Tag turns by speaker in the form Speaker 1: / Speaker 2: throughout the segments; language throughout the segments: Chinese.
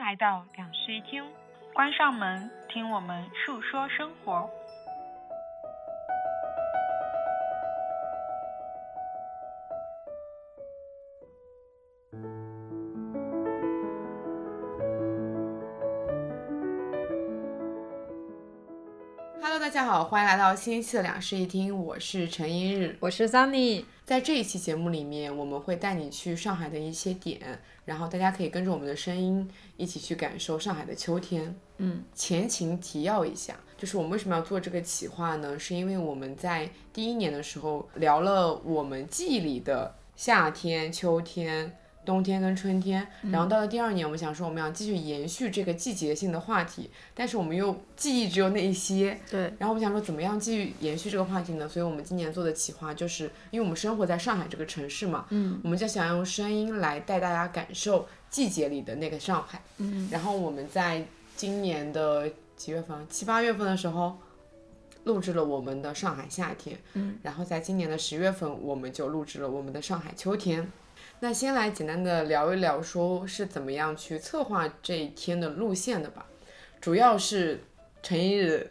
Speaker 1: 来到两室一厅，关上门，听我们述说生活。
Speaker 2: Hello，大家好，欢迎来到新一期的两室一厅，我是陈一日。
Speaker 3: 我是 Sunny，
Speaker 2: 在这一期节目里面，我们会带你去上海的一些点，然后大家可以跟着我们的声音一起去感受上海的秋天。
Speaker 3: 嗯，
Speaker 2: 前情提要一下，就是我们为什么要做这个企划呢？是因为我们在第一年的时候聊了我们记忆里的夏天、秋天。冬天跟春天，
Speaker 3: 嗯
Speaker 2: 然后到了第二年，我们想说我们要继续延续这个季节性的话题，但是我们又记忆只有那一些，
Speaker 3: 对，
Speaker 2: 然后我们想说，怎么样继续延续这个话题呢？所以我们今年做的企划，就是因为我们生活在上海这个城市嘛，
Speaker 3: 嗯，
Speaker 2: 我们就想用声音来带大家感受季节里的那个上海。
Speaker 3: 嗯，
Speaker 2: 然后我们在今年的几月份啊？七八月份的时候，录制了我们的上海夏天。
Speaker 3: 嗯，
Speaker 2: 然后在今年的十月份，我们就录制了我们的上海秋天。那先来简单的聊一聊，说是怎么样去策划这一天的路线的吧。主要是陈一日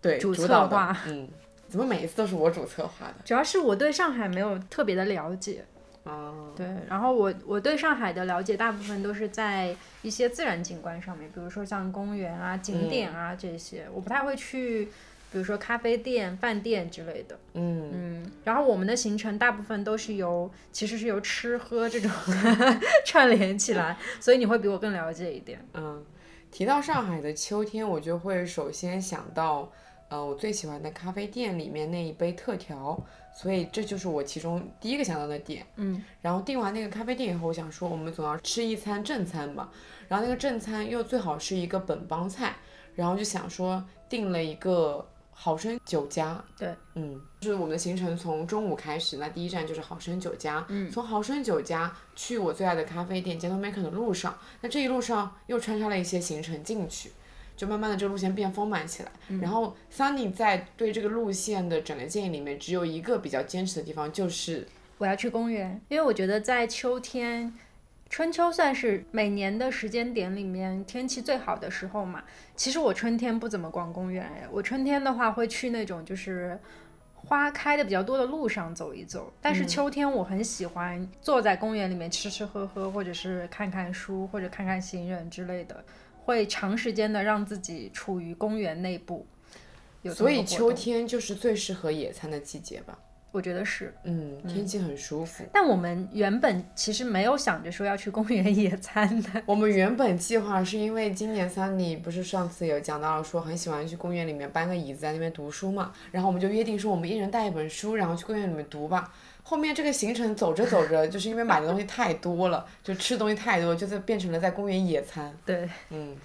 Speaker 2: 对
Speaker 3: 主
Speaker 2: 主
Speaker 3: 策
Speaker 2: 导的
Speaker 3: 划，
Speaker 2: 嗯，怎么每一次都是我主策划的？
Speaker 3: 主要是我对上海没有特别的了解，
Speaker 2: 哦、
Speaker 3: 对，然后我我对上海的了解大部分都是在一些自然景观上面，比如说像公园啊、景点啊、这些，我不太会去，比如说咖啡店、饭店之类的，
Speaker 2: 嗯，
Speaker 3: 嗯，然后我们的行程大部分都是由其实是由吃喝这种 串联起来，所以你会比我更了解一点，
Speaker 2: 嗯，提到上海的秋天，我就会首先想到，呃，我最喜欢的咖啡店里面那一杯特调，所以这就是我其中第一个想到的点。
Speaker 3: 嗯，
Speaker 2: 然后订完那个咖啡店以后，我想说我们总要吃一餐正餐吧，然后那个正餐又最好是一个本帮菜，然后就想说订了一个好生酒家，
Speaker 3: 对，
Speaker 2: 嗯，就是我们的行程从中午开始，那第一站就是好生酒家，嗯，从好生酒家去我最爱的咖啡店 Gentleman 的路上，那这一路上又穿插了一些行程进去。就慢慢的这个路线变丰满起来，然后 Sunny 在对这个路线的整个建议里面，只有一个比较坚持的地方，就是
Speaker 3: 我要去公园，因为我觉得在秋天、春秋算是每年的时间点里面天气最好的时候嘛。其实我春天不怎么逛公园，哎，我春天的话会去那种就是。花开的比较多的路上走一走，但
Speaker 2: 嗯
Speaker 3: 是秋天我很喜欢坐在公园里面吃吃喝喝，或者是看看书，或者看看行人之类的，会长时间的让自己处于公园内部。有这
Speaker 2: 所
Speaker 3: 么个
Speaker 2: 以
Speaker 3: 活
Speaker 2: 秋
Speaker 3: 动，
Speaker 2: 天就是最适合野餐的季节吧？
Speaker 3: 我觉得是。
Speaker 2: 嗯，天气很 舒服。
Speaker 3: 但我们原本其实没有想着说要去公园 野餐的，
Speaker 2: 我们原本计划是因为今年三里不是上次有讲到说很喜欢去公园里面搬个椅子在那边读书嘛，然后我们就约定说我们一人带一本书，然后去公园里面读吧。后面这个行程走着走着，就是因为买的东西太多了，就吃的东西太多，就是变成了在公园野餐。
Speaker 3: 对，
Speaker 2: 嗯，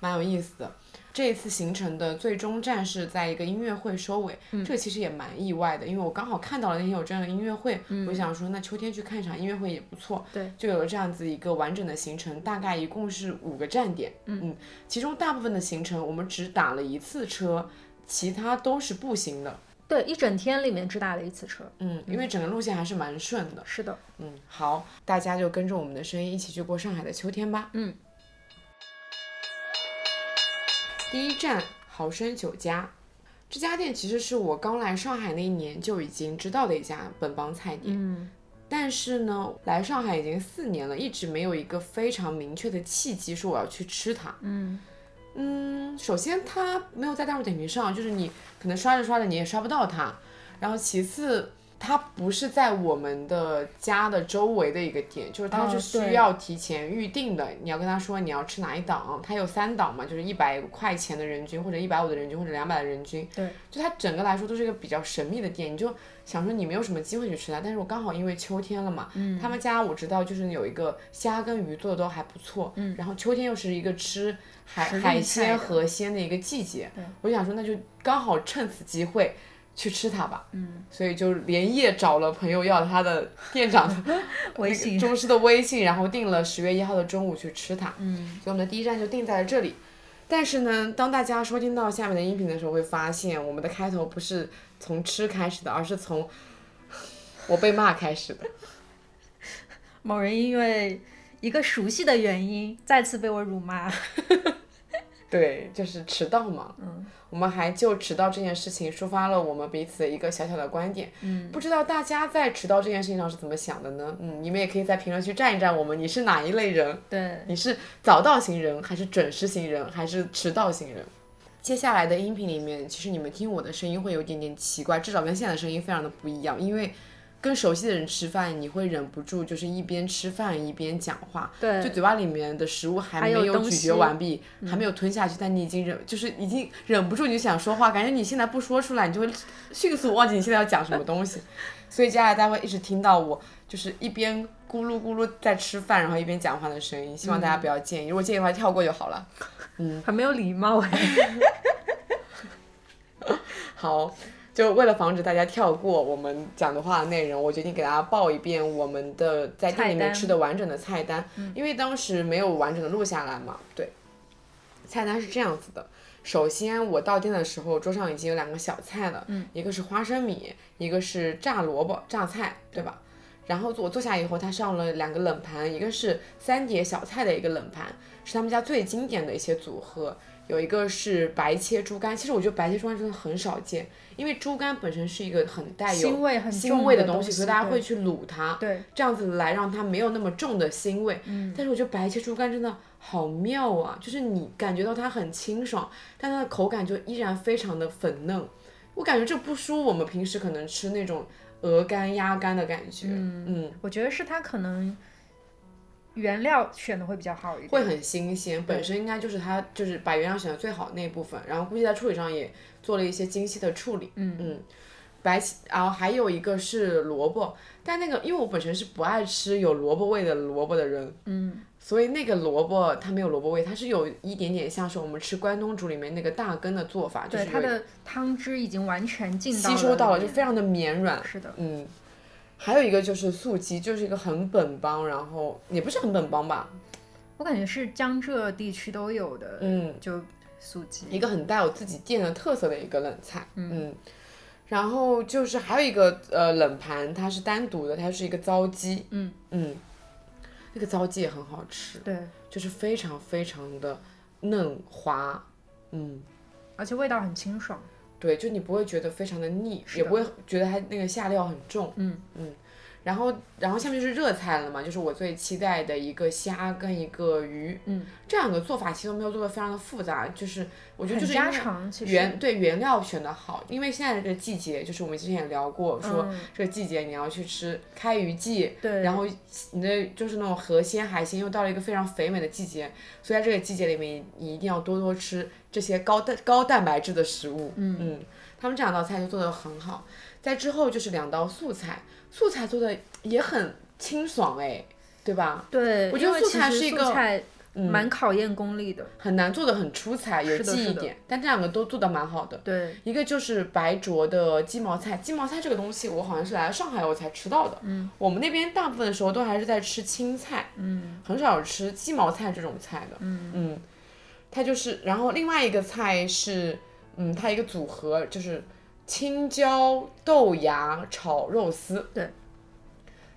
Speaker 2: 蛮有意思的。这一次行程的最终站是在一个音乐会收尾，
Speaker 3: 嗯
Speaker 2: 这个其实也蛮意外的，因为我刚好看到了那天有这样的音乐会，我就想说那秋天去看一场音乐会也不错，
Speaker 3: 嗯对，
Speaker 2: 就有了这样子一个完整的行程，大概一共是五个站点，嗯其中大部分的行程我们只打了一次车，其他都是步行的，
Speaker 3: 对，一整天里面只打了一次车，
Speaker 2: 嗯，因为整个路线还是蛮顺的，
Speaker 3: 是的，
Speaker 2: 嗯，好，大家就跟着我们的声音一起去过上海的秋天吧。
Speaker 3: 嗯。
Speaker 2: 第一站豪生酒家，这家店其实是我刚来上海那一年就已经知道的一家本帮菜店，
Speaker 3: 嗯，
Speaker 2: 但是呢，来上海已经四年了，一直没有一个非常明确的契机说我要去吃它。
Speaker 3: 嗯，
Speaker 2: 嗯，首先它没有在大众点评上，就是你可能刷着刷着你也刷不到它。然后其次，它不是在我们的家的周围的一个店，就是它
Speaker 3: 哦
Speaker 2: 是需
Speaker 3: 对
Speaker 2: 要提前预定的。你要跟他说你要吃哪一档，它有三档嘛，就是一百块钱的人均，或者一百五的人均，或者两百的人均。
Speaker 3: 对，
Speaker 2: 就它整个来说都是一个比较神秘的店，你就想说你没有什么机会去吃它。但是我刚好因为秋天了嘛，他们家我知道就是有一个虾跟鱼做的都还不错，然后秋天又是一个吃海
Speaker 3: 时令
Speaker 2: 海
Speaker 3: 菜
Speaker 2: 鲜
Speaker 3: 的
Speaker 2: 河鲜的一个季节，我就想说那就刚好趁此机会去吃它吧，嗯，所以就连夜找了朋友要了他的店长的
Speaker 3: 微
Speaker 2: 那个
Speaker 3: 信
Speaker 2: 中式的微信，然后定了十月一号的中午去吃它。
Speaker 3: 嗯，
Speaker 2: 所以我们的第一站就定在了这里。但是呢，当大家收听到下面的音频的时候，会发现我们的开头不是从吃开始的，而 是从我被骂开始的。
Speaker 3: 某人因为一个熟悉的原因，再次被我辱骂。
Speaker 2: 对，就是迟到嘛。
Speaker 3: 嗯，
Speaker 2: 我们还就迟到这件事情抒发了我们彼此一个小小的观点。
Speaker 3: 嗯，
Speaker 2: 不知道大家在迟到这件事情上是怎么想的呢？嗯，你们也可以在评论区站一站我们，你是哪一类人？
Speaker 3: 对，
Speaker 2: 你是早到型人，还是准时型人，还是迟到型人？接下来的音频里面，其实你们听我的声音会有一点点奇怪，至少跟现在的声音非常的不一样，因为跟熟悉的人吃饭，你会忍不住就是一边吃饭一边讲话，
Speaker 3: 对
Speaker 2: 就嘴巴里面的食物还
Speaker 3: 还
Speaker 2: 没
Speaker 3: 有东
Speaker 2: 咀
Speaker 3: 西
Speaker 2: 嚼完毕，还没有吞下去，但你已经忍，就是已经忍不住你就想说话，感觉你现在不说出来，你就会迅速忘记你现在要讲什么东西，所以接下来大家会一直听到我就是一边咕噜咕噜在吃饭，然后一边讲话的声音，希望大家不要介意，如果介意的话跳过就好了。嗯
Speaker 3: 很没有礼貌哎。
Speaker 2: 好，就为了防止大家跳过我们讲的话的内容，我决定给大家报一遍我们的在店里
Speaker 3: 菜
Speaker 2: 面
Speaker 3: 单嗯
Speaker 2: 吃的完整的菜单，因为当时没有完整的录下来嘛。对，菜单是这样子的。首先，我到店的时候，桌上已经有两个小菜了，
Speaker 3: 嗯
Speaker 2: 一个是花生米，一个是炸萝卜、榨菜，对吧？然后我坐下以后，他上了两个冷盘，一个是三碟小菜的一个冷盘，是他们家最经典的一些组合。有一个是白切猪肝，其实我觉得白切猪肝真的很少见，因为猪肝本身是一个很带有
Speaker 3: 腥味很
Speaker 2: 腥
Speaker 3: 重
Speaker 2: 味
Speaker 3: 的
Speaker 2: 东
Speaker 3: 东
Speaker 2: 西，
Speaker 3: 西
Speaker 2: 所以大家
Speaker 3: 对
Speaker 2: 会去卤它，
Speaker 3: 对，
Speaker 2: 这样子来让它没有那么重的腥味。嗯，但是我觉得白切猪肝真的好妙啊，就是你感觉到它很清爽，但它的口感就依然非常的粉嫩。我感觉这不输我们平时可能吃那种鹅肝、鸭肝的感觉，嗯，
Speaker 3: 我觉得是它可能原料选的会比较好一点。
Speaker 2: 会很新鲜。本身应该就是它就是把原料选的最好的那部分，然后估计在处理上也做了一些精细的处理。嗯嗯，白起，然后还有一个是萝卜，但那个因为我本身是不爱吃有萝卜味的萝卜的人，
Speaker 3: 嗯，
Speaker 2: 所以那个萝卜它没有萝卜味，它是有一点点像是我们吃关东煮里面那个大根的做法，啊就
Speaker 3: 对，
Speaker 2: 是
Speaker 3: 它
Speaker 2: 有
Speaker 3: 的汤汁已经完全进到
Speaker 2: 吸收到了，
Speaker 3: 里
Speaker 2: 就
Speaker 3: 面
Speaker 2: 非常的绵软。
Speaker 3: 是的，
Speaker 2: 嗯，还有一个就是素鸡，就是一个很本帮，然后也不是很本帮吧，
Speaker 3: 我感觉是江浙地区都有的，
Speaker 2: 嗯，
Speaker 3: 就素鸡。
Speaker 2: 一个很带有自己店的特色的一个冷菜，嗯。然后就是还有一个呃冷盘，它是单独的，它是一个糟鸡，
Speaker 3: 嗯
Speaker 2: 嗯，那个糟鸡也很好吃，
Speaker 3: 对，
Speaker 2: 就是非常非常的嫩滑，嗯，
Speaker 3: 而且味道很清爽。
Speaker 2: 对，就你不会觉得非常的腻，
Speaker 3: 是
Speaker 2: 也
Speaker 3: 的
Speaker 2: 不会觉得它那个下料很重，
Speaker 3: 嗯
Speaker 2: 嗯。然后，然后下面就是热菜了嘛，就是我最期待的一个虾跟一个鱼，
Speaker 3: 嗯，
Speaker 2: 这两个做法其实都没有做的非常的复杂，就是我觉得就
Speaker 3: 很
Speaker 2: 是
Speaker 3: 家
Speaker 2: 因为
Speaker 3: 常其实
Speaker 2: 原对原料选的好，因为现在这个季节，就是我们之前也聊过，说
Speaker 3: 嗯
Speaker 2: 这个季节你要去吃开鱼季，
Speaker 3: 对
Speaker 2: 然后你的就是那种河鲜海鲜又到了一个非常肥美的季节，所以在这个季节里面，你一定要多多吃这些高蛋高蛋白质的食物。嗯他们这两道菜就做的很好。在之后就是两道素菜，素菜做的也很清爽哎，对吧？
Speaker 3: 对，
Speaker 2: 我觉得
Speaker 3: 因为
Speaker 2: 素
Speaker 3: 其
Speaker 2: 菜
Speaker 3: 实
Speaker 2: 是一
Speaker 3: 素
Speaker 2: 个嗯
Speaker 3: 菜蛮考验功力的。
Speaker 2: 很难做的很出彩，有
Speaker 3: 是的
Speaker 2: 记忆
Speaker 3: 是的
Speaker 2: 点，但这两个都做的蛮好的。
Speaker 3: 对，
Speaker 2: 一个就是白灼的鸡毛菜，鸡毛菜这个东西我好像是来上海我才吃到的。嗯，我们那边大部分的时候都还是在吃青菜，嗯，很少吃鸡毛菜这种菜的。嗯它就是，然后另外一个菜是，嗯，它一个组合就是青椒豆芽炒肉丝。
Speaker 3: 对。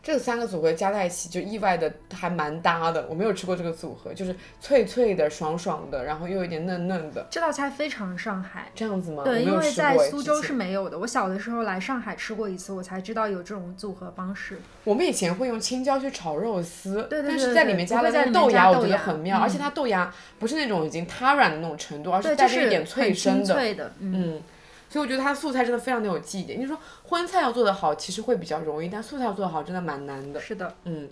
Speaker 2: 这三个组合加在一起就意外的还蛮搭的，我没有吃过这个组合，就是脆脆的、爽爽的，然后又有一点嫩嫩的，
Speaker 3: 这道菜非常上海。
Speaker 2: 这样子吗？
Speaker 3: 对，
Speaker 2: 我没
Speaker 3: 因
Speaker 2: 有
Speaker 3: 为
Speaker 2: 吃
Speaker 3: 在
Speaker 2: 过哎
Speaker 3: 苏
Speaker 2: 之
Speaker 3: 州
Speaker 2: 前
Speaker 3: 是没有的。我小的时候来上海吃过一次，我才知道有这种组合方式。
Speaker 2: 我们以前会用青椒去炒肉丝，
Speaker 3: 对对
Speaker 2: 但是
Speaker 3: 对
Speaker 2: 在
Speaker 3: 对
Speaker 2: 里面加
Speaker 3: 不会
Speaker 2: 了
Speaker 3: 在
Speaker 2: 那个
Speaker 3: 里面
Speaker 2: 豆
Speaker 3: 加
Speaker 2: 芽，我
Speaker 3: 豆
Speaker 2: 觉得
Speaker 3: 芽嗯
Speaker 2: 很妙，而且它豆芽不是那种已经塌软的那种程度，而
Speaker 3: 对，
Speaker 2: 带
Speaker 3: 就
Speaker 2: 着一
Speaker 3: 是
Speaker 2: 点脆
Speaker 3: 很
Speaker 2: 生
Speaker 3: 清
Speaker 2: 的，
Speaker 3: 脆的，嗯，
Speaker 2: 嗯。所以我觉得它素菜真的非常的有记忆点。你说荤菜要做得好，其实会比较容易，但素菜要做得好真的蛮难的。
Speaker 3: 是的，
Speaker 2: 嗯，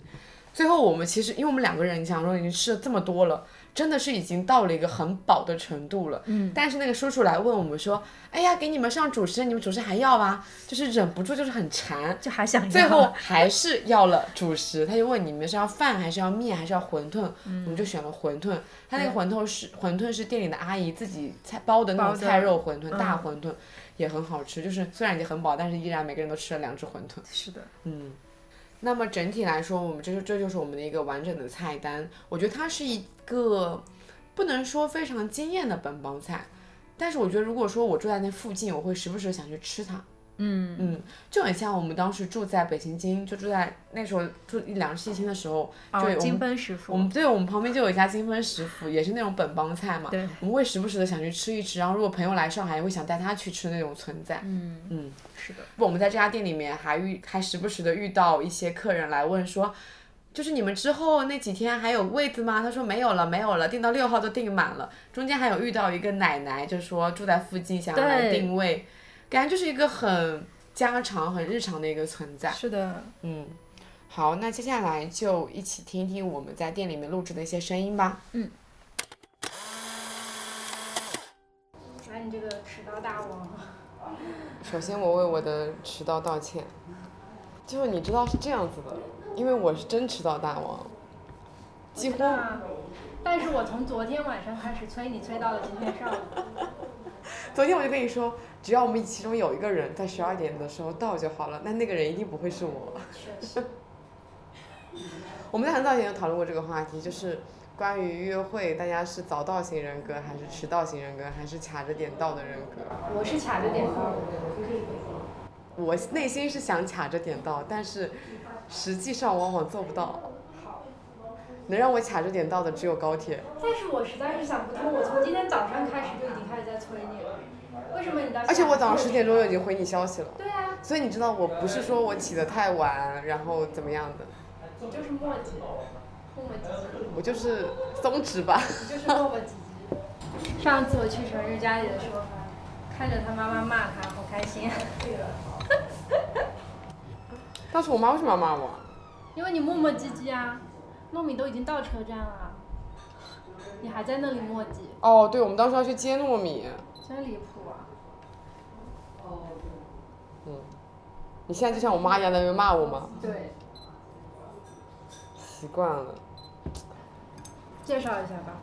Speaker 2: 最后我们其实因为我们两个人，你想说已经吃了这么多了，真的是已经到了一个很饱的程度了。嗯，但是那个叔叔来问我们说，哎呀，给你们上主食，你们主食还要吗？就是忍不住就是很馋。
Speaker 3: 就还想要
Speaker 2: 最后还是要了主食，他就问你们是要饭还是要面还是要馄饨，
Speaker 3: 嗯
Speaker 2: 我们就选了馄饨。他那个馄饨是馄饨是店里的阿姨自己菜包的那种
Speaker 3: 包的
Speaker 2: 菜肉馄饨，大
Speaker 3: 嗯
Speaker 2: 馄饨也很好吃，就是虽然已经很饱，但是依然每个人都吃了两只馄饨。
Speaker 3: 是的，
Speaker 2: 嗯，那么整体来说，我们这就这就是我们的一个完整的菜单。我觉得它是一个不能说非常惊艳的本帮菜，但是我觉得如果说我住在那附近，我会时不时地想去吃它。
Speaker 4: 嗯
Speaker 2: 嗯，就很像我们当时住在北京金，就住在那时候住一两室一厅的时候，就
Speaker 4: 哦，
Speaker 2: 我
Speaker 4: 金
Speaker 2: 们
Speaker 4: 分食府，
Speaker 2: 我们对我们旁边就有一家金分食府，也是那种本帮菜嘛。
Speaker 4: 对
Speaker 2: 我们会时不时的想去吃一吃，然后如果朋友来上海，也会想带他去吃那种存在。
Speaker 4: 嗯
Speaker 2: 嗯，
Speaker 4: 是的，
Speaker 2: 不，我们在这家店里面还遇还时不时的遇到一些客人来问说，就是你们之后那几天还有位子吗？他说没有了，没有了，订到六号都订满了。中间还有遇到一个奶奶，就说住在附近想要来
Speaker 4: 对
Speaker 2: 定位，感觉就是一个很家常、很日常的一个存在。
Speaker 4: 是的，
Speaker 2: 嗯，好，那接下来就一起听一听我们在店里面录制的一些声音吧。
Speaker 4: 嗯来你这个迟到大王，啊
Speaker 5: 首先，我为我的迟到道歉。就是你知道是这样子的，因为我是真迟到大王， 几乎
Speaker 4: 但是我从昨天晚上开始催你，催到了今天 上午。
Speaker 5: 昨天我就跟你说，只要我们其中有一个人在十二点的时候到就好了，那那个人一定不会是我。
Speaker 4: 确实，
Speaker 5: 我们在很早以前就讨论过这个话题，就是关于约会，大家是早到型人格，还是迟到型人格，还是卡着点到的人格？
Speaker 4: 我是卡着点到的。
Speaker 5: 我内心是想卡着点到，但是实际上往往做不到。能让我卡着点到的只有高铁。
Speaker 4: 但是我实在是想不通，我从今天早上开始就已经开始在催你了，为什么你到？
Speaker 5: 而且我早上十。点钟就已经回你消息了，
Speaker 4: 对啊，
Speaker 5: 所以你知道我不是说我起得太晚，然后怎么样的，
Speaker 4: 你就是磨叽，磨磨唧唧。
Speaker 5: 我就是松弛吧。
Speaker 4: 就是磨磨唧唧。 上次我去生日家里的时候，看着他妈妈骂他，好开 心。啊
Speaker 5: 当时我妈为什么要骂我？啊
Speaker 4: 因为你磨磨唧唧啊，糯米都已经到车站了，你还在那里磨叽，
Speaker 5: 哦，对，我们当时要去接糯米。
Speaker 4: 真离谱啊！
Speaker 5: 嗯你现在就像我妈一样在那边骂我吗？
Speaker 4: 对，
Speaker 5: 习惯了。
Speaker 4: 介绍一下吧。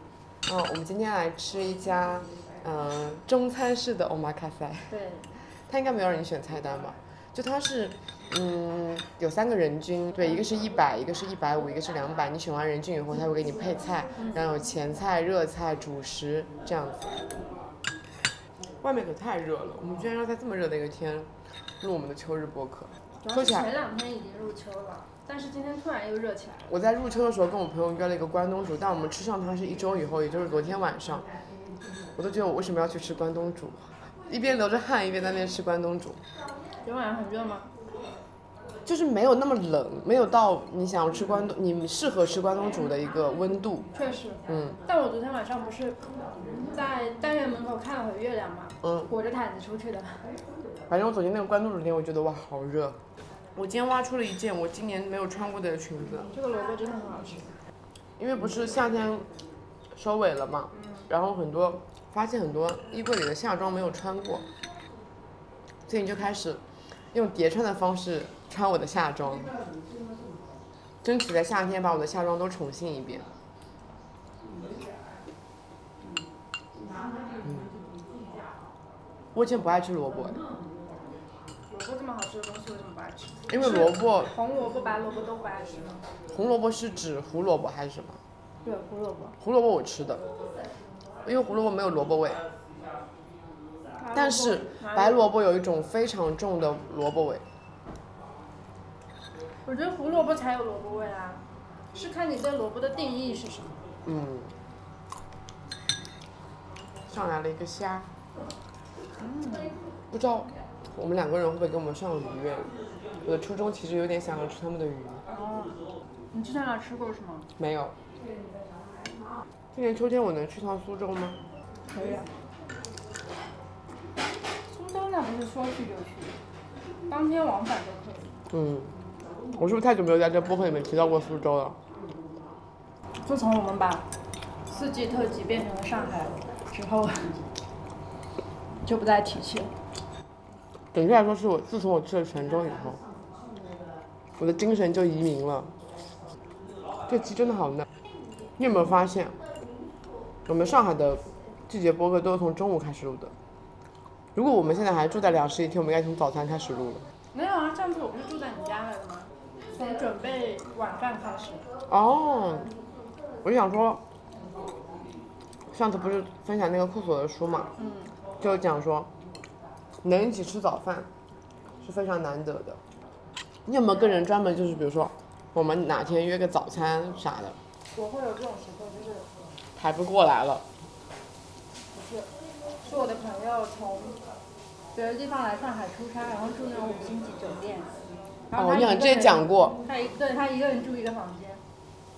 Speaker 5: 嗯，我们今天来吃一家，嗯、中餐式的 omakase。
Speaker 4: 对，
Speaker 5: 它应该没有让你选菜单吧？就它是，嗯，有三个人均，对，一个是一百，一个是一百五，一个是两百。你选完人均以后，它会给你配菜，然后有前菜、热菜、主食这样子。外面可太热了，我们居然要在这么热的一个天录我们的秋日播客。
Speaker 4: 主要
Speaker 5: 说
Speaker 4: 是
Speaker 5: 起来
Speaker 4: 前两天已经入秋了，但是今天突然又热起来了。
Speaker 5: 我在入秋的时候跟我朋友约了一个关东煮，但我们吃上它是一周以后，也就是昨天晚上。我都觉得我为什么要去吃关东煮，一边流着汗一边在那边吃关东煮。
Speaker 4: 今晚上很热吗？
Speaker 5: 就是没有那么冷，没有到你想要吃关东，你适合吃关东煮的一个温度。
Speaker 4: 确实。
Speaker 5: 嗯。
Speaker 4: 但我昨天晚上不是在单元门口看了会月亮吗？
Speaker 5: 嗯，
Speaker 4: 裹着毯子出去的。
Speaker 5: 反正我走进那个关东煮店，我觉得哇，好热。我今天挖出了一件我今年没有穿过的裙子，
Speaker 4: 这个萝卜真的很好吃。
Speaker 5: 因为不是夏天收尾了嘛，然后很多发现很多衣柜里的夏装没有穿过，所以你就开始用叠穿的方式穿我的夏装，争取在夏天把我的夏装都重新一遍。嗯，我以前不爱吃萝卜的，
Speaker 4: 萝卜这么好吃的东西，为什么不爱吃？
Speaker 5: 因为萝卜
Speaker 4: 红萝卜、白萝卜都不爱吃吗？
Speaker 5: 红萝卜是指胡萝卜还是什么？
Speaker 4: 对，胡萝卜。
Speaker 5: 胡萝卜我吃的，因为胡萝卜没有萝卜味。但是白
Speaker 4: 萝
Speaker 5: 萝卜有一种非常重的萝卜味，
Speaker 4: 卜，我觉得胡萝卜才有萝卜味啊，是看你对萝卜的定义是什么。
Speaker 5: 嗯。上来了一个虾，
Speaker 4: 嗯
Speaker 5: 不知道我们两个人会不会给我们上鱼哎？我的初衷其实有点想要吃他们的鱼，
Speaker 4: 哦，你去那哪吃过是吗？
Speaker 5: 没有。今年秋天我能去趟苏州吗？
Speaker 4: 可以啊。苏州那不是说去就去，当天往返都可以。
Speaker 5: 嗯，我是不是太久没有在这播客里面提到过苏州了？
Speaker 4: 自从我们把四季特辑变成了上海之后，就不再提起了。
Speaker 5: 准确来说，是我自从我去了泉州以后，我的精神就移民了。这期真的好嫩，你有没有发现，我们上海的季节播客都是从中午开始录的？如果我们现在还住在两室一厅，我们应该从早餐开始录了。
Speaker 4: 没有啊，上次我不是住在你家来的吗？从准备晚饭开始。
Speaker 5: 哦，我就想说，上次不是分享那个库索的书嘛，
Speaker 4: 嗯，
Speaker 5: 就讲说能一起吃早饭，是非常难得的。你有没有跟人专门就是比如说，我们哪天约个早餐啥的？
Speaker 4: 我会有这种情况，就是
Speaker 5: 排不过来了，
Speaker 4: 是我的朋友从别的地方来上海出差，然后住那种五星级酒店，然后
Speaker 5: 哦，
Speaker 4: 他一
Speaker 5: 你
Speaker 4: 个
Speaker 5: 好
Speaker 4: 人
Speaker 5: 像之前讲过，
Speaker 4: 他一对他一个人住一个房间，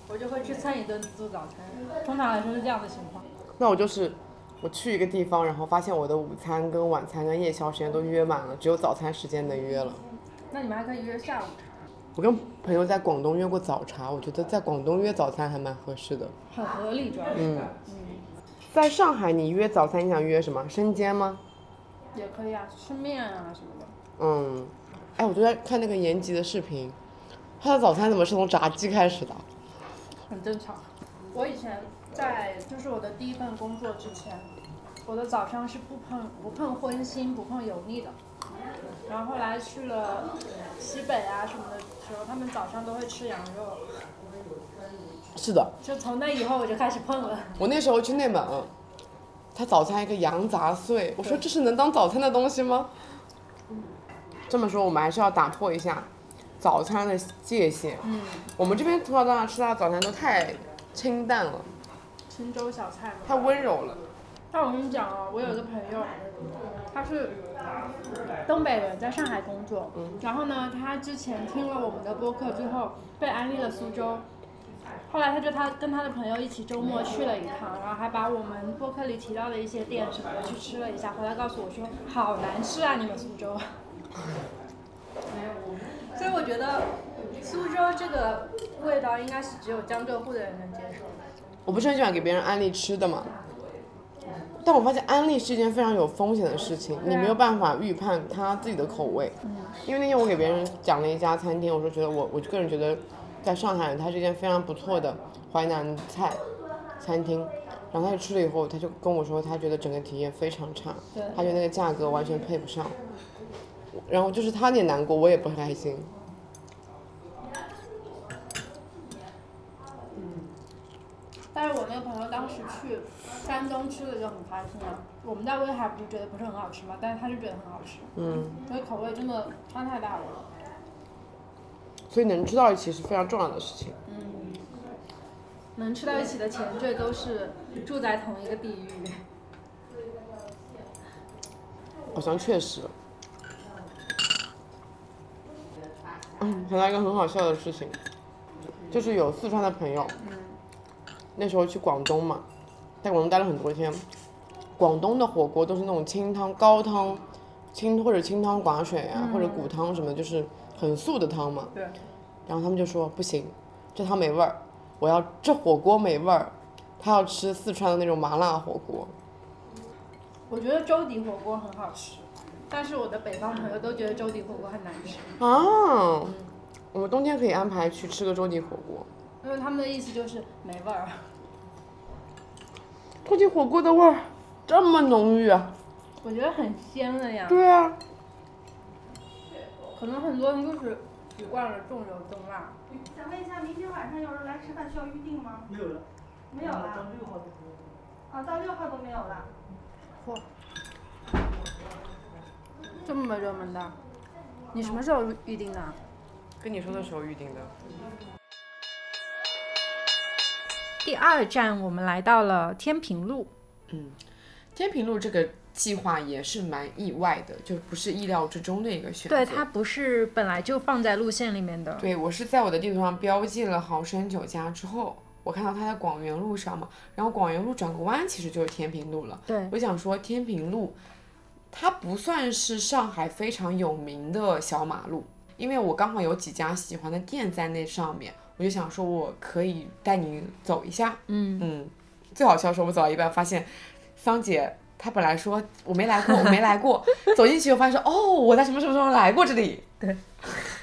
Speaker 4: 我就会去蹭一顿自助早餐。通常来说是这样的情况。
Speaker 5: 那我就是我去一个地方，然后发现我的午餐跟晚餐跟夜宵时间都约满了，只有早餐时间能约了。
Speaker 4: 那你们还可以约下午
Speaker 5: 我跟朋友在广东约过早茶，我觉得在广东约早餐还蛮合适的。
Speaker 4: 茶，很合理，主要是、
Speaker 5: 嗯，在上海你约早餐，你想约什么？生煎吗？
Speaker 4: 也可以啊，吃面啊什么的。
Speaker 5: 嗯，哎，我昨天看那个延吉的视频，他的早餐怎么是从炸鸡开始的？
Speaker 4: 很正常。我以前在就是我的第一份工作之前，我的早上是不碰不碰荤腥不碰油腻的。
Speaker 2: 嗯
Speaker 4: 然后后来去了西北啊什么的时候，他们早上都会吃羊肉，
Speaker 5: 是的，
Speaker 4: 就从那以后我就开始碰了。
Speaker 5: 我那时候去内蒙，他早餐一个羊杂碎，我说这是能当早餐的东西吗？这么说，我们还是要打破一下早餐的界限。嗯，我们这边从小到大吃到的早餐都太清淡了，
Speaker 4: 郴州小菜嘛。
Speaker 5: 太温柔了。
Speaker 4: 但我跟你讲哦，我有一个朋友，他是东北人，在上海工作。然后呢，他之前听了我们的播客之后，被安利了苏州。后来他就他跟他的朋友一起周末去了一趟，然后还把我们播客里提到的一些店什么的去吃了一下，回来告诉我说好难吃啊，你们苏州。 所以我觉得苏州这个味道应该是只有江浙沪的人能接受的。
Speaker 5: 我不是很喜欢给别人安利吃的嘛，但我发现安利是一件非常有风险的事情，你没有办法预判他自己的口味。因为那天我给别人讲了一家餐厅，我说觉得我我个人觉得，在上海它是一件非常不错的淮南菜餐厅，然后他去吃了以后，他就跟我说他觉得整个体验非常差，他觉得那个价格完全配不上，然后就是他也难过，我也不开心。
Speaker 4: 但是我那个朋友当时去山东吃的就很开心啊。我们在威海不是觉得不是很好吃嘛，但是他就觉得很好吃，
Speaker 5: 嗯，
Speaker 4: 因为口味真的差太大了。
Speaker 5: 所以能吃到一起是非常重要的事情。
Speaker 4: 嗯能吃到一起的前缀都是住在同一个地域。
Speaker 5: 好像确实。嗯，想到一个很好笑的事情，就是有四川的朋友，那时候去广东嘛，在广东待了很多天。广东的火锅都是那种清汤、高汤、清或者清汤寡水啊，或者骨汤什么，就是很素的汤嘛。
Speaker 4: 对。
Speaker 5: 然后他们就说不行，这汤没味儿，我要这火锅没味儿，他要吃四川的那种麻辣火锅。
Speaker 4: 我觉得粥底火锅很好吃，但是我的北方朋友都觉得粥底火锅很难吃，
Speaker 5: 啊，我们冬天可以安排去吃个粥底火锅。
Speaker 4: 因为他们的意思就是没味儿。
Speaker 5: 粥底火锅的味儿这么浓郁啊！
Speaker 4: 我觉得很鲜的呀，
Speaker 5: 对啊，
Speaker 4: 可能很多人就是习惯了重油重辣。
Speaker 6: 想问一下，明天晚上有人来吃饭需要预定吗？没有了。没有了。到六号都没有。啊，到六号都没有了。
Speaker 4: 这么热门的，你什么时候预定的？啊
Speaker 5: 跟你说的时候预定的。
Speaker 3: 第二站我们来到了呃天平路，
Speaker 5: 嗯
Speaker 2: 天平路这个计划也是蛮意外的，就不是意料之中的一个选择。
Speaker 3: 对，它不是本来就放在路线里面的。
Speaker 2: 对我是在我的地图上标记了豪生酒家之后，我看到它在广元路上嘛，然后广元路转个弯其实就是天平路了。
Speaker 3: 对，
Speaker 2: 我想说天平路，它不算是上海非常有名的小马路，因为我刚好有几家喜欢的店在那上面，我就想说我可以带你走一下。
Speaker 3: 嗯
Speaker 2: 嗯，最好笑的是我走到一半发现，桑姐。她本来说我没来过，我没来过，走进去我发现说哦，我在什么什么时候来过这里，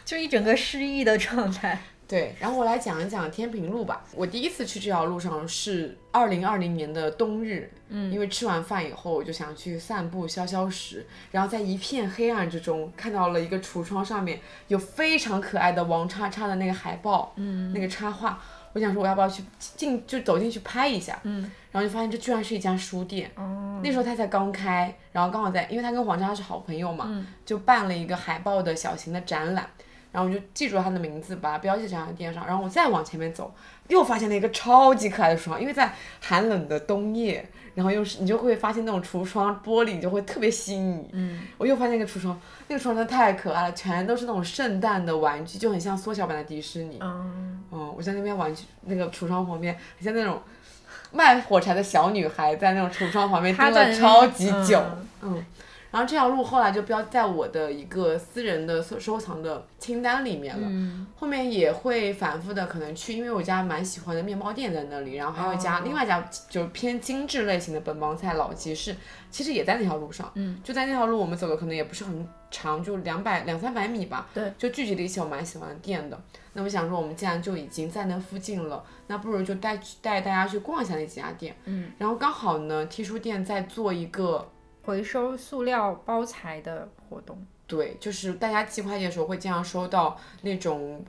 Speaker 3: 就一整个失忆的状态。
Speaker 2: 对，然后我来讲一讲天平路吧。我第一次去这条路上是二零二零年的冬日，嗯，因为吃完饭以后我就想去散步消消食，然后在一片黑暗之中看到了一个橱窗上面有非常可爱的王叉叉的那个海报，嗯，那个插画，我想说我要不要去进就走进去拍一下，嗯，哦然后就发现这居然是一家书店，
Speaker 3: 哦
Speaker 2: 嗯那时候他才刚开，然后刚好在，因为他跟黄莎是好朋友嘛，
Speaker 3: 嗯
Speaker 2: 就办了一个海报的小型的展览。然后我就记住他的名字，把它标记在他的店上。然后我再往前面走，又发现了一个超级可爱的书窗，因为在寒冷的冬夜，然后又是你就会发现那种橱窗玻璃就会特别吸引你。嗯，我又发现一个橱窗，那个橱窗真的太可爱了，全都是那种圣诞的玩具，就很像缩小版的迪士尼。
Speaker 3: 嗯，
Speaker 2: 嗯，我在那边玩具那个橱窗旁边，很像那种卖火柴的小女孩在那种橱窗旁边
Speaker 3: 他
Speaker 2: 盯
Speaker 3: 在
Speaker 2: 了
Speaker 3: 那
Speaker 2: 超
Speaker 3: 边
Speaker 2: 级
Speaker 3: 嗯
Speaker 2: 久。嗯，然后这条路后来就标在我的一个私人的收收藏的清单里面了。
Speaker 7: 嗯
Speaker 2: 后面也会反复的可能去，因为我家蛮喜欢的面包店在那里，然后还有一家、另外一家就是偏精致类型的本帮菜老集市，其实也在那条路上。嗯，就在那条路我们走的可能也不是很长，就两百两三百米吧。
Speaker 3: 对，
Speaker 2: 就聚集了一些我蛮喜欢的店的。那我想说，我们既然就已经在那附近了，那不如就带去带大家去逛一下那几家店。嗯，然后刚好呢，T 书店在做一个
Speaker 3: 回收塑料包材的活动，
Speaker 2: 对，就是大家寄快递的时候会经常收到那种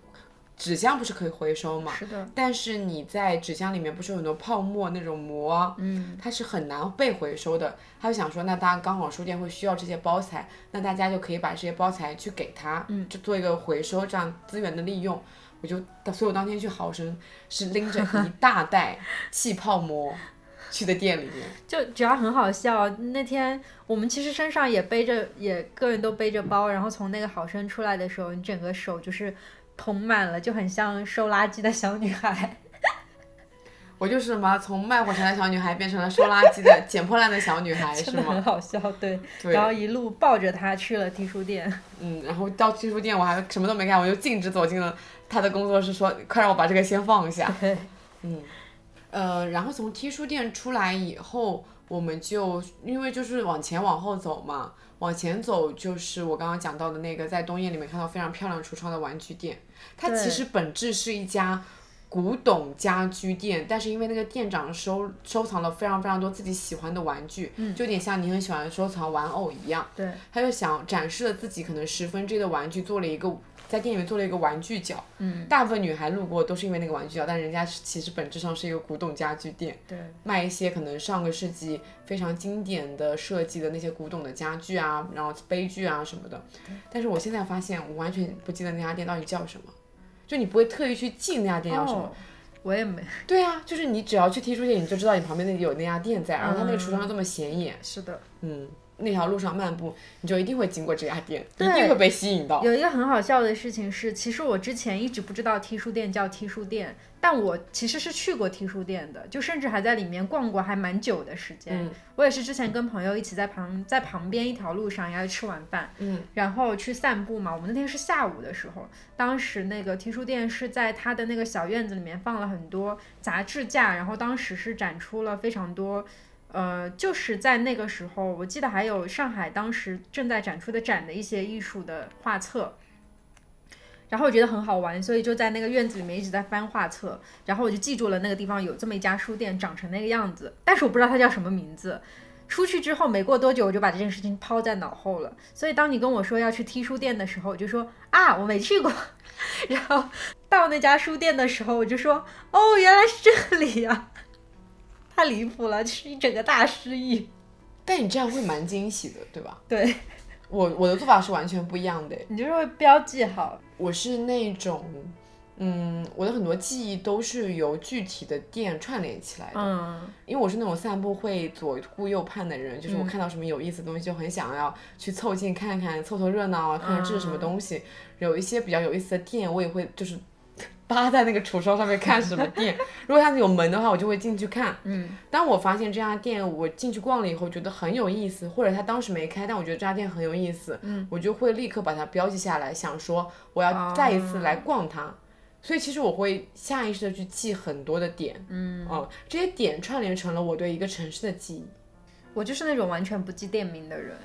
Speaker 2: 纸箱，不是可以回收嘛？
Speaker 3: 是的，
Speaker 2: 但是你在纸箱里面不是有很多泡沫那种膜啊，
Speaker 3: 嗯，
Speaker 2: 它是很难被回收的。他就想说，那大家刚好书店会需要这些包材，那大家就可以把这些包材去给他，嗯，就做一个回收，这样资源的利用。我就，所以我当天去豪生是拎着一大袋气泡膜去的店里面，
Speaker 3: 就主要很好笑。那天我们其实身上也背着，也个人都背着包，然后从那个好声出来的时候，你整个手就是捧满了，就很像收垃圾的小女孩。
Speaker 2: 我就是什么从卖火柴的小女孩变成了收垃圾的捡破烂的小女孩，是
Speaker 3: 真的
Speaker 2: 吗
Speaker 3: 很？好笑，对。
Speaker 2: 对
Speaker 3: 然后一路抱着他去了 T 书店，
Speaker 2: 嗯，然后到技术店我还什么都没干，我就径直走进了他的工作室，说：“快让我把这个先放下。 嗯
Speaker 3: 对，”
Speaker 2: 呃，然后从 T 书店出来以后，我们就因为就是往前往后走嘛，往前走就是我刚刚讲到的那个在冬夜里面看到非常漂亮橱窗的玩具店，它其
Speaker 3: 对
Speaker 2: 实本质是一家。古董家居店，但是因为那个店长收收藏了非常非常多自己喜欢的玩具，就有点像你很喜欢收藏玩偶一样。
Speaker 3: 对，
Speaker 5: 嗯
Speaker 2: 他就想展示了自己可能十分之一的玩具，做了一个在店里面做了一个玩具角。嗯，大部分女孩路过都是因为那个玩具角，但人家是其实本质上是一个古董家具店，
Speaker 3: 对，
Speaker 2: 卖一些可能上个世纪非常经典的设计的那些古董的家具啊，然后杯具啊什么的。但是我现在发现，我完全不记得那家店到底叫什么。就你不会特意去记那家店叫什么，
Speaker 3: 哦，我也没，
Speaker 2: 对啊，就是你只要去 T 书店，你就知道你旁边那有那家店在，然后它那个橱窗又这么显眼，
Speaker 3: 嗯是的。
Speaker 2: 嗯，那条路上漫步，你就一定会经过这家店，一
Speaker 3: 对
Speaker 2: 定会被吸引到。
Speaker 3: 有一个很好笑的事情是，其实我之前一直不知道 T 书店叫 T 书店，但我其实是去过 T 书店的，就甚至还在里面逛过还蛮久的时间。
Speaker 2: 嗯
Speaker 3: 我也是之前跟朋友一起在旁在旁边一条路上，然后吃晚饭，
Speaker 2: 嗯，
Speaker 3: 然后去散步嘛。我们那天是下午的时候，当时那个 T 书店是在它的那个小院子里面放了很多杂志架，然后当时是展出了非常多。呃，就是在那个时候，我记得还有上海当时正在展出的展的一些艺术的画册，然后我觉得很好玩，所以就在那个院子里面一直在翻画册，然后我就记住了那个地方有这么一家书店，长成那个样子，但是我不知道它叫什么名字。出去之后没过多久，我就把这件事情抛在脑后了。所以当你跟我说要去 T 书店的时候，我就说啊，我没去过。 然后到那家书店的时候，我就说哦，原来是这里呀、 太离谱了，就是一整个大失忆。
Speaker 2: 但你这样会蛮惊喜的，对吧？
Speaker 3: 对，
Speaker 2: 我我的做法是完全不一样的，
Speaker 3: 你就是会标记好，
Speaker 2: 我是那种，嗯，我的很多记忆都是由具体的店串联起来的，
Speaker 3: 嗯，
Speaker 2: 因为我是那种散步会左顾右盼的人，就是我看到什么有意思的东西就很想要去凑近看看，凑凑热闹啊，看看这是什么东
Speaker 3: 嗯
Speaker 2: 西。有一些比较有意思的店，我也会就是 扒在那个橱窗上面看什么店。如果它有门的话，我就会进去看。
Speaker 3: 嗯，
Speaker 2: 当我发现这家店我进去逛了以后觉得很有意思，或者它当时没开，但我觉得这家店很有意思，嗯，哦我就会立刻把它标记下来，想说我要再一次来逛它。所以其实我会下意识的去记很多的点，嗯，这些点串联成了我对一个城市的记忆。
Speaker 3: 我就是那种完全不记店名的人。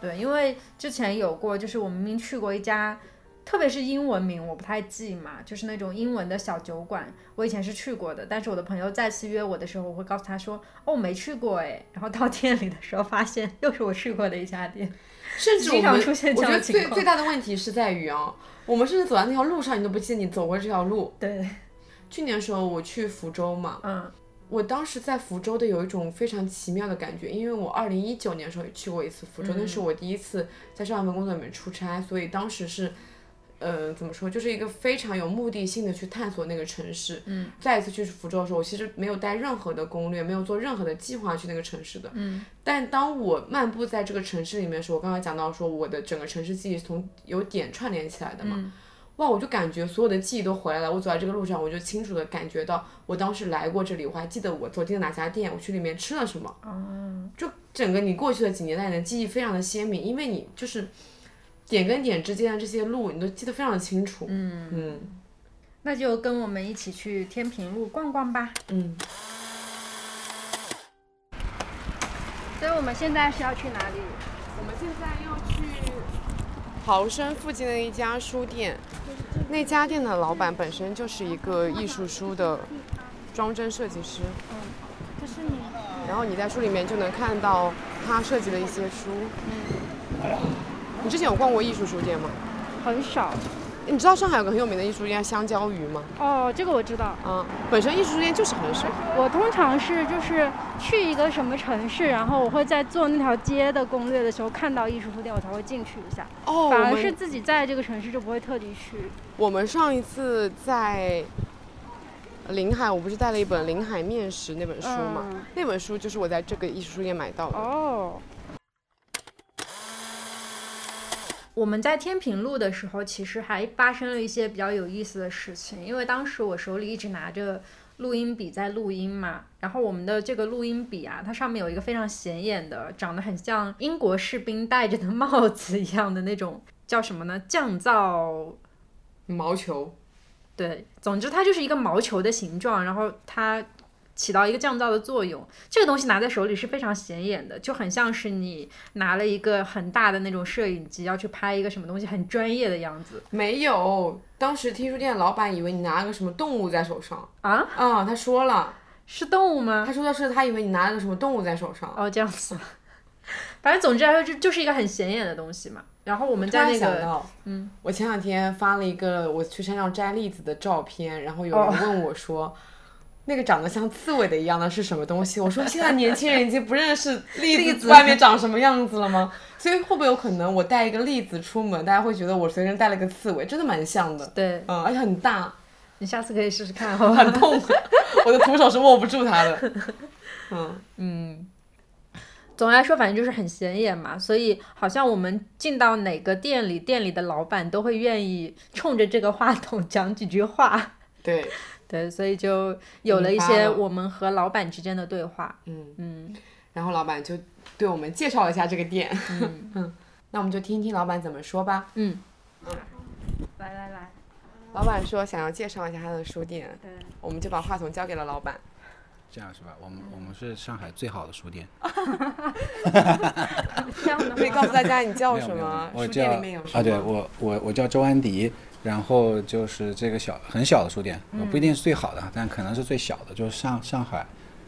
Speaker 3: 对，因为之前有过，就是我明明去过一家，特别是英文名我不太记嘛，就是那种英文的小酒馆，我以前是去过的，但是我的朋友再次约我的时候，我会告诉他说，哦，我没去过哎，然后到店里的时候发现又是我去过的一家店，
Speaker 2: 甚至我
Speaker 3: 经常
Speaker 2: 们，
Speaker 3: 出现这
Speaker 2: 我觉
Speaker 3: 样
Speaker 2: 得
Speaker 3: 的情
Speaker 2: 最
Speaker 3: 况
Speaker 2: 最大的问题是在于啊，我们甚至走在那条路上，你都不记得你走过这条路。
Speaker 3: 对，
Speaker 2: 去年的时候我去福州嘛，
Speaker 3: 嗯，
Speaker 2: 我当时在福州的有一种非常奇妙的感觉，因为我二零一九年的时候也去过一次福州，
Speaker 3: 嗯
Speaker 2: 那是我第一次在上一份工作里面出差，所以当时是。呃，怎么说，就是一个非常有目的性的去探索那个城市。嗯，再一次去福州的时候，我其实没有带任何的攻略，没有做任何的计划去那个城市的。嗯，但当我漫步在这个城市里面的时候，我刚才讲到说我的整个城市记忆是从有点串联起来的
Speaker 3: 嗯
Speaker 2: 嘛，哇，我就感觉所有的记忆都回来了。我走在这个路上，我就清楚的感觉到我当时来过这里，我还记得我走进了哪家店，我去里面吃了什么。
Speaker 3: 哦
Speaker 2: 就整个你过去的几年来，你的记忆非常的鲜明，因为你就是点跟点之间的这些路，你都记得非常的清楚。嗯嗯
Speaker 3: 那就跟我们一起去天平路逛逛吧。
Speaker 2: 嗯，
Speaker 3: 所以我们现在是要去哪里？
Speaker 5: 我们现在要去豪生附近的一家书店，那家店的老板本身就是一个艺术书的装帧设计师。嗯，这是你。然后你在书里面就能看到他设计的一些书。嗯。你之前有逛过艺术书店吗？
Speaker 8: 很少
Speaker 5: 你知道上海有个很有名的艺术书店叫香蕉鱼吗？
Speaker 8: 哦，这个我知道。
Speaker 5: 啊，本身艺术书店就是很少。
Speaker 8: 我通常是就是去一个什么城市，然后我会在做那条街的攻略的时候看到艺术书店，我才会进去一下。
Speaker 5: 哦，
Speaker 8: 反
Speaker 5: 我
Speaker 8: 而
Speaker 5: 们
Speaker 8: 是自己在这个城市就不会特地去。
Speaker 5: 我们上一次在临海，我不是带了一本《临海面食》那本书嘛？
Speaker 8: 嗯
Speaker 5: 那本书就是我在这个艺术书店买到的。
Speaker 8: 哦，
Speaker 3: 我们在天平路的时候，其实还发生了一些比较有意思的事情，因为当时我手里一直拿着录音笔在录音嘛，然后我们的这个录音笔啊，它上面有一个非常显眼的，长得很像英国士兵戴着的帽子一样的那种，叫什么呢？降噪
Speaker 2: 毛球，
Speaker 3: 对，总之它就是一个毛球的形状，然后它起到一个降噪的作用。这个东西拿在手里是非常显眼的，就很像是你拿了一个很大的那种摄影机要去拍一个什么东西很专业的样子
Speaker 2: 没有。当时听书店老板以为你拿了个什么动物在手上
Speaker 3: 啊？
Speaker 2: 啊、他说了，
Speaker 3: 是动物吗
Speaker 2: 他？说的是他以为你拿了个什么动物在手上。
Speaker 3: 哦，这样子。反正总之来说，就就是一个很显眼的东西嘛。然后我们
Speaker 2: 突
Speaker 3: 在
Speaker 2: 然
Speaker 3: 那
Speaker 2: 想
Speaker 3: 个，
Speaker 2: 到，嗯，我前两天发了一个我去山上摘栗子的照片，然后有
Speaker 3: 哦
Speaker 2: 人问我说。那个长得像刺猬的一样的是什么东西？我说现在年轻人已经不认识栗子外面长什么样子了吗？所以会不会有可能我带一个栗子出门，大家会觉得我随身带了个刺猬，真的蛮像的。
Speaker 3: 对
Speaker 2: 嗯，而且很大，
Speaker 3: 你下次可以试试看，好吧？
Speaker 2: 很 痛，我的徒手是握不住它的。嗯，
Speaker 3: 总的来说，反正就是很显眼嘛，所以好像我们进到哪个店里，店里的老板都会愿意冲着这个话筒讲几句话。
Speaker 2: 对，
Speaker 3: 对，所以就有了一
Speaker 2: 引发
Speaker 3: 些
Speaker 2: 了
Speaker 3: 我们和老板之间的对话。
Speaker 2: 嗯
Speaker 3: 嗯，
Speaker 2: 然后老板就对我们介绍了一下这个店。
Speaker 3: 嗯
Speaker 2: 那我们就听听老板怎么说吧。
Speaker 8: 来来来，
Speaker 5: 老板说想要介绍一下他的书店，
Speaker 8: 对，
Speaker 5: 我们就把话筒交给了老板。
Speaker 9: 这样是吧？ 我们我们是上海最好的书店，
Speaker 8: 这样
Speaker 5: 可以
Speaker 8: 的
Speaker 5: 告
Speaker 8: 话
Speaker 5: 诉大哦家你叫
Speaker 9: 没有
Speaker 5: 什
Speaker 9: 没有
Speaker 5: 么？
Speaker 9: 我
Speaker 5: 书
Speaker 9: 叫
Speaker 5: 店里面有什么？
Speaker 9: 啊，对我我我叫周安迪，然后就是这个小很小的书店，呃
Speaker 5: 嗯
Speaker 9: 不一定是最好的，但可能是最小的，就是上上海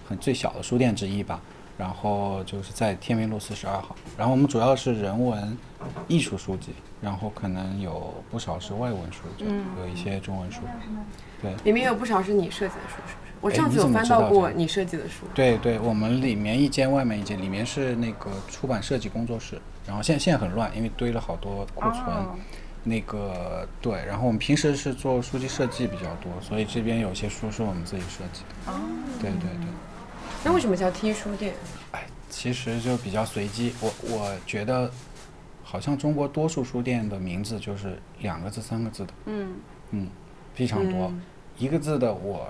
Speaker 9: 很最小的书店之一吧。然后就是在天明路四十二号，然后我们主要是人文、艺术书籍，然后可能有不少是外文书，就
Speaker 5: 嗯
Speaker 9: 有一些中文书。
Speaker 2: 里面有不少是你设计的书，是不是？我
Speaker 9: 哎
Speaker 2: 上
Speaker 9: 你
Speaker 2: 次有
Speaker 9: 怎么
Speaker 2: 翻
Speaker 9: 知
Speaker 2: 到
Speaker 9: 道
Speaker 2: 过
Speaker 9: 这个
Speaker 2: 你设计的书。
Speaker 9: 对对，我们里面一间，外面一间，里面是那个出版设计工作室。然后现在现在很乱，因为堆了好多库存。
Speaker 10: 哦
Speaker 2: 哦
Speaker 9: 那个对，然后我们平时是做书籍设计比较多，所以这边有些书是我们自己设计的。对对对。
Speaker 2: 那为什么叫 T 书店？
Speaker 9: 哎，其实就比较随机。我我觉得，好像中国多数书店的名字就是两个字、三个字的。嗯非常
Speaker 2: 嗯
Speaker 9: 多。一个字的我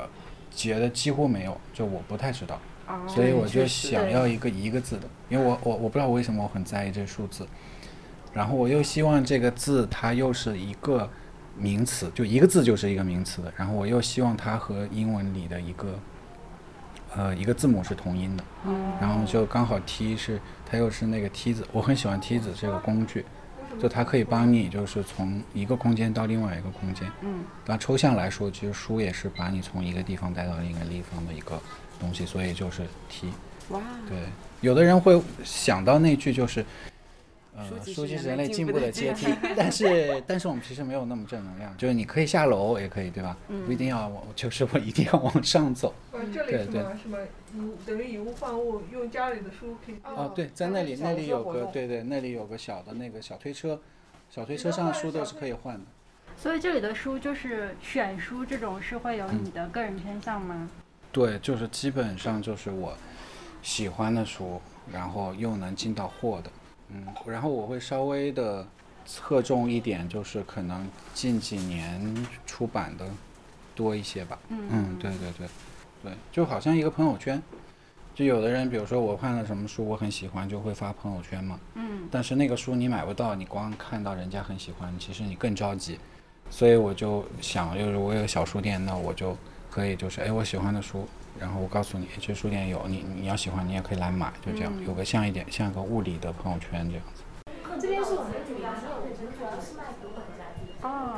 Speaker 9: 觉得几乎没有，就我不太知道。
Speaker 2: 嗯
Speaker 9: 所以我就想要一个一个字的，因为我我我不知道为什么我很在意这数字，然后我又希望这个字它又是一个名词，就一个字就是一个名词的，然后我又希望它和英文里的一个呃一个字母是同音的，
Speaker 10: 哦
Speaker 9: 然后就刚好 T 是它又是那个梯子，我很喜欢梯子这个工具，就它可以帮你就是从一个空间到另外一个空间，嗯，但抽象来说，其实书也是把你从一个地方带到另一个地方的一个东西，所以就是 T。
Speaker 2: 哇，
Speaker 9: 对，有的人会想到那句就是，呃，
Speaker 2: 籍
Speaker 9: 书籍
Speaker 2: 是
Speaker 9: 人类进步的阶梯。 但是，但是我们其实没有那么正能量，就是你可以下楼也可以，对吧？不一定要往，就是我一定要往上走。
Speaker 11: 呃，这里
Speaker 9: 对
Speaker 11: 什
Speaker 9: 对
Speaker 11: 么什么以物等于以物换物，用家里的书可以变
Speaker 9: 哦，对，在那里
Speaker 2: 小
Speaker 9: 那里
Speaker 2: 车
Speaker 9: 有
Speaker 2: 活
Speaker 9: 个
Speaker 2: 动
Speaker 9: 对对，那里有个小的那个小推车，小推
Speaker 11: 你
Speaker 9: 车
Speaker 11: 能
Speaker 9: 上的
Speaker 11: 换
Speaker 9: 书都
Speaker 11: 小
Speaker 9: 是
Speaker 11: 推
Speaker 9: 可以换的。
Speaker 3: 所以这里的书就是选书这种是会有你的个人偏向吗？
Speaker 9: 对，就是基本上就是我喜欢的书，然后又能进到货的，嗯，然后我会稍微的侧重一点，就是可能近几年出版的多一些吧，嗯对对对，对，就好像一个朋友圈，就有的人，比如说我看了什么书我很喜欢，就会发朋友圈嘛，嗯，但是那个书你买不到，你光看到人家很喜欢，其实你更着急，所以我就想，就是我有个小书店，那我就可以就是哎我喜欢的书，然后我告诉你，哎这书店有，你你要喜欢你也可以来买，就这样，有个像一点像个物理的朋友圈这样子。
Speaker 4: 哦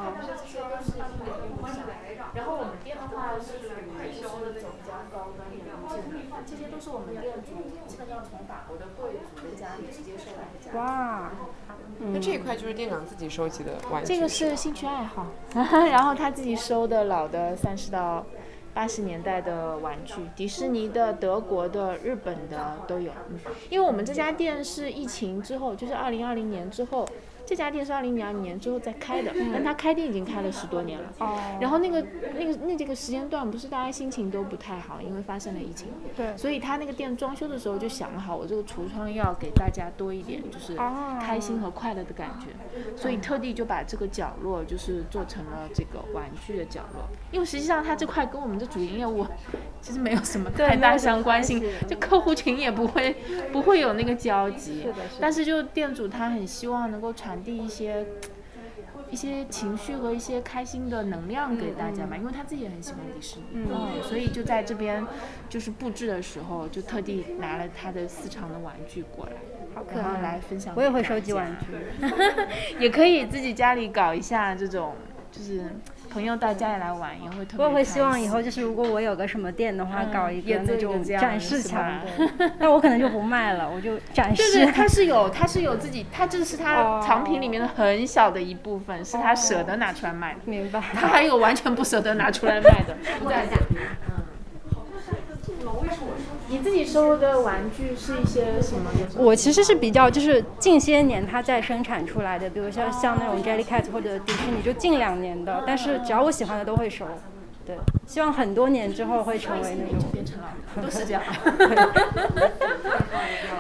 Speaker 3: 哇，嗯
Speaker 2: 嗯
Speaker 5: 那这一块就是店长自己收集的玩具，
Speaker 10: 这个是兴趣爱好， 然后他自己收的老的三十到八十年代的玩具，迪士尼的、德国的、日本的都有。嗯因为我们这家店是疫情之后，就是二零二零年之后，这家店是二零零年之后再开的，但它开店已经开了十多年了。
Speaker 3: 嗯哦，
Speaker 10: 然后那个那个那这个时间段，不是大家心情都不太好，因为发生了疫情。
Speaker 3: 对
Speaker 10: 所以他那个店装修的时候就想好，我这个橱窗要给大家多一点，就是
Speaker 3: 哦
Speaker 10: 开心和快乐的感觉。所以特地就把这个角落就是做成了这个玩具的角落，因为实际上它这块跟我们的主营业务其实没有什么太大相关性，就客户群也不会不会有那个交集。但是就店主他很希望能够传递一些。一些情绪和一些开心的能量给大家嘛，因为他自己也很喜欢迪士尼，嗯，所以就在这边就是布置的时候，就特地拿了他的私藏的玩具过来，好
Speaker 3: 可爱
Speaker 10: 然后来分享。
Speaker 3: 我也会收集玩
Speaker 10: 具，也可以自己家里搞一下这种，就是朋友到家里来玩也会特别。
Speaker 3: 我也会希望以后就是如果我有个什么店的话，
Speaker 10: 嗯
Speaker 3: 搞一
Speaker 10: 也
Speaker 3: 个
Speaker 10: 做
Speaker 3: 那
Speaker 10: 一个
Speaker 3: 种
Speaker 10: 这样
Speaker 3: 展
Speaker 10: 的
Speaker 3: 示
Speaker 10: 是
Speaker 3: 墙
Speaker 10: 吧，
Speaker 3: 但我可能就不卖了，我就展示。
Speaker 10: 对对，他是有，他是有自己，他这是他藏品里面的很小的一部分，是他舍得拿出来卖的。
Speaker 3: 明白。
Speaker 10: 他还有完全不舍得拿出来 卖的。
Speaker 3: 嗯
Speaker 10: 你自己收的玩具是一些什么？
Speaker 3: 我其实是比较就是近些年它在生产出来的，比如像像那种 Jellycat 或者迪士尼，就近两年的，但是只要我喜欢的都会收。对，希望很多年之后会成为那种。
Speaker 10: 变成了都是这样。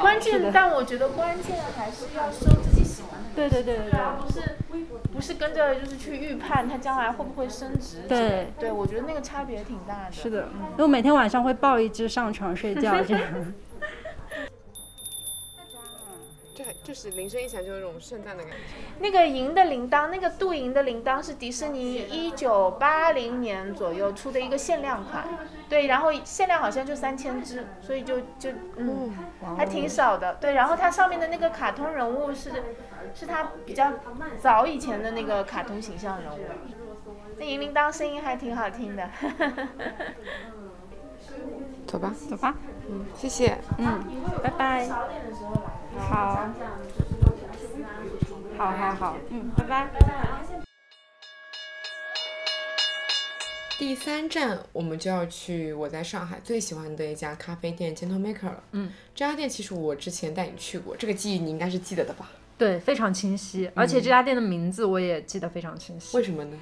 Speaker 10: 关键，但我觉得关键还是要收自己喜欢的，
Speaker 3: 对对对对对。
Speaker 10: 不是不是跟着就是去预判它将来会不会升值。
Speaker 3: 对，
Speaker 10: 对我觉得那个差别挺大 的。
Speaker 3: 是的，因为我每天晚上会抱一只上床睡觉，这样。
Speaker 5: 这还就是铃声一响就有一种圣诞的感觉。
Speaker 10: 那个银的铃铛，那个镀银的铃铛是迪士尼一九八零年左右出的一个限量款，对，然后限量好像就三千只，所以就就嗯，
Speaker 7: 哦
Speaker 10: 还挺 少的。对，然后它上面的那个卡通人物是是它比较早以前的那个卡通形象人物，那银铃铛声音还挺好听的。
Speaker 5: 走吧，
Speaker 3: 走吧，
Speaker 5: 谢谢。
Speaker 3: 嗯，拜拜。好，好好好，嗯，拜拜。
Speaker 2: 第三站，我们就要去我在上海最喜欢的一家咖啡店 Gentle Maker 了。嗯，这家店其实我之前带你去过，这个记忆你应该是记得的吧？
Speaker 3: 对，非常清晰，而且这家店的名字我也记得非常清晰，
Speaker 2: 为什么呢？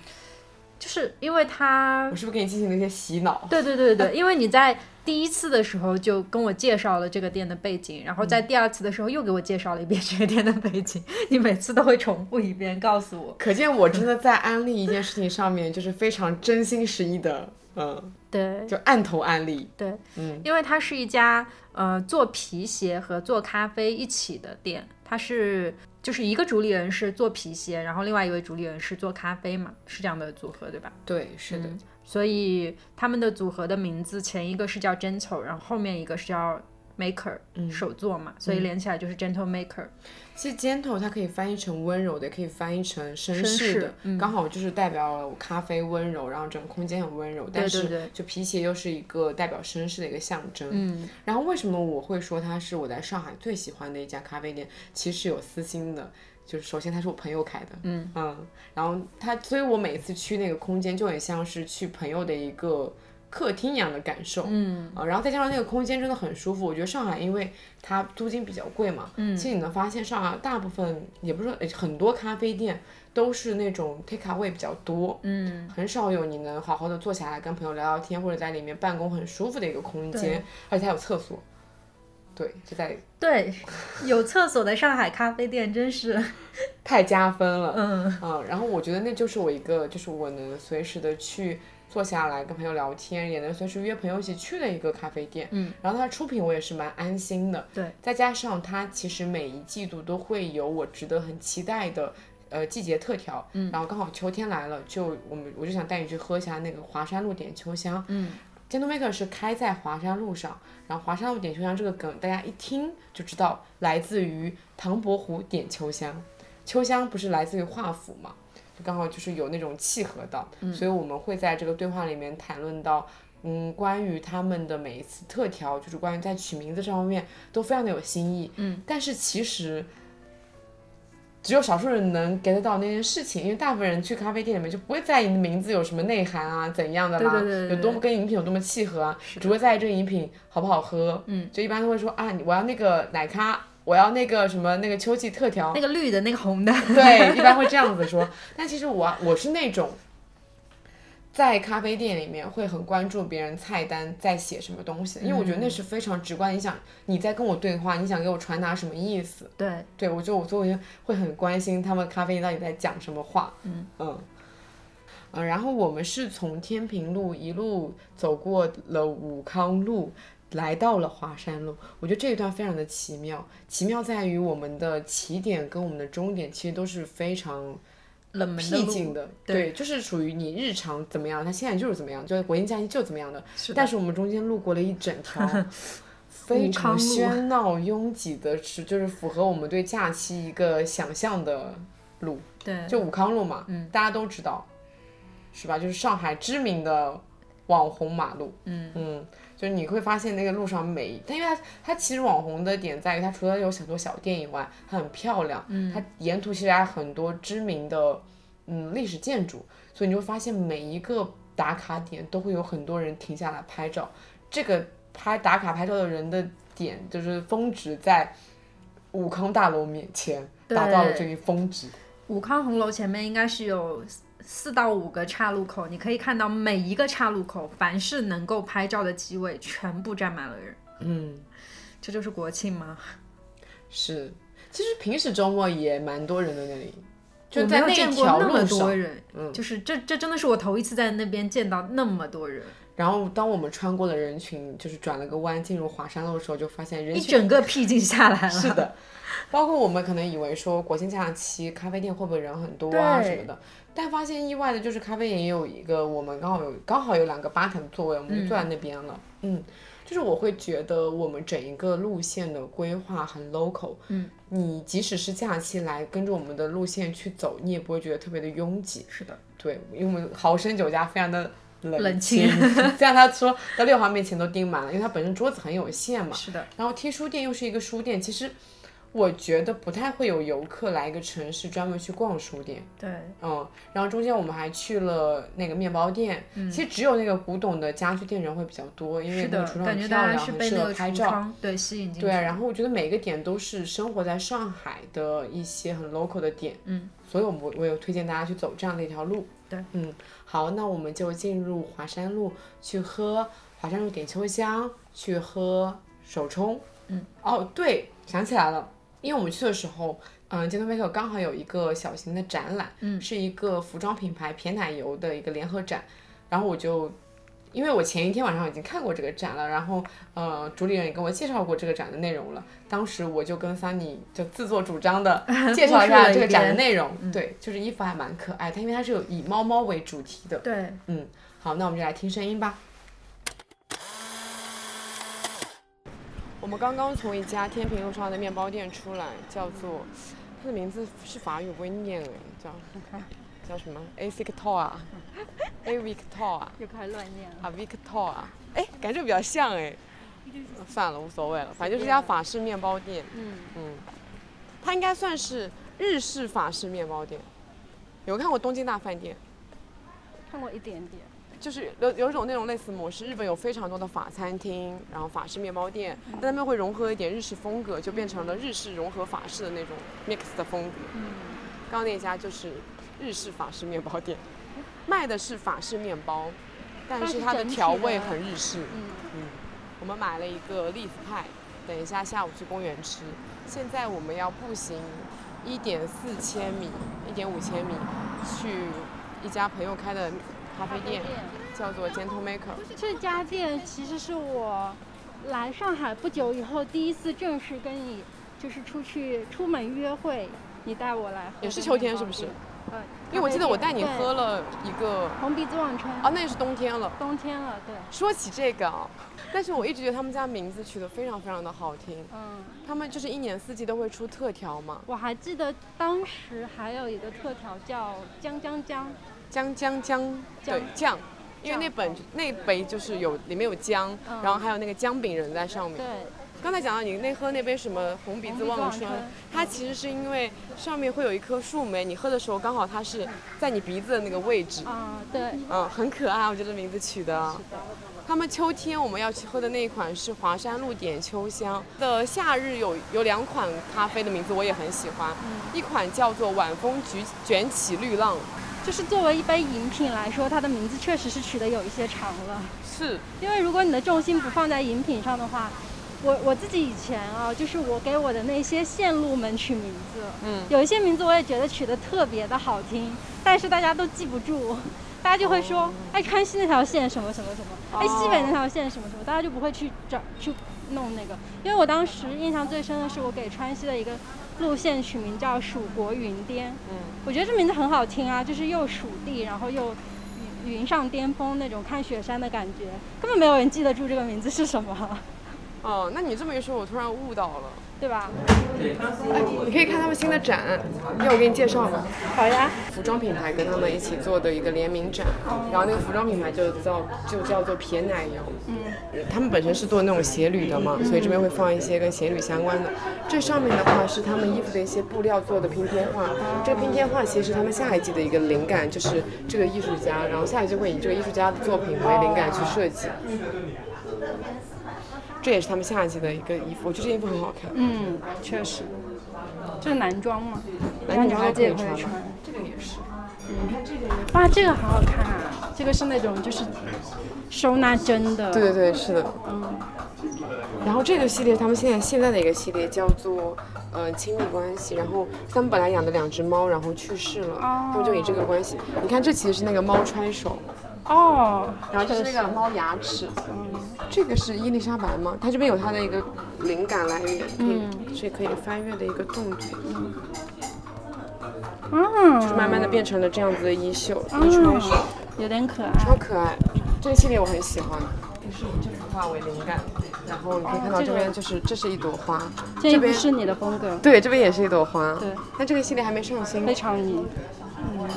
Speaker 3: 就是因为它
Speaker 2: 我是不是给你进行了一些洗脑？
Speaker 3: 对对对 对，因为你在第一次的时候就跟我介绍了这个店的背景，然后在第二次的时候又给我介绍了一遍这个店的背景，你每次都会重复一遍告诉我。
Speaker 2: 可见我真的在安利一件事情上面，就是非常真心实意的，嗯，
Speaker 3: 对
Speaker 2: 就按头安利。
Speaker 3: 对，
Speaker 2: 嗯，
Speaker 3: 因为它是一家呃做皮鞋和做咖啡一起的店，它是就是一个主理人是做皮鞋，然后另外一位主理人是做咖啡嘛，是这样的组合对吧？嗯
Speaker 2: 对，是的，
Speaker 3: 所以他们的组合的名字前一个是叫 Gentle，然后后面一个是叫 maker
Speaker 2: 嗯
Speaker 3: 手作嘛，所以连起来就是 gentle maker。
Speaker 2: 其实 gentle 它可以翻译成温柔的，也可以翻译成绅
Speaker 3: 绅
Speaker 2: 士的
Speaker 3: 士，嗯
Speaker 2: 刚好就是代表了咖啡温柔，然后整个空间很温柔，但
Speaker 3: 对
Speaker 2: 是
Speaker 3: 对
Speaker 2: 就皮鞋又是一个代表绅士的一个象征。
Speaker 3: 嗯，
Speaker 2: 然后为什么我会说它是我在上海最喜欢的一家咖啡店？其实有私心的，就是首先它是我朋友开的，
Speaker 3: 嗯
Speaker 2: 然后它，所以我每次去那个空间就很像是去朋友的一个客厅一样的感受，
Speaker 3: 嗯
Speaker 2: 啊，然后再加上那个空间真的很舒服，我觉得上海因为它租金比较贵嘛，
Speaker 3: 嗯
Speaker 2: 其实你能发现上海大部分也不是说诶很多咖啡店都是那种 take away 比较多，
Speaker 3: 嗯，
Speaker 2: 很少有你能好好的坐下来跟朋友聊聊天或者在里面办公很舒服的一个空间
Speaker 3: 对，
Speaker 2: 而且它有厕所，对，就在
Speaker 3: 对， 有厕所的上海咖啡店真是，
Speaker 2: 太加分了，
Speaker 3: 嗯
Speaker 2: 嗯，然后我觉得那就是我一个，就是我能随时的去坐下来跟朋友聊天，也能随时约朋友一起去的一个咖啡店。
Speaker 3: 嗯，
Speaker 2: 然后它的出品我也是蛮安心的。
Speaker 3: 对，
Speaker 2: 再加上它其实每一季度都会有我值得很期待的。呃，季节特调，嗯，然后刚好秋天来了，就我们我就想带你去喝一下那个华山路点秋香，
Speaker 3: 嗯
Speaker 2: g e n t l Maker 是开在华山路上，然后华山路点秋香这个梗，大家一听就知道来自于唐伯虎点秋香。秋香不是来自于华府嘛，就刚好就是有那种契合到，
Speaker 3: 嗯
Speaker 2: 所以我们会在这个对话里面谈论到，嗯，关于他们的每一次特调，就是关于在取名字这方面都非常的有新意。
Speaker 3: 嗯，
Speaker 2: 但是其实。只有少数人能 get 到那件事情，因为大部分人去咖啡店里面就不会在意你的名字有什么内涵啊、怎样的啦，
Speaker 3: 对对对对
Speaker 2: 有多么跟饮品有多么契合啊，
Speaker 3: 是的
Speaker 2: 只会在意这个饮品好不好喝。
Speaker 3: 嗯，
Speaker 2: 就一般都会说啊，你我要那个奶咖，我要那个什么那个秋季特调，
Speaker 3: 那个绿的，那个红的，
Speaker 2: 对，一般会这样子说。但其实我我是那种，在咖啡店里面会很关注别人菜单在写什么东
Speaker 3: 嗯
Speaker 2: 西的，因为我觉得那是非常直观。你想你在跟我对话，你想给我传达什么意思？
Speaker 3: 对，
Speaker 2: 对我就我所以我就会很关心他们咖啡店到底在讲什么话。
Speaker 3: 嗯
Speaker 2: 嗯。呃，然后我们是从天平路一路走过了武康路，来到了华山路。我觉得这一段非常的奇妙，奇妙在于我们的起点跟我们的终点其实都是非常
Speaker 3: 冷门的
Speaker 2: 僻静
Speaker 3: 路，
Speaker 2: 的，
Speaker 3: 对
Speaker 2: 对，就是属于你日常怎么样，它现在就是怎么样，就是国庆假期就怎么样的。
Speaker 3: 是
Speaker 2: 但
Speaker 3: 的，
Speaker 2: 是我们中间路过了一整 条非
Speaker 3: 武康
Speaker 2: 常
Speaker 3: 路
Speaker 2: 喧闹拥挤的，是就是符合我们对假期一个想象的路，
Speaker 3: 对，
Speaker 2: 就武康路嘛，
Speaker 3: 嗯
Speaker 2: 大家都知道，是吧？就是上海知名的网红马路，
Speaker 3: 嗯
Speaker 2: 嗯，就是你会发现那个路上每，但因为它它其实网红的点在于它除了有很多小店以外，它很漂亮，
Speaker 3: 嗯
Speaker 2: 它沿途其实还有很多知名的嗯历史建筑，所以你就会发现每一个打卡点都会有很多人停下来拍照，这个拍打卡拍照的人的点就是峰值在武康大楼面前达到了这一峰值。
Speaker 3: 武康红楼前面应该是有四四到五个岔路口，你可以看到每一个岔路口，凡是能够拍照的机位，全部站满了人。
Speaker 2: 嗯，
Speaker 3: 这就是国庆吗？
Speaker 2: 是，其实平时周末也蛮多人的那里，就
Speaker 3: 我没
Speaker 2: 在
Speaker 3: 有
Speaker 2: 一
Speaker 3: 见过
Speaker 2: 条
Speaker 3: 那么
Speaker 2: 路
Speaker 3: 多
Speaker 2: 上。
Speaker 3: 人，
Speaker 2: 嗯
Speaker 3: 就是这这真的是我头一次在那边见到那么多人，
Speaker 2: 然后当我们穿过了人群，就是转了个弯进入华山路的时候，就发现人
Speaker 3: 一
Speaker 2: 群
Speaker 3: 整个僻静下来了。
Speaker 2: 是，的，包括我们可能以为说国庆假期咖啡店会不会人很多啊
Speaker 3: 对
Speaker 2: 什么的，但发现意外的就是咖啡店也有一个我们刚好有刚好有两个吧台的座位，我们就坐在那边了。嗯就是我会觉得我们整一个路线的规划很 local。
Speaker 3: 嗯，
Speaker 2: 你即使是假期来跟着我们的路线去走，你也不会觉得特别的拥挤。
Speaker 3: 是的，
Speaker 2: 对，因为我们豪生酒家非常的。冷
Speaker 3: 冷
Speaker 2: 清
Speaker 3: 清，
Speaker 2: 这样他说到六号面前都订满了，因为他本身桌子很有限嘛。
Speaker 3: 是的，
Speaker 2: 然后 T 书店又是一个书店，其实我觉得不太会有游客来一个城市专门去逛书店，
Speaker 3: 对，
Speaker 2: 嗯。然后中间我们还去了那个面包店，其实只有那个古董的家具店人会比较多，因为
Speaker 3: 嗯是
Speaker 2: 那
Speaker 3: 的
Speaker 2: 个橱，窗
Speaker 3: 感
Speaker 2: 很
Speaker 3: 觉
Speaker 2: 漂
Speaker 3: 大家
Speaker 2: 亮，
Speaker 3: 是
Speaker 2: 很
Speaker 3: 被
Speaker 2: 适
Speaker 3: 那
Speaker 2: 合
Speaker 3: 个
Speaker 2: 拍
Speaker 3: 橱
Speaker 2: 照。
Speaker 3: 窗对吸引进去。
Speaker 2: 对，啊然后我觉得每个点都是生活在上海的一些很 local 的点，
Speaker 3: 嗯，
Speaker 2: 所以我我我有推荐大家去走这样的一条路。
Speaker 3: 对，
Speaker 2: 嗯，好，那我们就进入华山路去喝华山路点秋香，去喝手冲。
Speaker 3: 嗯，
Speaker 2: 哦，对，想起来了，因为我们去的时候，嗯 j e n t l Maker 刚好有一个小型的展览，
Speaker 3: 嗯
Speaker 2: 是一个服装品牌撇奶油的一个联合展，然后我就。因为我前一天晚上已经看过这个展了，然后呃，主理人也跟我介绍过这个展的内容了。当时我就跟 Sunny 就自作主张的介绍一下这个展的内容。对，就是衣服还蛮可爱，它因为它是有以猫猫为主题的。嗯
Speaker 3: 对，
Speaker 2: 好，那我们就来听声音吧。我们刚刚从一家天平路上的面包店出来，叫做它的名字是法语，我不会念哎，叫叫什么 A Victoria，A Victoria
Speaker 12: 又开始乱念了。
Speaker 2: 啊 Victoria，哎，感觉比较像哎，算了，无所谓了，反正就是一家法式面包店。
Speaker 12: 嗯，
Speaker 2: 嗯，它应该算是日式法式面包店。有看过《东京大饭店
Speaker 4: 看过一点点。》，
Speaker 2: 就是有有一种那种类似模式。日本有非常多的法餐厅，然后法式面包店，
Speaker 12: 嗯
Speaker 2: 但他们会融合一点日式风格，就变成了日式融合法式的那种 mix 的风格。刚刚那家就是日式法式面包店，
Speaker 12: 嗯
Speaker 2: 卖的是法式面包，但
Speaker 4: 但
Speaker 2: 是
Speaker 4: 是
Speaker 2: 它的
Speaker 4: 整体
Speaker 2: 调味
Speaker 4: 的
Speaker 2: 很日式。
Speaker 4: 嗯，
Speaker 2: 我们买了一个栗子派，等一下下午去公园吃。现在我们要步行一点四千米、一点五千米，去一家朋友开的咖啡店，叫做 Gentle Maker。
Speaker 3: 这家店其实是我来上海不久以后第一次正式跟你就是出去出门约会，你带我来喝的
Speaker 2: 也是秋天
Speaker 3: 面包
Speaker 2: 是不是
Speaker 3: 店？呃，
Speaker 2: 因为我记得我带你
Speaker 3: 对
Speaker 2: 喝了一个，
Speaker 3: 红鼻子忘川，
Speaker 2: 啊，那是冬天了。
Speaker 3: 冬天了，对，
Speaker 2: 说起这个啊，但是我一直觉得他们家名字取得非常非常的好听。
Speaker 3: 嗯，
Speaker 2: 他们就是一年四季都会出特调嘛，
Speaker 3: 我还记得当时还有一个特调叫江江江，
Speaker 2: 姜姜姜，对酱，哦因为那本那杯就是有里面有姜，
Speaker 3: 嗯
Speaker 2: 然后还有那个姜饼人在上面。
Speaker 3: 对，
Speaker 2: 刚才讲到你那喝那杯什么红鼻子望
Speaker 3: 红鼻子
Speaker 2: 春
Speaker 3: 望春，
Speaker 2: 它其实是因为上面会有一棵树莓，你喝的时候刚好它是在你鼻子的那个位置，
Speaker 3: 啊、对，
Speaker 2: 嗯，很可爱，我觉得名字取的。他们秋天我们要去喝的那一款是华山路点秋香的。夏日有有两款咖啡的名字我也很喜欢，一款叫做晚风卷卷起绿浪，
Speaker 3: 就是作为一杯饮品来说，它的名字确实是取得有一些长了。
Speaker 2: 是
Speaker 3: 因为如果你的重心不放在饮品上的话，我我自己以前啊，就是我给我的那些线路们取名字，
Speaker 2: 嗯
Speaker 3: 有一些名字我也觉得取得特别的好听，但是大家都记不住，大家就会说，哎，康熙那条线什么什么什么，哎，西北那条线什么什么，大家就不会去找去弄那个。因为我当时印象最深的是我给川西的一个路线取名叫蜀国云巅，
Speaker 2: 嗯，
Speaker 3: 我觉得这名字很好听啊，就是又属地，然后又云云上巅峰那种看雪山的感觉，根本没有人记得住这个名字是什么，
Speaker 2: 哦，那你这么一说，我突然悟到了。
Speaker 3: 对吧？
Speaker 2: 哎你可以看他们新的展，要我给你介绍吗？
Speaker 3: 好呀，
Speaker 2: 服装品牌跟他们一起做的一个联名展，然后那个服装品牌就叫就叫做撇奶油。嗯，他们本身是做那种鞋履的嘛，
Speaker 3: 嗯
Speaker 2: 所以这边会放一些跟鞋履相关的。这上面的话是他们衣服的一些布料做的拼贴画，这个拼贴画其实他们下一季的一个灵感就是这个艺术家，然后下一季会以这个艺术家的作品为灵感去设计。
Speaker 3: 嗯
Speaker 2: 这也是他们下一季的一个衣服，我觉得这件衣服很好看。
Speaker 3: 嗯，确实，这是男装嘛，
Speaker 2: 男女
Speaker 3: 女
Speaker 2: 孩
Speaker 3: 孩
Speaker 2: 子
Speaker 3: 子
Speaker 2: 也
Speaker 3: 也
Speaker 2: 可
Speaker 3: 可
Speaker 2: 以
Speaker 3: 以
Speaker 2: 穿
Speaker 3: 穿。这个也是，哇，这个好好看啊！这个是那种就是收纳针的，
Speaker 2: 对对对，是的。嗯然后这个系列，他们现在现在的一个系列叫做呃亲密关系。然后他们本来养的两只猫，然后去世了，他们就以这个关系。你看，这其实是那个猫揣手，
Speaker 3: 哦，
Speaker 2: 然后这是那个猫牙齿。这个是伊丽莎白吗？它这边有它的一个灵感来源，嗯，是可以翻阅的一个动作，就是
Speaker 3: 嗯，
Speaker 2: 慢慢的变成了这样子的衣袖，衣揣手，
Speaker 3: 有点可爱。
Speaker 2: 超可爱。这个系列我很喜欢。是以这幅画为灵感，然后你可以看到
Speaker 3: 哦这
Speaker 2: 这
Speaker 3: 个
Speaker 2: 边就是这是一朵花，
Speaker 3: 这一
Speaker 2: 边
Speaker 3: 不是你的风格，
Speaker 2: 对，这边也是一朵花。
Speaker 3: 对，
Speaker 2: 但这个系列还没上新
Speaker 3: 非。常你。
Speaker 7: 嗯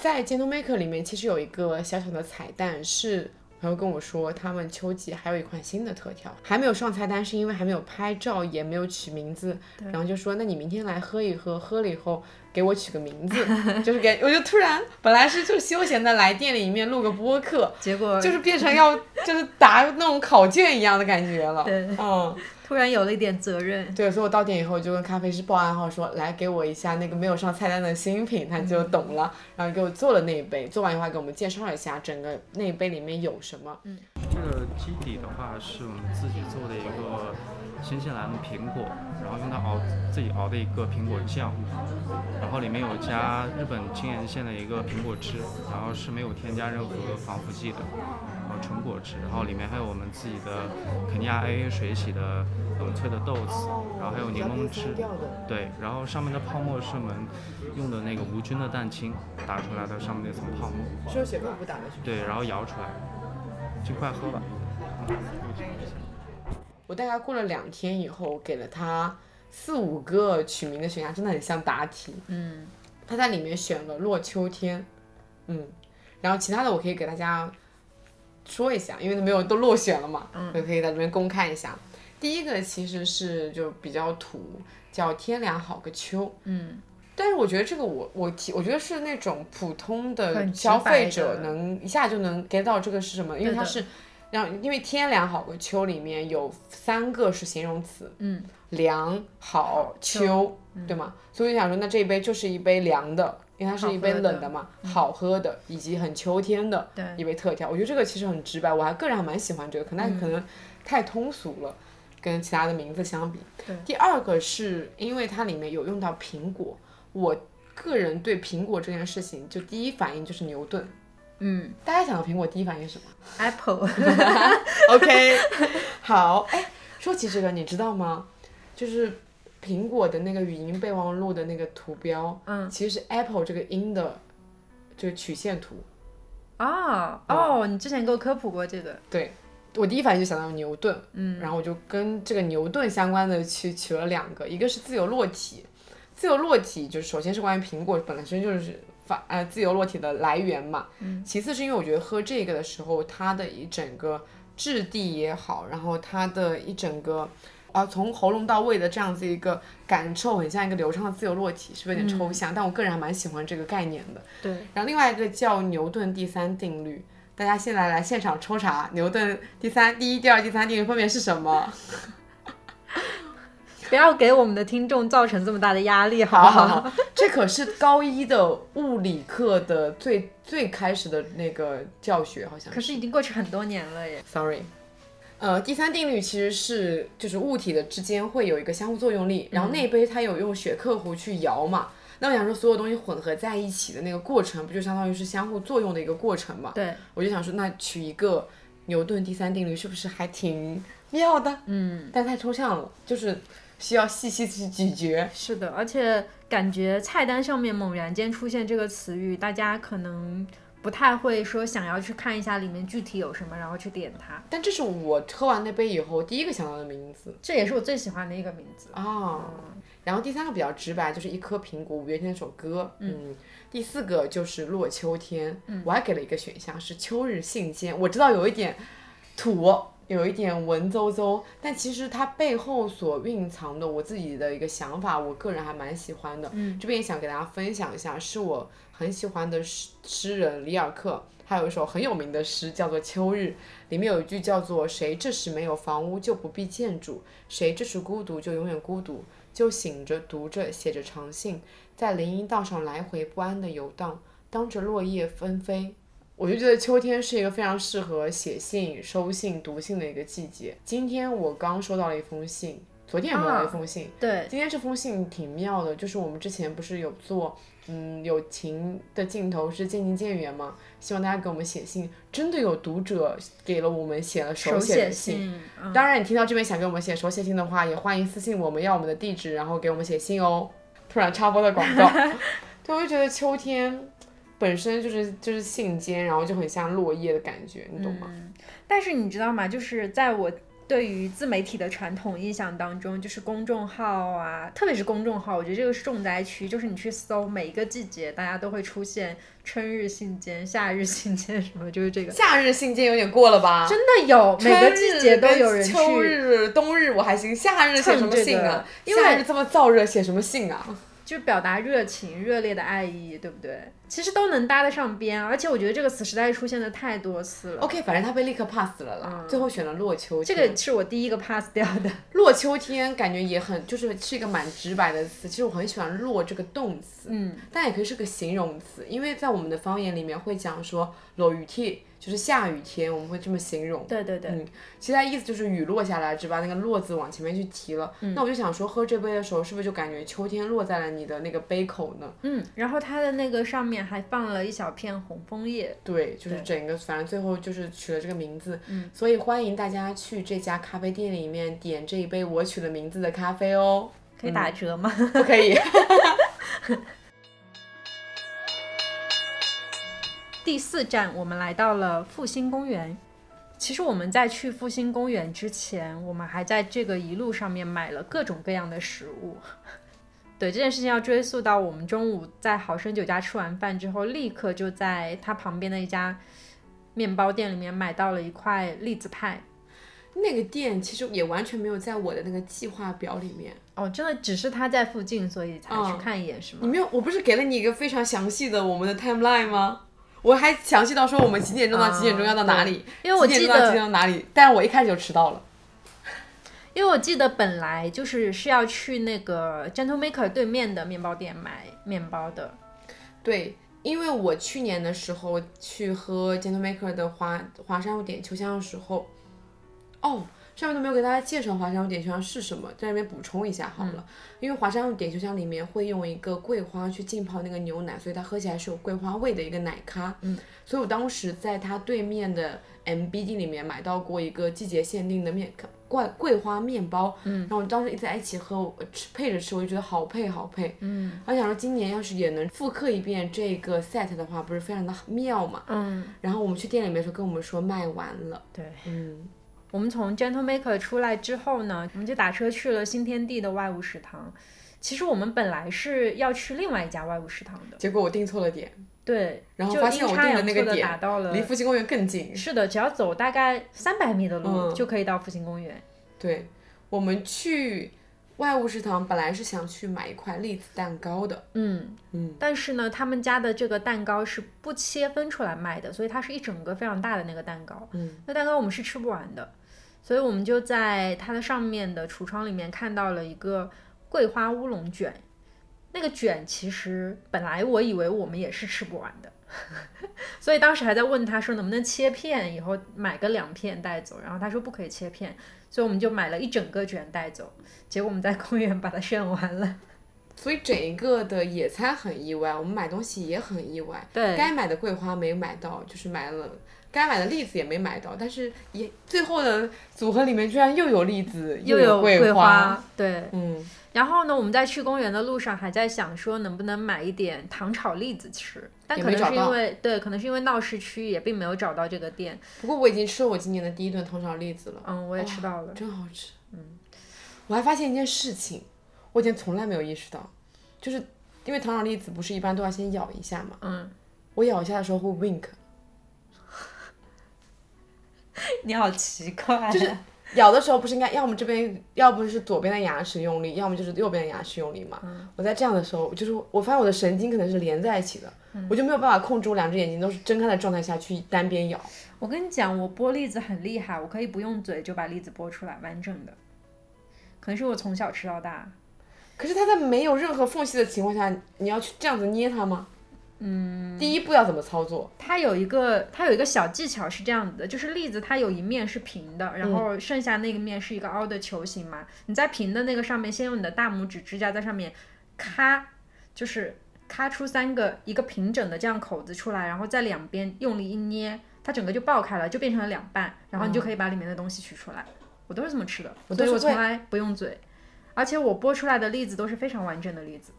Speaker 5: 在 Gentle Maker 里面，其实有一个小小的彩蛋是。朋友跟我说，他们秋季还有一款新的特调，还没有上菜单，是因为还没有拍照，也没有取名字。然后就说，那你明天来喝一喝，喝了以后给我取个名字， 就是给我就突然本来是就休闲的来店里面录个播客，
Speaker 12: 结果
Speaker 5: 就是
Speaker 12: 嗯
Speaker 5: 变成要就是答那种考卷一样的感觉了。
Speaker 12: 对
Speaker 5: 嗯，
Speaker 12: 突然有了一点责任。
Speaker 5: 对，所以我到店以后就跟咖啡师报暗号说，来给我一下那个没有上菜单的新品，他
Speaker 12: 嗯
Speaker 5: 就懂了，然后给我做了那一杯，做完以后还给我们介绍了一下整个那一杯里面有什么。
Speaker 12: 嗯
Speaker 13: 这个基底的话是我们自己做的一个新西兰的苹果，然后用它熬自己熬的一个苹果酱，然后里面有加日本青岩县的一个苹果汁，然后是没有添加任何防腐剂的，然后纯果汁，然后里面还有我们自己的肯尼亚 AA 水洗的冷萃的豆子，然后还有柠檬汁，对，然后上面的泡沫是我们用的那个无菌的蛋清打出来的上面那层泡沫，
Speaker 5: 是用雪糕布打的是吗？
Speaker 13: 对，然后摇出来，就快喝吧。嗯什么意思？
Speaker 2: 我大概过了两天以后，给了他四五个取名的选项，真的很像答题。
Speaker 3: 嗯，
Speaker 2: 他在里面选了落秋天，嗯，然后其他的我可以给大家说一下，因为没有都落选了嘛，
Speaker 3: 嗯
Speaker 2: 我可以在这边公开一下。第一个其实是就比较土，叫天凉好个秋，
Speaker 3: 嗯，
Speaker 2: 但是我觉得这个我我提，我觉得是那种普通
Speaker 3: 很
Speaker 2: 的
Speaker 3: 直
Speaker 2: 消
Speaker 3: 白
Speaker 2: 费者
Speaker 3: 的
Speaker 2: 能一下就能 get 到这个是什么，因为
Speaker 3: 对
Speaker 2: 它
Speaker 3: 的
Speaker 2: 是让因为天凉好个秋里面有三个是形容词，
Speaker 3: 嗯，
Speaker 2: 凉好秋，对吗？所以我就想说，那这一杯就是一杯凉的，因为它是一杯
Speaker 3: 好喝的嗯
Speaker 2: 冷的嘛，好喝的以及很秋天的
Speaker 3: 对
Speaker 2: 一杯特调。我觉得这个其实很直白，我还个人还蛮喜欢这个，可
Speaker 3: 嗯
Speaker 2: 能可能太通俗了，跟其他的名字相比。
Speaker 3: 对，
Speaker 2: 第二个是因为它里面有用到苹果，我个人对苹果这件事情就第一反应就是牛顿。
Speaker 3: 嗯
Speaker 2: 大家想到苹果第一反应是什么？
Speaker 3: ，Apple，
Speaker 2: OK，好，哎，说起这个，你知道吗？就是苹果的那个语音备忘录的那个图标，
Speaker 3: 嗯，
Speaker 2: 其实是 Apple 这个音的，就是曲线图。嗯
Speaker 3: 哦哦，你之前给我科普过这个，
Speaker 2: 对，我第一反应就想到牛顿，
Speaker 3: 嗯
Speaker 2: 然后我就跟这个牛顿相关的去取了两个，一个是自由落体，自由落体就是首先是关于苹果本身就是发呃自由落体的来源嘛，
Speaker 3: 嗯
Speaker 2: 其次是因为我觉得喝这个的时候，它的一整个质地也好，然后它的一整个。啊，从喉咙到胃的这样子一个感受，很像一个流畅的自由落体，是不是有点抽
Speaker 3: 嗯
Speaker 2: 象？但我个人还蛮喜欢这个概念的。
Speaker 3: 对，
Speaker 2: 然后另外一个叫牛顿第三定律，大家现在来现场抽查牛顿第三、第一、第二、第三定律分别是什么？
Speaker 3: 不要给我们的听众造成这么大的压力，好
Speaker 2: 好
Speaker 3: 不
Speaker 2: 好好，这可是高一的物理课的最最开始的那个教学，好像
Speaker 3: 可是已经过去很多年了耶。
Speaker 2: Sorry。呃，第三定律其实是就是物体的之间会有一个相互作用
Speaker 3: 嗯
Speaker 2: 力，然后那一杯它有用雪克壶去摇嘛，那我想说所有东西混合在一起的那个过程，不就相当于是相互作用的一个过程嘛？
Speaker 3: 对，
Speaker 2: 我就想说，那取一个牛顿第三定律是不是还挺妙的？
Speaker 3: 嗯，
Speaker 2: 但太抽象了，就是需要 细细去咀嚼。
Speaker 3: 是的，而且感觉菜单上面猛然间出现这个词语，大家可能不太会说想要去看一下里面具体有什么，然后去点它。
Speaker 2: 但这是我喝完那杯以后第一个想到的名字
Speaker 3: 这也是我最喜欢的一个名字。
Speaker 2: 啊。
Speaker 3: 哦
Speaker 2: 然后第三个比较直白，就是一颗苹果，五月天那首歌。
Speaker 3: 嗯
Speaker 2: 第四个就是落秋天。
Speaker 3: 嗯
Speaker 2: 我还给了一个选项是秋日信笺，我知道有一点土，有一点文绉绉，但其实它背后所蕴藏的我自己的一个想法，我个人还蛮喜欢的。
Speaker 3: 嗯
Speaker 2: 这边也想给大家分享一下，是我很喜欢的诗诗人里尔克，他有一首很有名的诗叫做《秋日》，里面有一句叫做“谁这时没有房屋，就不必建筑；谁这时孤独，就永远孤独。”就醒着读着写着长信，在林荫道上来回不安的游荡，当着落叶纷飞。我就觉得秋天是一个非常适合写信、收信、读信的一个季节。今天我刚收到了一封信，昨天也收到了一封信，
Speaker 3: 对，
Speaker 2: 今天这封信挺妙的，就是我们之前不是有做，嗯，友情的尽头是渐行渐远嘛，希望大家给我们写信，真的有读者给了我们写了手写
Speaker 3: 写
Speaker 2: 的信。
Speaker 3: 嗯、
Speaker 2: 当然，你听到这边想给我们写手写信的话，也欢迎私信我们，要我们的地址，然后给我们写信哦。突然插播的广 告，对，我就觉得秋天本身就是就是信笺，然后就很像落叶的感觉，你懂吗？
Speaker 3: 但是你知道吗？就是在我对于自媒体的传统印象当中，就是公众号啊，特别是公众号，我觉得这个是重灾区。就是你去搜每一个季节，大家都会出现春日信笺、夏日信笺什么，就是这个。
Speaker 2: 夏日信笺有点过了吧？
Speaker 3: 真的有，每个季节都有人去。
Speaker 2: 春日跟秋日、冬日我还行，夏日写什么信啊？
Speaker 3: 趁这个
Speaker 2: 夏日这么燥热，写什么信啊？
Speaker 3: 就表达热情、热烈的爱意，对不对？其实都能搭得上边，而且我觉得这个词实在是出现的太多次了。
Speaker 2: OK，反正他被立刻 pass 了啦。最后选了落秋
Speaker 3: 这
Speaker 2: 天。
Speaker 3: 个是我第一个 pass 掉 的。
Speaker 2: 落秋天感觉也很，就是是一个蛮直白的词。其实我很喜欢“落”这个动词，
Speaker 3: 嗯，
Speaker 2: 但也可以是个形容词，因为在我们的方言里面会讲说“落雨天”，就是下雨天，我们会这么形容。
Speaker 3: 对对对，
Speaker 2: 嗯，其实它意思就是雨落下来，只把那个“落”字往前面去提了。
Speaker 3: 嗯
Speaker 2: 那我就想说，喝这杯的时候，是不是就感觉秋天落在了你的那个杯口呢？
Speaker 3: 嗯，然后它的那个上面还放了一小片红枫叶。
Speaker 2: 对，就是
Speaker 3: 对
Speaker 2: 整个，反正最后就是取了这个名字，
Speaker 3: 嗯
Speaker 2: 所以欢迎大家去这家咖啡店里面点这一杯我取了名字的咖啡哦，
Speaker 3: 可以打折吗？
Speaker 2: 不可以。
Speaker 3: 第四站，我们来到了复兴公园。其实我们在去复兴公园之前，我们还在这个一路上面买了各种各样的食物。 对这件事情要追溯到我们中午在好生酒家吃完饭之后，立刻就在它旁边的一家面包店里面买到了一块栗子派。
Speaker 2: 那个店其实也完全没有在我的那个计划表里面。
Speaker 3: 哦，真的只是它在附近，所以才去
Speaker 2: 嗯
Speaker 3: 看一眼，是吗？
Speaker 2: 你没有，我不是给了你一个非常详细的我们的 timeline 吗？我还详细到说我们几点钟到几点钟要到哪里，
Speaker 3: 啊因为我
Speaker 2: 几
Speaker 3: 记
Speaker 2: 点钟到几
Speaker 3: 得
Speaker 2: 点到哪里，但是我一开始就迟到了。
Speaker 3: 因为我记得本来就是是要去那个 Gentle Maker 对面的面包店买面包的。
Speaker 2: 对，因为我去年的时候去喝 Gentle Maker 的华华山路点秋香的时候，哦，上面都没有给大家介绍华山路点秋香是什么，在这边补充一下好了。
Speaker 3: 嗯
Speaker 2: 因为华山路点秋香里面会用一个桂花去浸泡那个牛奶，所以它喝起来是有桂花味的一个奶咖。
Speaker 3: 嗯，
Speaker 2: 所以我当时在它对面的 MBD 里面买到过一个季节限定的面桂桂花面包。
Speaker 3: 嗯
Speaker 2: 然后我当时一直在一起喝，我吃配着吃，我就觉得好配好配。
Speaker 3: 嗯
Speaker 2: 我想说，今年要是也能复刻一遍这个 set 的话，不是非常的妙嘛？
Speaker 3: 嗯，
Speaker 2: 然后我们去店里面的时候跟我们说卖完了。
Speaker 3: 对，
Speaker 2: 嗯，
Speaker 3: 我们从 Gentle Maker 出来之后呢，我们就打车去了新天地的外务食堂。其实我们本来是要去另外一家外务食堂的，
Speaker 2: 结果我订错了点，
Speaker 3: 对，
Speaker 2: 然后
Speaker 3: 就
Speaker 2: 发现我
Speaker 3: 阴差
Speaker 2: 订的
Speaker 3: 阳
Speaker 2: 那
Speaker 3: 错
Speaker 2: 个
Speaker 3: 地
Speaker 2: 点
Speaker 3: 打到了
Speaker 2: 离复兴公园更近。
Speaker 3: 是的，只要走大概三百米的路
Speaker 2: 嗯
Speaker 3: 就可以到复兴公园。
Speaker 2: 对，我们去外务食堂本来是想去买一块栗子蛋糕的，
Speaker 3: 嗯
Speaker 2: 嗯，
Speaker 3: 但是呢，他们家的这个蛋糕是不切分出来卖的，所以它是一整个非常大的那个蛋糕。
Speaker 2: 嗯，
Speaker 3: 那蛋糕我们是吃不完的，所以我们就在它的上面的橱窗里面看到了一个桂花乌龙卷。那个卷其实本来我以为我们也是吃不完的， 所以当时还在问他说能不能切片，以后买个两片带走。然后他说不可以切片，所以我们就买了一整个卷带走。结果我们在公园把它 炫完了。
Speaker 2: 所以整一个的野餐很意外，我们买东西也很意外。
Speaker 3: 对
Speaker 2: 该买的桂花没买到，就是买了。该买的栗子也没买到，但是也最后的组合里面居然又有栗子，
Speaker 3: 又
Speaker 2: 有
Speaker 3: 桂
Speaker 2: 花，
Speaker 3: 对，
Speaker 2: 嗯，
Speaker 3: 然后呢，我们在去公园的路上还在想说能不能买一点糖炒栗子吃，但
Speaker 2: 也
Speaker 3: 可
Speaker 2: 没
Speaker 3: 能是
Speaker 2: 找
Speaker 3: 因
Speaker 2: 到
Speaker 3: 为对，可能是因为闹市区也并没有找到这个店。
Speaker 2: 不过我已经吃了我今年的第一顿糖炒栗子了，
Speaker 3: 嗯，我也吃到了，
Speaker 2: 真好吃。嗯，我还发现一件事情，我以前从来没有意识到，就是因为糖炒栗子不是一般都要先咬一下嘛，
Speaker 3: 嗯，
Speaker 2: 我咬一下的时候会 wink，
Speaker 3: 你好奇怪，啊
Speaker 2: 就是咬的时候不是应该，要么这边，要不是左边的牙齿用力，要么就是右边的牙齿用力嘛。
Speaker 3: 嗯
Speaker 2: 我在这样的时候，就是我发现我的神经可能是连在一起的，
Speaker 4: 嗯
Speaker 2: 我就没有办法控制我两只眼睛都是睁开的状态下去单边咬。
Speaker 3: 我跟你讲，我剥栗子很厉害，我可以不用嘴就把栗子剥出来完整的，可能是我从小吃到大。
Speaker 2: 可是它在没有任何缝隙的情况下，你要去这样子捏它吗？
Speaker 3: 嗯，
Speaker 2: 第一步要怎么操作？
Speaker 3: 它有一个它有一个小技巧是这样子的，就是栗子它有一面是平的，
Speaker 2: 嗯
Speaker 3: 然后剩下那个面是一个凹的球形嘛。你在平的那个上面，先用你的大拇指指甲在上面咔，就是咔出三个一个平整的这样口子出来，然后在两边用力一捏，它整个就爆开了，就变成了两半，然后你就可以把里面的东西取出来。我都是这么吃的，
Speaker 2: 我
Speaker 3: 所
Speaker 2: 都
Speaker 3: 以
Speaker 2: 嗯是
Speaker 3: 我从
Speaker 2: 会
Speaker 3: 来不用嘴，而且我剥出来的栗子都是非常完整的栗子。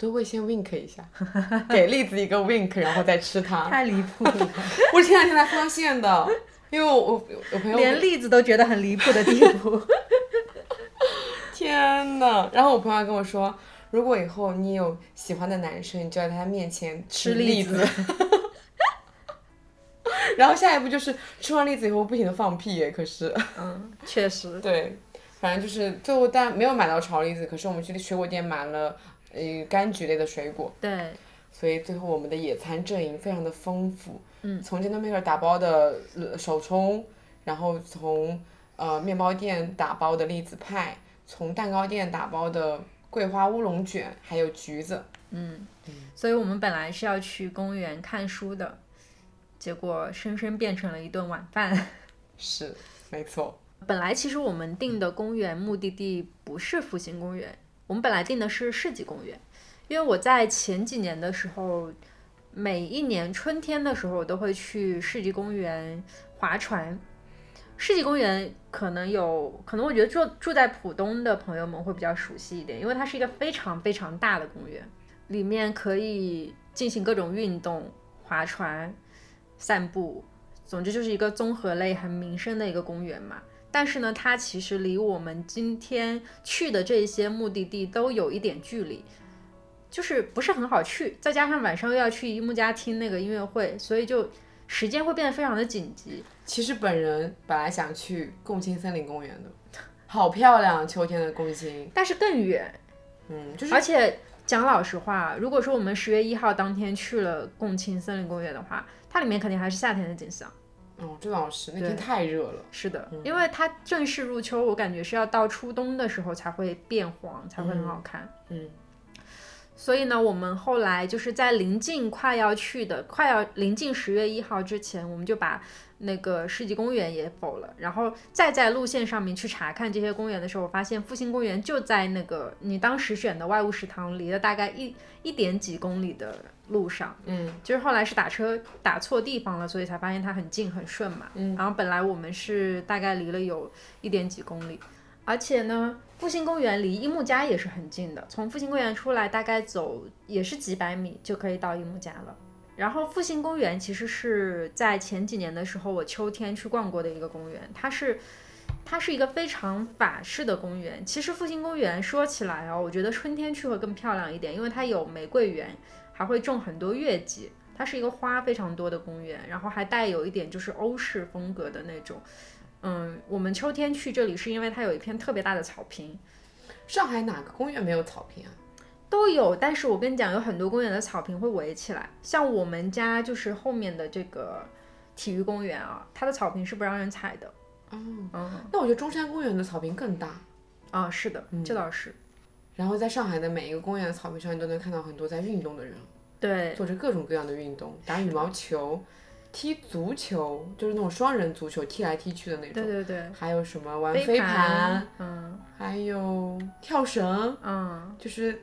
Speaker 2: 我都会先 wink 一下， 给栗子一个 wink，然后再吃它。
Speaker 3: 太离谱了，
Speaker 2: 我前两天才发现的，因为我我我朋友
Speaker 3: 连栗子都觉得很离谱的地步。
Speaker 2: 天呐，然后我朋友还跟我说，如果以后你有喜欢的男生，你就在他面前吃
Speaker 3: 吃栗
Speaker 2: 栗
Speaker 3: 子
Speaker 2: 子。 然后下一步就是吃完栗子以后不停的放屁耶，可是
Speaker 3: 嗯，确实。
Speaker 2: 对，反正就是最后但没有买到炒栗子，可是我们去水果店买了呃柑橘类的水果，
Speaker 3: 对，
Speaker 2: 所以最后我们的野餐阵营非常的丰富。
Speaker 3: 嗯
Speaker 2: 从 Gentle Maker 打包的呃手冲，然后从呃面包店打包的栗子派，从蛋糕店打包的桂花乌龙卷，还有橘子。
Speaker 3: 嗯，所以我们本来是要去公园看书的，结果生生变成了一顿晚饭。
Speaker 2: 是，没错。
Speaker 3: 本来其实我们定的公园目的地不是复兴公园，我们本来定的是世纪公园，因为我在前几年的时候，每一年春天的时候，我都会去世纪公园划船。世纪公园可能有，可能我觉得住住在浦东的朋友们会比较熟悉一点，因为它是一个非常非常大的公园，里面可以进行各种运动，划船、散步、总之就是一个综合类很民生的一个公园嘛。但是呢，它其实离我们今天去的这些目的地都有一点距离，就是不是很好去。再加上晚上又要去一木家听那个音乐会，所以就时间会变得非常的紧急。
Speaker 2: 其实本人本来想去共青森林公园的，好漂亮，秋天的共青。
Speaker 3: 但是更远，
Speaker 2: 嗯，就是
Speaker 3: 而且讲老实话，如果说我们十月一号当天去了共青森林公园的话，它里面肯定还是夏天的景象。
Speaker 2: 哦，这倒是，那天太热了。嗯
Speaker 3: 是的，因为它正式入秋，我感觉是要到初冬的时候才会变黄，才会很好看。
Speaker 2: 嗯，
Speaker 3: 所以呢，我们后来就是在临近快要去的、快要临近十月一号之前，我们就把那个市级公园也否了，然后再在路线上面去查看这些公园的时候，我发现复兴公园就在那个你当时选的外务食堂离了大概一一点几公里的路上。
Speaker 2: 嗯，
Speaker 3: 就是后来是打车打错地方了，所以才发现它很近很顺嘛。
Speaker 2: 嗯
Speaker 3: 然后本来我们是大概离了有一点几公里，而且呢，复兴公园离一木家也是很近的，从复兴公园出来大概走也是几百米就可以到一木家了。然后复兴公园其实是在前几年的时候，我秋天去逛过的一个公园，它是。它是一个非常法式的公园。其实复兴公园说起来哦，我觉得春天去会更漂亮一点，因为它有玫瑰园，还会种很多月季。它是一个花非常多的公园，然后还带有一点就是欧式风格的那种。嗯，我们秋天去这里是因为它有一片特别大的草坪。
Speaker 2: 上海哪个公园没有草坪啊？
Speaker 3: 都有，但是我跟你讲，有很多公园的草坪会围起来。像我们家就是后面的这个体育公园啊，它的草坪是不让人踩的。
Speaker 2: 哦，
Speaker 3: 嗯，
Speaker 2: 那我觉得中山公园 的草坪更大。嗯
Speaker 3: 啊，是的，这倒是。
Speaker 2: 然后在上海的每一个公园的草坪上，你都能看到很多在运动的人，
Speaker 3: 对，
Speaker 2: 做着各种各样的运动，打羽毛球、踢足球，就是那种双人足球，踢来踢去的那种。
Speaker 3: 对对对。
Speaker 2: 还有什么玩
Speaker 3: 飞
Speaker 2: 飞
Speaker 3: 盘嗯，
Speaker 2: 还有跳绳，
Speaker 3: 嗯，
Speaker 2: 就是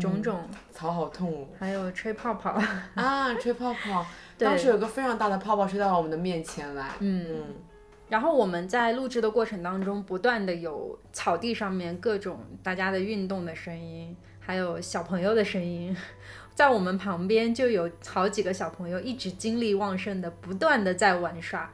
Speaker 3: 种种
Speaker 2: 嗯草好痛哦。
Speaker 3: 还有吹泡泡。
Speaker 2: 啊，吹泡泡，
Speaker 3: 对
Speaker 2: 当时有个非常大的泡泡吹到了我们的面前来。
Speaker 3: 嗯然后我们在录制的过程当中，不断的有草地上面各种大家的运动的声音，还有小朋友的声音， 在我们旁边就有好几个小朋友一直精力旺盛的，不断的在玩耍，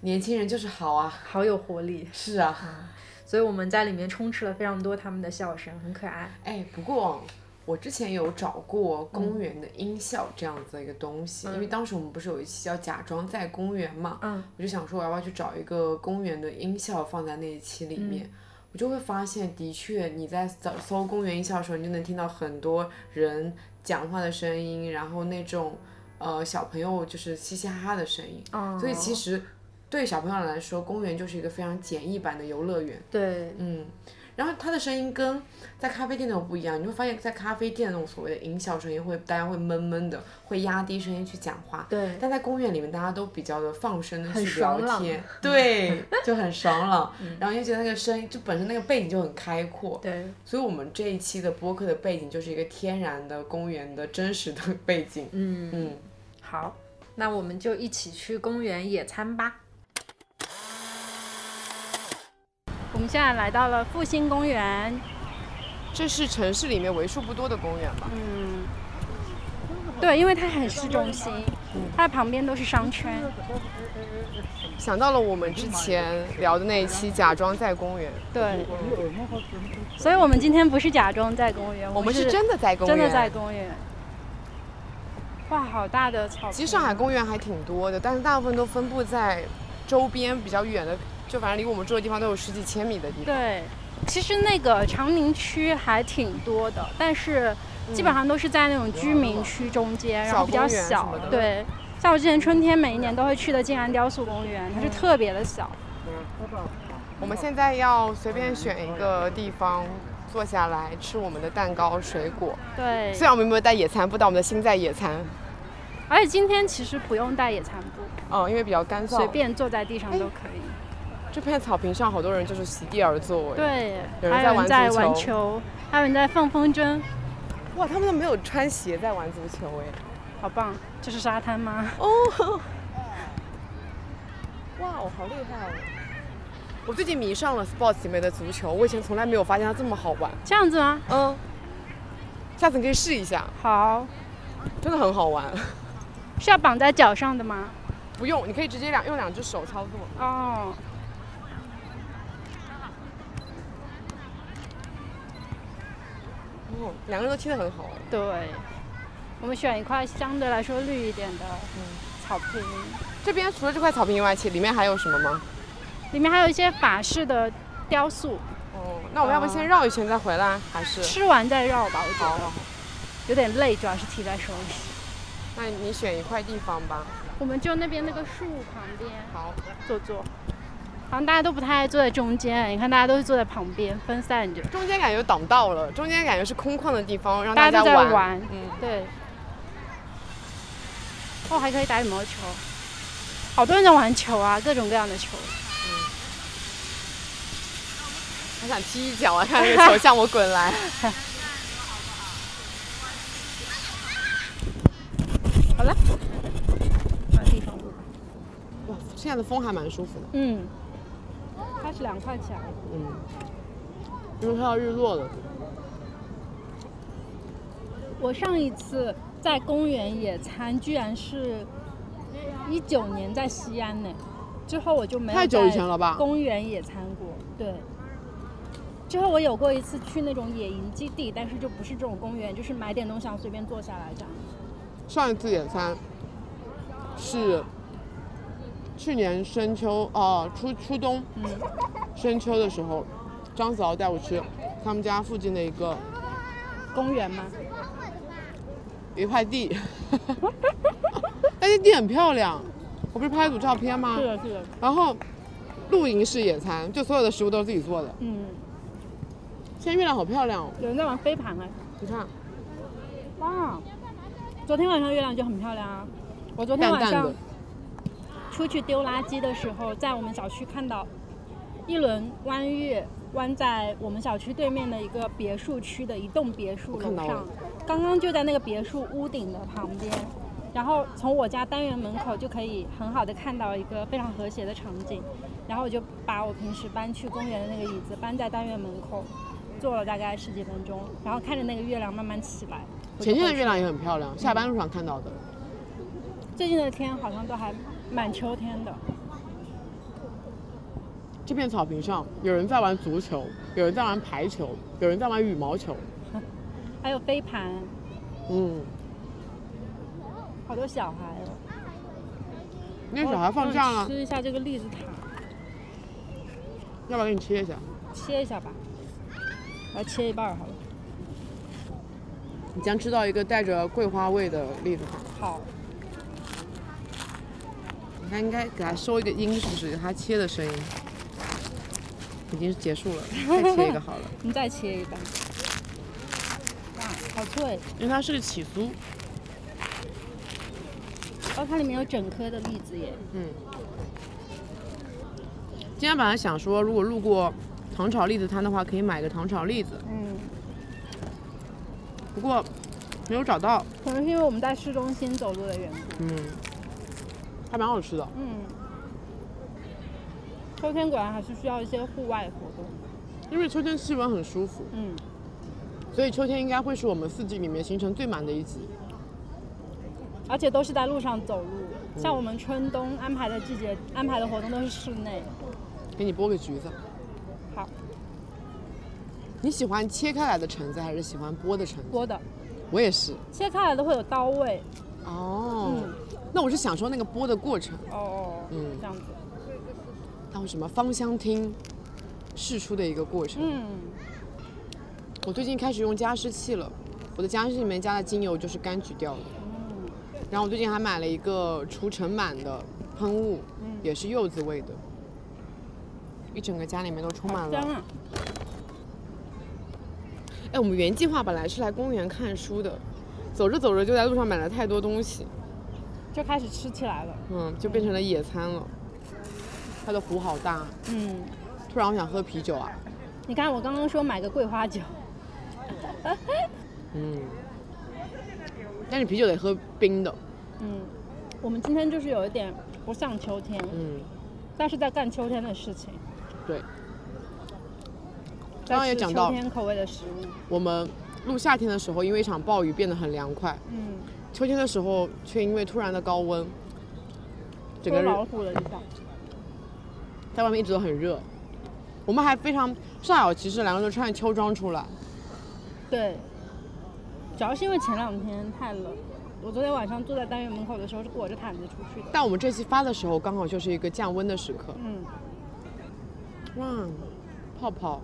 Speaker 2: 年轻人就是好啊，
Speaker 3: 好有活力。嗯
Speaker 2: 是啊，
Speaker 3: 所以我们在里面充斥了非常多他们的笑声，很可爱。
Speaker 2: 哎，不过我之前有找过公园的音效这样子的一个东西，
Speaker 3: 嗯
Speaker 2: 因为当时我们不是有一期叫《假装在公园》嘛，
Speaker 3: 嗯，
Speaker 2: 我就想说我要不要去找一个公园的音效放在那一期里面。
Speaker 3: 嗯
Speaker 2: 我就会发现，的确，你在搜搜公园音效的时候，你就能听到很多人讲话的声音，然后那种呃小朋友就是嘻嘻哈哈的声音。
Speaker 3: 哦
Speaker 2: 所以其实对小朋友来说，公园就是一个非常简易版的游乐园。
Speaker 3: 对，
Speaker 2: 嗯，然后它的声音跟在咖啡店那种不一样，你会发现在咖啡店那种所谓的音效声音会，大家会闷闷的，会压低声音去讲话。
Speaker 3: 对
Speaker 2: 但在公园里面，大家都比较的放声的
Speaker 3: 很
Speaker 2: 去聊
Speaker 3: 爽朗 嗯
Speaker 2: 天，对，就很爽朗。然后又觉得那个声音，就本身那个背景就很开阔。
Speaker 3: 对，
Speaker 2: 所以我们这一期的播客的背景就是一个天然的公园的真实的 背景。
Speaker 3: 嗯
Speaker 2: 嗯，
Speaker 3: 好，那我们就一起去公园野餐吧。
Speaker 4: 我们现在来到了复兴公园，
Speaker 5: 这是城市里面为数不多的公园吧？
Speaker 4: 嗯，对，因为它很市中心，它旁边都是商圈。
Speaker 5: 想到了我们之前聊的那一期《假装在公园》，
Speaker 4: 对，所以我们今天不是假装在公园，
Speaker 5: 我们
Speaker 4: 是
Speaker 5: 是真的在公园
Speaker 4: 真的在公园。哇，好大的草坪！
Speaker 5: 其实上海公园还挺多的，但是大部分都分布在周边比较远的，就反正离我们住的地方都有十几千米的地方。
Speaker 4: 对，其实那个长宁区还挺多的，但是基本上都是在那种居民区中间，然后比较
Speaker 5: 嗯小
Speaker 4: 小
Speaker 5: 公园什么的。
Speaker 4: 对，像我之前春天每一年都会去的静安雕塑公园，它
Speaker 5: 嗯
Speaker 4: 是特别的小。
Speaker 5: 我们现在要随便选一个地方坐下来吃我们的蛋糕、水果。
Speaker 4: 对，
Speaker 5: 虽然我们没有带野餐布，但我们的心在野餐。
Speaker 4: 而且今天其实不用带野餐布，
Speaker 5: 哦，因为比较干燥。哎
Speaker 4: 随。便坐在地上都可以。
Speaker 5: 这片草坪上好多人就是席地而坐。哎。
Speaker 4: 对，
Speaker 5: 有人
Speaker 4: 还有人
Speaker 5: 在
Speaker 4: 在
Speaker 5: 玩足
Speaker 4: 玩
Speaker 5: 球
Speaker 4: 球，还有人在放风筝，
Speaker 5: 哇，他们都没有穿鞋在玩足球哎。
Speaker 4: 好棒！这是沙滩吗？
Speaker 5: 哦。哇，我好厉害哦！我最近迷上了 sports 里面的足球，我以前从来没有发现它这么好玩。
Speaker 4: 这样子吗？
Speaker 5: 嗯，下次你可以试一下，
Speaker 4: 好，
Speaker 5: 真的很好玩。
Speaker 4: 是要绑在脚上的吗？
Speaker 5: 不用，你可以直接两用两只手操作。
Speaker 10: 哦。
Speaker 5: 哦，两个人都踢得很好。
Speaker 4: 对，我们选一块相对来说绿一点的
Speaker 5: 嗯
Speaker 4: 草坪。
Speaker 5: 这边除了这块草坪以外，其里面还有什么吗？
Speaker 4: 里面还有一些法式的雕塑。
Speaker 5: 哦，那我们要不先绕一圈再回来？还是
Speaker 4: 吃完再绕吧，我觉得。有点累，主要是提在手里。
Speaker 5: 那你选一块地方吧。
Speaker 4: 我们就那边那个树旁边。
Speaker 5: 好。
Speaker 4: 坐坐。好像大家都不太爱坐在中间，你看大家都是坐在旁边，分散着。
Speaker 5: 中间感觉挡道了，中间感觉是空旷的地方，让
Speaker 4: 大家
Speaker 5: 家
Speaker 4: 都在
Speaker 5: 玩。
Speaker 4: 玩，
Speaker 5: 嗯，
Speaker 4: 对。哦，还可以打羽毛球，好多人在玩球啊，各种各样的球。
Speaker 5: 我想踢一脚啊，看那个球向我滚来。
Speaker 4: 好了，
Speaker 5: 换地方哇，现在的风还蛮舒服的。
Speaker 4: 嗯， 它是两块钱。
Speaker 5: 嗯，因为快要日落了。
Speaker 4: 我上一次在公园野餐，居然是一九年在西安呢，之后我就没有
Speaker 5: 太久
Speaker 4: 在
Speaker 5: 以前了吧
Speaker 4: 公园野餐过，对。之后我有过一次去那种野营基地，但是就不是这种公园，就是买点东西啊然后随便坐下来这样。
Speaker 5: 上一次野餐是去年深秋哦、初初冬，
Speaker 4: 嗯，
Speaker 5: 深秋的时候，张子敖带我去他们家附近的一个
Speaker 4: 公园吗？
Speaker 2: 啊
Speaker 5: 一块地， 那些地很漂亮，我不是拍了组照片吗？
Speaker 4: 是的，
Speaker 2: 啊
Speaker 4: 是的。
Speaker 5: 然后露营式野餐，就所有的食物都是自己做的。
Speaker 4: 嗯，
Speaker 5: 现在月亮好漂亮哦，
Speaker 4: 有人在玩飞盘哎，
Speaker 5: 你看，
Speaker 4: 哇！昨天晚上月亮就很漂亮啊。我昨天晚
Speaker 5: 淡淡
Speaker 4: 上
Speaker 5: 的
Speaker 4: 出去丢垃圾的时候，在我们小区看到一轮弯月弯在我们小区对面的一个别墅区的一栋别墅
Speaker 5: 看
Speaker 4: 楼
Speaker 5: 到
Speaker 4: 上
Speaker 5: 了，
Speaker 4: 刚刚就在那个别墅屋顶的旁边。然后从我家单元门口就可以很好的看到一个非常和谐的场景，然后我就把我平时搬去公园的那个椅子搬在单元门口，坐了大概十几分钟，然后看着那个月亮慢慢起来。我就
Speaker 5: 前天的
Speaker 4: 回去
Speaker 5: 月亮也很漂亮，下班路上看到的。
Speaker 4: 最近的天好像都还蛮秋天的。
Speaker 5: 这片草坪上有人在玩足球，有人在玩排球，有人在玩羽毛球。
Speaker 4: 还有飞盘，
Speaker 5: 嗯，
Speaker 4: 好多小孩哦。
Speaker 5: 那小孩放假啊
Speaker 4: 我
Speaker 5: 了
Speaker 4: 想，吃一下这个栗子塔，
Speaker 5: 要不要给你切一下？
Speaker 4: 切一下吧。来切一半儿好了。
Speaker 5: 你将吃到一个带着桂花味的栗子塔。
Speaker 4: 好。
Speaker 5: 你看，应该给它收一个音，是不是？给它切的声音。已经结束了，再切一个好了。
Speaker 4: 你再切一半。哇，好脆！
Speaker 5: 因为它是个起酥。
Speaker 4: 哦，它里面有整颗的栗子耶。
Speaker 5: 嗯。今天本来想说，如果路过糖炒栗子摊的话，可以买个糖炒栗子，
Speaker 4: 嗯，
Speaker 5: 不过没有找到。
Speaker 4: 可能是因为我们在市中心走路的缘故。
Speaker 5: 嗯，还蛮好吃的。
Speaker 4: 嗯。秋天果然还是需要一些户外活动。
Speaker 5: 因为秋天气温很舒服，
Speaker 4: 嗯，
Speaker 5: 所以秋天应该会是我们四季里面行程最满的一集。
Speaker 4: 而且都是在路上走路。像我们春冬安排的季节安排的活动都是室内。
Speaker 5: 给你剥个橘子，
Speaker 4: 好，
Speaker 5: 你喜欢切开来的橙子还是喜欢剥的橙子？
Speaker 4: 剥的，
Speaker 5: 我也是。
Speaker 4: 切开来都会有刀味。嗯
Speaker 5: 哦，那我是享受那个剥的过程，
Speaker 4: 哦，
Speaker 5: 嗯
Speaker 4: 这样子，
Speaker 5: 然后什么芳香烃试出的一个过程。
Speaker 4: 嗯，
Speaker 5: 我最近开始用加湿器了，我的加湿器里面加的精油就是柑橘调的。
Speaker 4: 嗯
Speaker 5: 然后我最近还买了一个除尘螨的喷雾，
Speaker 4: 嗯
Speaker 5: 也是柚子味的。一整个家里面都充满了
Speaker 4: 香啊！
Speaker 5: 哎，我们原计划本来是来公园看书的，走着走着就在路上买了太多东西，
Speaker 4: 就开始吃起来了。
Speaker 5: 嗯，就变成了野餐了。它的湖好大，
Speaker 4: 嗯，
Speaker 5: 突然我想喝啤酒啊，
Speaker 4: 你看我刚刚说买个桂花酒，
Speaker 5: 嗯，但是啤酒得喝冰的，
Speaker 4: 嗯，我们今天就是有一点不像秋天，
Speaker 5: 嗯，
Speaker 4: 但是在干秋天的事情，
Speaker 5: 对。刚刚
Speaker 4: 在
Speaker 5: 也
Speaker 4: 吃
Speaker 5: 讲
Speaker 4: 秋
Speaker 5: 到，
Speaker 4: 天口味的食物。
Speaker 5: 我们录夏天的时候，因为一场暴雨变得很凉快，
Speaker 4: 嗯，
Speaker 5: 秋天的时候却因为突然的高温，整个
Speaker 4: 老虎了，一下。
Speaker 5: 在外面一直都很热。我们还非常上海，其实两个人穿着秋装出来，
Speaker 4: 对，主要是因为前两天太冷，我昨天晚上坐在单元门口的时候是裹着毯子出去的。
Speaker 5: 但我们这期发的时候刚好就是一个降温的时刻。
Speaker 4: 嗯，
Speaker 5: 哇，泡泡，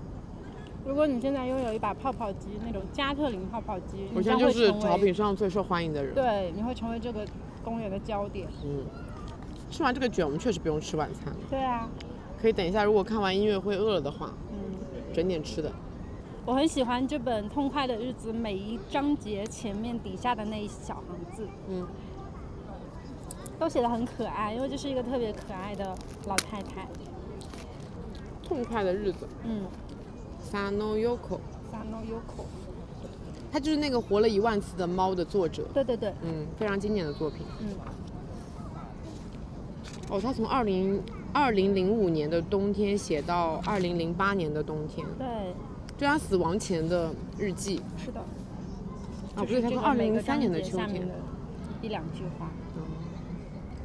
Speaker 4: 如果你现在拥有一把泡泡机，那种加特林泡泡机，
Speaker 5: 我
Speaker 4: 你
Speaker 5: 现
Speaker 4: 将
Speaker 5: 在就
Speaker 4: 会
Speaker 5: 是
Speaker 4: 成
Speaker 5: 潮
Speaker 4: 为
Speaker 5: 品上最受欢迎的人。，
Speaker 4: 对，你会成为这个公园的焦点。
Speaker 5: 嗯，吃完这个卷，我们确实不用吃晚餐了，
Speaker 4: 对啊，嗯
Speaker 5: 可以等一下，如果看完音乐会饿了的话，整点吃的。
Speaker 4: 我很喜欢这本《痛快的日子》每一章节前面底下的那一小行字，
Speaker 5: 嗯，
Speaker 4: 都写的很可爱，因为这是一个特别可爱的老太太。
Speaker 5: 痛快的日子
Speaker 4: 嗯
Speaker 5: ，Sano Yoko，
Speaker 4: ，Sano Yoko，
Speaker 5: 他就是那个活了一万次的猫的作者。
Speaker 4: 对对对，
Speaker 5: 嗯，非常经典的作品。
Speaker 4: 嗯，
Speaker 5: 哦，他从二零二零零五年的冬天写到二零零八年的冬天，
Speaker 4: 对，
Speaker 5: 就他死亡前的日记。
Speaker 4: 是的。
Speaker 5: 啊，不
Speaker 4: 就是
Speaker 5: 对，他
Speaker 4: 这
Speaker 5: 从
Speaker 4: 个
Speaker 5: 二
Speaker 4: 每
Speaker 5: 零
Speaker 4: 个
Speaker 5: 零三
Speaker 4: 章
Speaker 5: 年的
Speaker 4: 节
Speaker 5: 秋
Speaker 4: 下面
Speaker 5: 天
Speaker 4: 的。一两句话。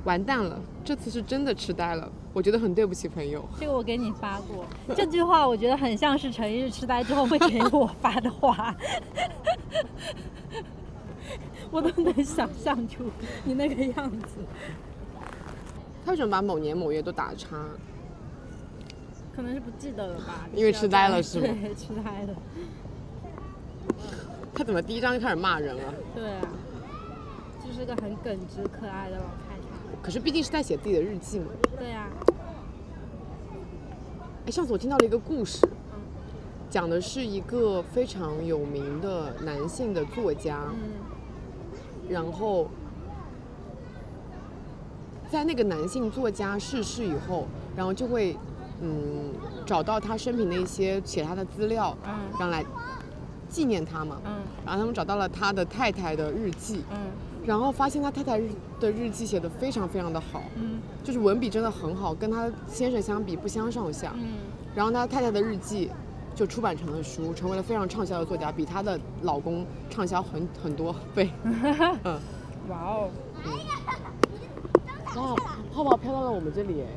Speaker 5: 完蛋了，这次是真的痴呆了，我觉得很对不起朋 友。
Speaker 4: 这个我给你发过，这句话我觉得很像是陈奕迅痴呆之后会给我发的话，我都能想象出你那个样子。
Speaker 5: 他为什么把某年某月都打叉？
Speaker 4: 可能是不记得了吧？
Speaker 5: 因为痴呆了是吗
Speaker 4: 对，痴呆了。
Speaker 5: 他怎么第一章就开始骂人了？
Speaker 4: 对啊，就是个很耿直可爱的老太太。
Speaker 5: 可是毕竟是在写自己的日记嘛。
Speaker 4: 对啊，
Speaker 5: 哎，上次我听到了一个故事，讲的是一个非常有名的男性的作家，然后在那个男性作家逝世以后，然后就会嗯找到他生平的一些写他的资料，让来纪念他嘛。然后他们找到了他的太太的日
Speaker 2: 嗯
Speaker 7: 嗯
Speaker 5: 记，然后发现他太太日的日记写的非常非常的好，
Speaker 4: 嗯
Speaker 5: 就是文笔真的很好，跟他先生相比不相上下。
Speaker 4: 嗯
Speaker 5: 然后他太太的日记就出版成了书，成为了非常畅销的作家，比她的老公畅销很很多倍。嗯，
Speaker 4: 哇哦，
Speaker 5: 哇，哦泡泡飘到了我们这里哎，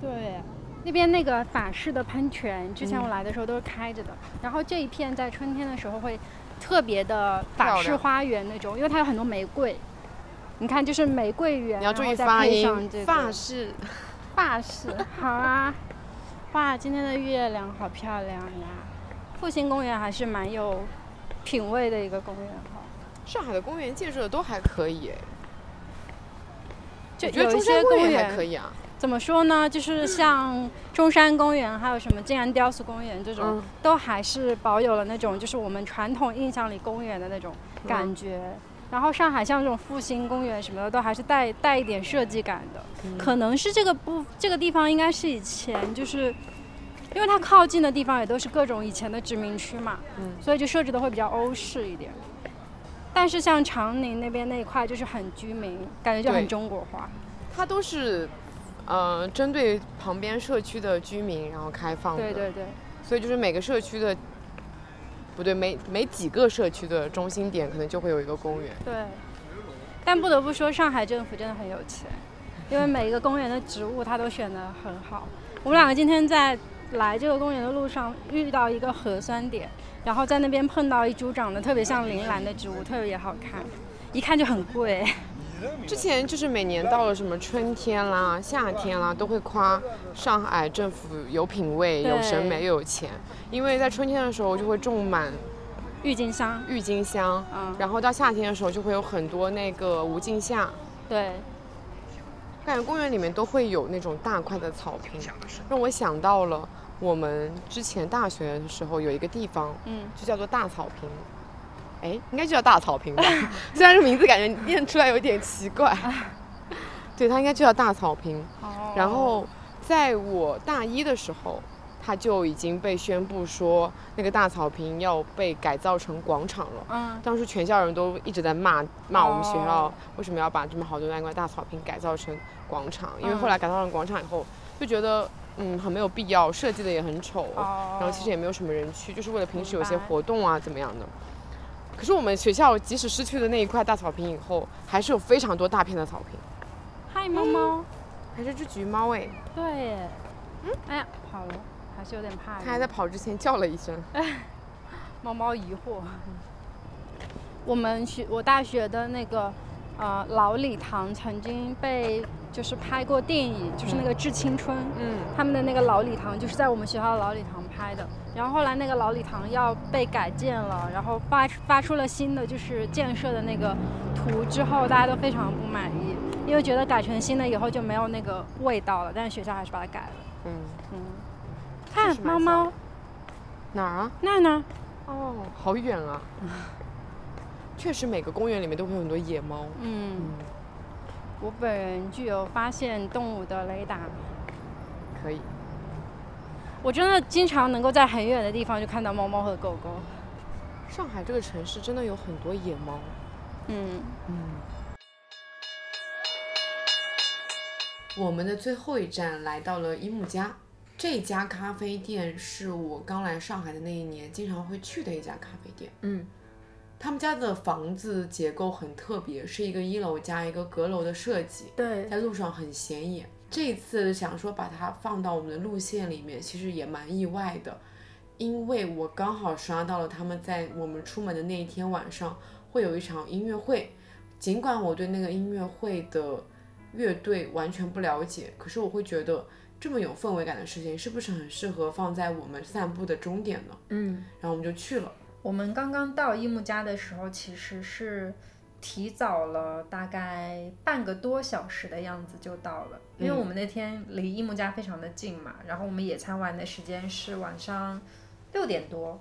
Speaker 4: 对。那边那个法式的喷泉，之前
Speaker 5: 嗯
Speaker 4: 我来的时候都是开着的。然后这一片在春天的时候会特别的法
Speaker 5: 漂
Speaker 4: 式
Speaker 5: 亮
Speaker 4: 花园那种，因为它有很多玫瑰。你看，就是玫瑰园，
Speaker 5: 你要
Speaker 4: 然
Speaker 5: 注
Speaker 4: 后
Speaker 5: 意
Speaker 4: 再
Speaker 5: 发
Speaker 4: 配
Speaker 5: 音
Speaker 4: 上这个
Speaker 5: 法式，
Speaker 4: 法式，好啊。哇，今天的月亮好漂亮呀！复兴公园还是蛮有品味的一个公园哈。
Speaker 5: 上海的公园建设的都还可以哎，
Speaker 4: 就
Speaker 5: 我觉
Speaker 4: 有
Speaker 5: 得
Speaker 4: 一
Speaker 5: 中
Speaker 4: 些
Speaker 5: 山公
Speaker 4: 公
Speaker 5: 园还
Speaker 4: 园
Speaker 5: 可以啊。
Speaker 4: 怎么说呢？就是像中山公园，还有什么静安雕塑公园这种，
Speaker 5: 嗯
Speaker 4: 都还是保有了那种就是我们传统印象里公园的那种
Speaker 5: 嗯
Speaker 4: 感觉。然后上海像这种复兴公园什么的，都还是带带一点设计感的。
Speaker 5: 嗯
Speaker 4: 可能是这个不这个地方应该是以前就是，因为它靠近的地方也都是各种以前的殖民区嘛，
Speaker 5: 嗯
Speaker 4: 所以就设置的会比较欧式一点。但是像长宁那边那一块就是很居民，感觉就很
Speaker 5: 对
Speaker 4: 中国化。
Speaker 5: 它都是，呃，针对旁边社区的居民然后开放的。
Speaker 4: 对对对。
Speaker 5: 所以就是每个社区的，不对，每每几个社区的中心点可能就会有一个公园。
Speaker 4: 对，但不得不说，上海政府真的很有钱，因为每一个公园的植物它都选得很好。我们两个今天在来这个公园的路上遇到一个核酸点，然后在那边碰到一株长得特别像铃兰的植物，特别好看，一看就很贵。
Speaker 5: 之前就是每年到了什么春天啦、夏天啦，都会夸上海政府有品味、
Speaker 4: 对
Speaker 5: 有审美又有钱，因为在春天的时候就会种满
Speaker 4: 郁金香，嗯
Speaker 5: 郁金香，然后到夏天的时候就会有很多那个无尽夏，
Speaker 4: 对，
Speaker 5: 感觉公园里面都会有那种大块的草坪，让我想到了我们之前大学的时候有一个地方，
Speaker 4: 嗯，
Speaker 5: 就叫做大草坪。哎，应该就叫大草坪吧，虽然这名字感觉念出来有点奇 怪。对，它应该就叫大草坪。
Speaker 4: 哦
Speaker 2: 哦
Speaker 5: 然后，在我大一的时候，它就已经被宣布说那个大草坪要被改造成广场了。
Speaker 4: 嗯
Speaker 5: 当时全校人都一直在骂骂我们学校
Speaker 4: 哦
Speaker 5: 为什么要把这么好的那块大草坪改造成广场，因为
Speaker 4: 嗯
Speaker 5: 后来改造成广场以后，就觉得嗯很没有必要，设计的也很丑，
Speaker 4: 哦
Speaker 5: 然后其实也没有什么人去，就是为了平时有些
Speaker 4: 明白
Speaker 5: 活动啊怎么样的。可是我们学校即使失去了那一块大草坪以后，还是有非常多大片的草坪。
Speaker 4: 嗨，猫猫，
Speaker 2: 还是只橘猫哎，
Speaker 4: 嗯对耶，嗯，哎呀，跑了，还是有点怕。
Speaker 2: 它还在跑之前叫了一声。
Speaker 4: 猫猫疑惑。
Speaker 2: 嗯
Speaker 4: 我们学我大学的那个呃老礼堂曾经被就是拍过电影，就是那个《致青春》，
Speaker 2: 嗯，
Speaker 4: 他们的那个老礼堂就是在我们学校的老礼堂拍的。然后后来那个老礼堂要被改建了，然后发发出了新的就是建设的那个图之后，大家都非常不满意，因为觉得改成新的以后就没有那个味道了。但是学校还是把它改了。
Speaker 2: 嗯
Speaker 4: 嗯，看猫猫
Speaker 2: 哪儿啊？
Speaker 4: 那呢？
Speaker 2: 哦，好远啊！确实，每个公园里面都会有很多野猫。
Speaker 4: 嗯，我本人具有发现动物的雷达，
Speaker 2: 可以。
Speaker 4: 我真的经常能够在很远的地方就看到猫猫和狗狗。
Speaker 2: 上海这个城市真的有很多野猫。
Speaker 4: 嗯
Speaker 2: 嗯。我们的最后一站来到了伊木家，这家咖啡店是我刚来上海的那一年经常会去的一家咖啡店。
Speaker 10: 嗯，
Speaker 2: 他们家的房子结构很特别，是一个一楼加一个阁楼的设计。
Speaker 10: 对，
Speaker 2: 在路上很显眼。这一次想说把它放到我们的路线里面，其实也蛮意外的，因为我刚好刷到了他们在我们出门的那一天晚上会有一场音乐会。尽管我对那个音乐会的乐队完全不了解，可是我会觉得这么有氛围感的事情，是不是很适合放在我们散步的终点呢？
Speaker 10: 嗯，
Speaker 2: 然后我们就去了。
Speaker 3: 我们刚刚到伊木家的时候，其实是提早了大概半个多小时的样子就到了，因为
Speaker 2: 嗯
Speaker 3: 我们那天离伊木家非常的近嘛，然后我们野餐完的时间是晚上六点多，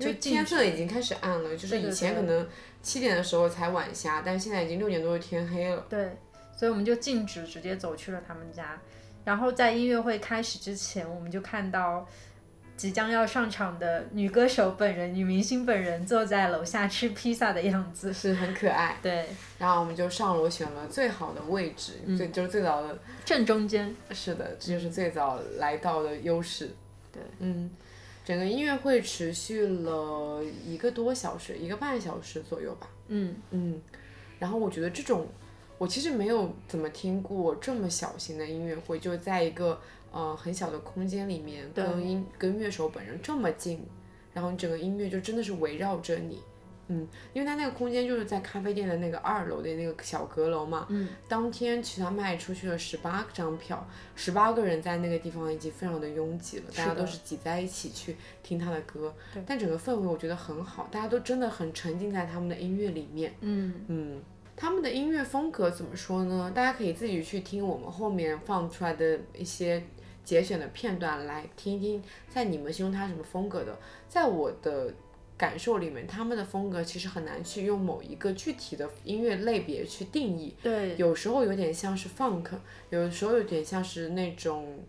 Speaker 2: 因
Speaker 3: 就
Speaker 2: 为
Speaker 3: 进
Speaker 2: 天色
Speaker 3: 去
Speaker 2: 已经开始暗了，就是
Speaker 3: 对对
Speaker 2: 以前
Speaker 3: 对
Speaker 2: 可能七点的时候才晚霞，但是现在已经六点多就天黑了。
Speaker 3: 对，所以我们就径直直接走去了他们家。然后在音乐会开始之前，我们就看到即将要上场的女歌手本人、女明星本人坐在楼下吃披萨的样子，
Speaker 2: 是很可爱。
Speaker 3: 对，
Speaker 2: 然后我们就上楼选了最好的位置，
Speaker 3: 嗯
Speaker 2: 最就是最早的，
Speaker 3: 正中间。
Speaker 2: 是的，这就是最早来到的优势。
Speaker 10: 对，
Speaker 2: 嗯，整个音乐会持续了一个多小时，一个半小时左右吧。
Speaker 3: 嗯
Speaker 2: 嗯，然后我觉得这种，我其实没有怎么听过这么小型的音乐会，就在一个呃很小的空间里面，
Speaker 3: 对
Speaker 2: 跟音跟乐手本人这么近，然后你整个音乐就真的是围绕着你。嗯，因为它那个空间就是在咖啡店的那个二楼的那个小阁楼嘛。
Speaker 10: 嗯。
Speaker 2: 当天其实它卖出去了十八张票，十八个人在那个地方已经非常的拥挤了，
Speaker 10: 是
Speaker 2: 大家都
Speaker 10: 的
Speaker 2: 是挤在一起去听他的歌
Speaker 3: 对。
Speaker 2: 但整个氛围我觉得很好，大家都真的很沉浸在他们的音乐里面。
Speaker 3: 嗯
Speaker 2: 嗯，他们的音乐风格怎么说呢？大家可以自己去听我们后面放出来的一些节选的片段来听一听，在你们心中它是什么风格的？在我的感受里面，他们的风格其实很难去用某一个具体的音乐类别去定义。
Speaker 10: 对
Speaker 2: 有时候有点像是 funk，有时候有点像是那种。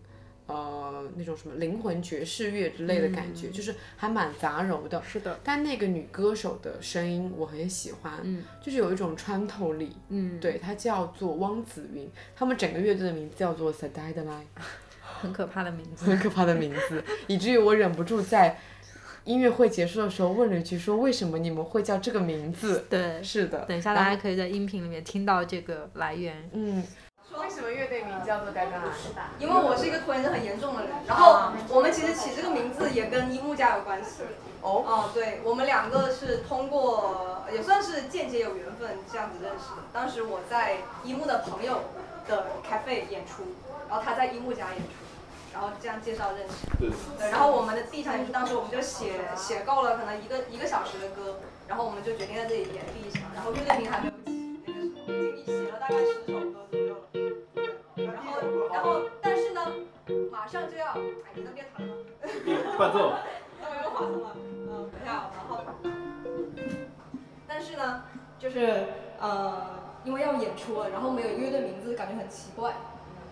Speaker 2: 呃，那种什么灵魂爵士乐之类的感觉，
Speaker 10: 嗯
Speaker 2: 就是还蛮杂糅的。
Speaker 10: 是的，
Speaker 2: 但那个女歌手的声音我很喜欢，
Speaker 10: 嗯
Speaker 2: 就是有一种穿透力。
Speaker 10: 嗯，
Speaker 2: 对，她叫做汪子云，他们整个乐队的名字叫做 s a d a d l i n e
Speaker 3: 很可怕的名字，
Speaker 2: 很可怕的名字，以至于我忍不住在音乐会结束的时候问了一句说：“为什么你们会叫这个名字？”
Speaker 3: 对
Speaker 2: 是的。
Speaker 3: 等一下，
Speaker 2: 然
Speaker 3: 大
Speaker 2: 后
Speaker 3: 家可以在音频里面听到这个来源。
Speaker 2: 嗯，为什么乐队名叫做 d a d l i n
Speaker 6: 因为我是一个拖
Speaker 2: 啊
Speaker 6: 延症很严重的人，然后我们其实起这个名字也跟樱木家有关系。
Speaker 2: 哦，
Speaker 6: 哦，对，我们两个是通过也算是间接有缘分这样子认识的。当时我在樱木的朋友的 cafe 演出，然后他在樱木家演出，然后这样介绍认识的。
Speaker 14: 对
Speaker 6: 对，然后我们的第一场演出，当时我们就写写够了可能一个一个小时的歌，然后我们就决定在这里演第一场，然后乐队名还没有起，那个时候已经写了大概十首歌左右了。对然后，然后，但是呢，马上就要，哎，你能别弹了吗？
Speaker 14: 伴奏。
Speaker 6: 要不要划算了？嗯，不要。然后，但是呢，就是呃，因为要演出了，然后没有乐队名字，感觉很奇怪。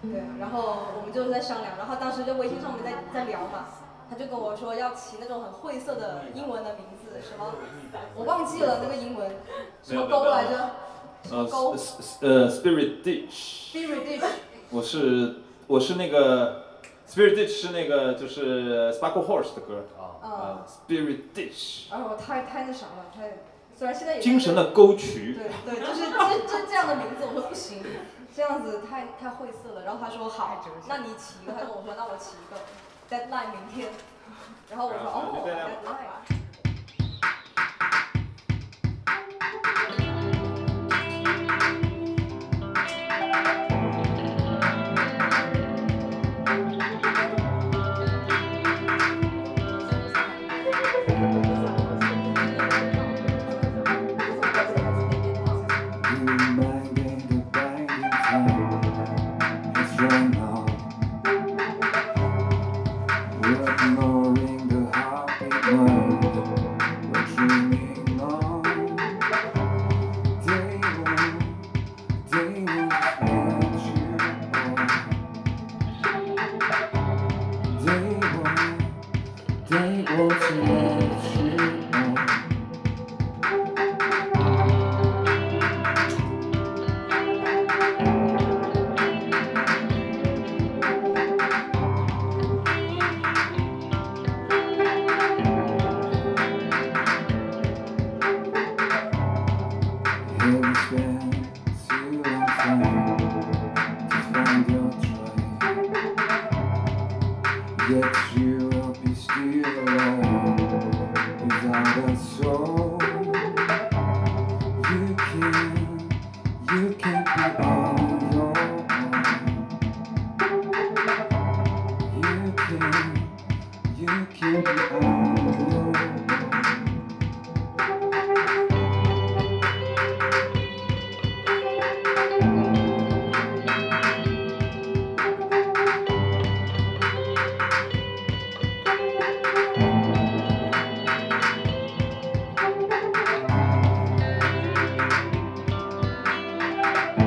Speaker 6: 对，然后我们就在商量，然后当时就微信上面在在聊嘛，他就跟我说要起那种很晦涩的英文的名字，什么我忘记了那个英文，什么沟来着
Speaker 14: 呃
Speaker 6: 勾
Speaker 14: ，s- s- 呃，Spirit Ditch，
Speaker 6: ，Spirit Dish，
Speaker 14: 我是我是那个 Spirit Ditch 是那个就是 Sparkle Horse 的歌
Speaker 6: 啊
Speaker 14: 呃，Spirit Ditch，
Speaker 6: 哎我太太那啥了，太虽然现在也
Speaker 14: 精神的沟渠。
Speaker 6: 对对，就是这这这样的名字，我说不行，这样子太太晦涩了。然后他说好，那你起一个，他跟我说那我起一个，deadline 明天。然后我说
Speaker 14: 然后
Speaker 6: 哦
Speaker 14: 就这样
Speaker 6: ，deadline。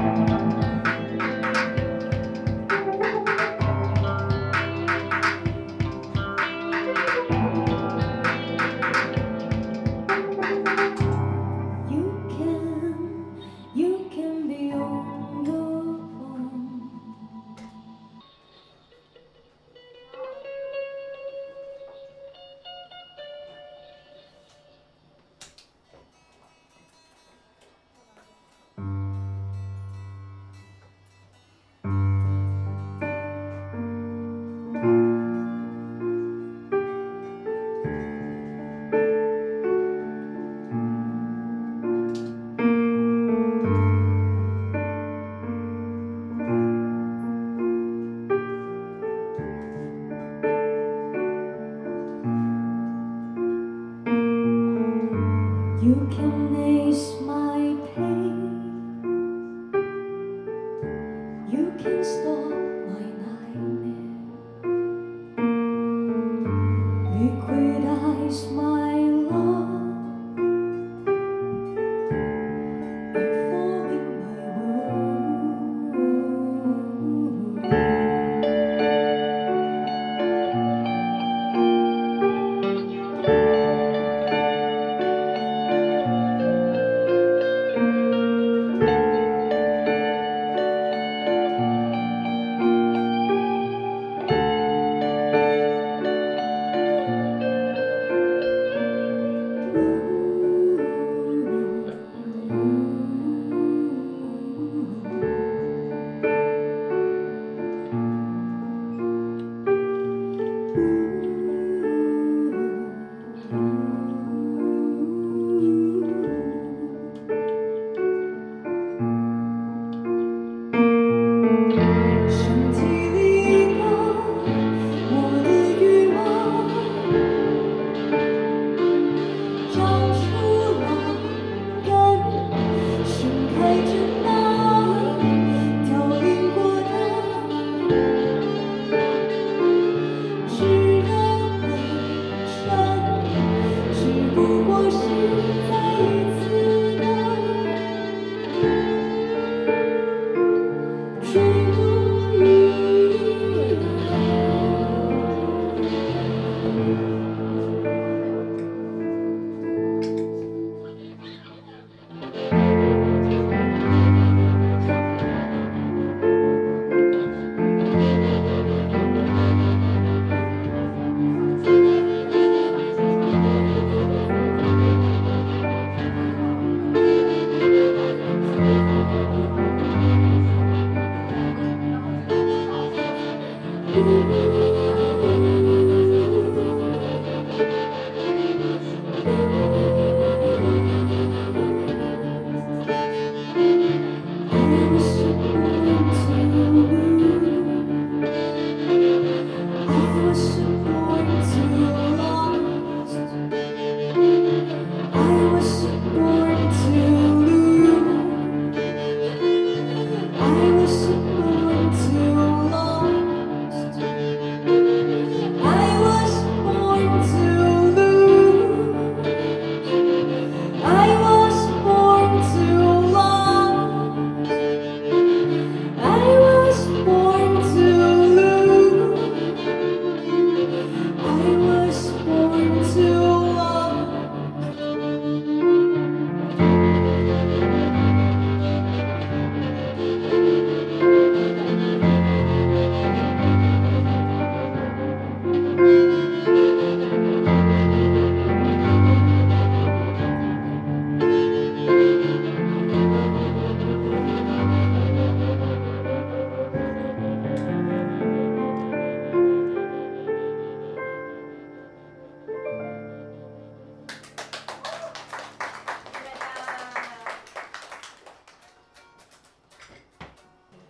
Speaker 7: Thank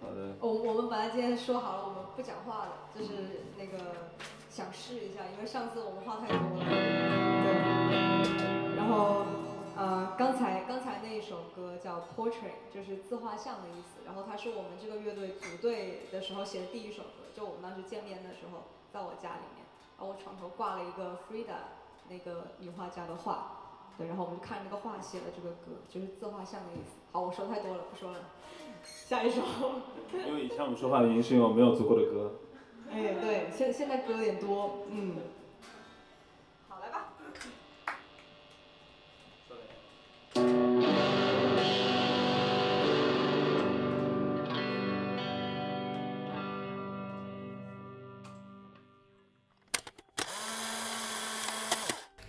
Speaker 4: 嗯
Speaker 6: 我我们本来今天说好了，我们不讲话了，就是那个想试一下，因为上次我们话太多了。对。然后，呃，刚才刚才那一首歌叫《Portrait》，就是自画像的意思。然后它是我们这个乐队组队的时候写的第一首歌，就我们当时见面的时候，在我家里面，然后我床头挂了一个 Frida 那个女画家的画。对，然后我们就看那个画写的这个歌，就是自画像的意思。好，我说太多了，不说了， 下一首。
Speaker 14: 因为以前我们说话的原因是因为我没有足够的歌。
Speaker 6: 哎，对，现现在歌有点多，嗯。好，来吧。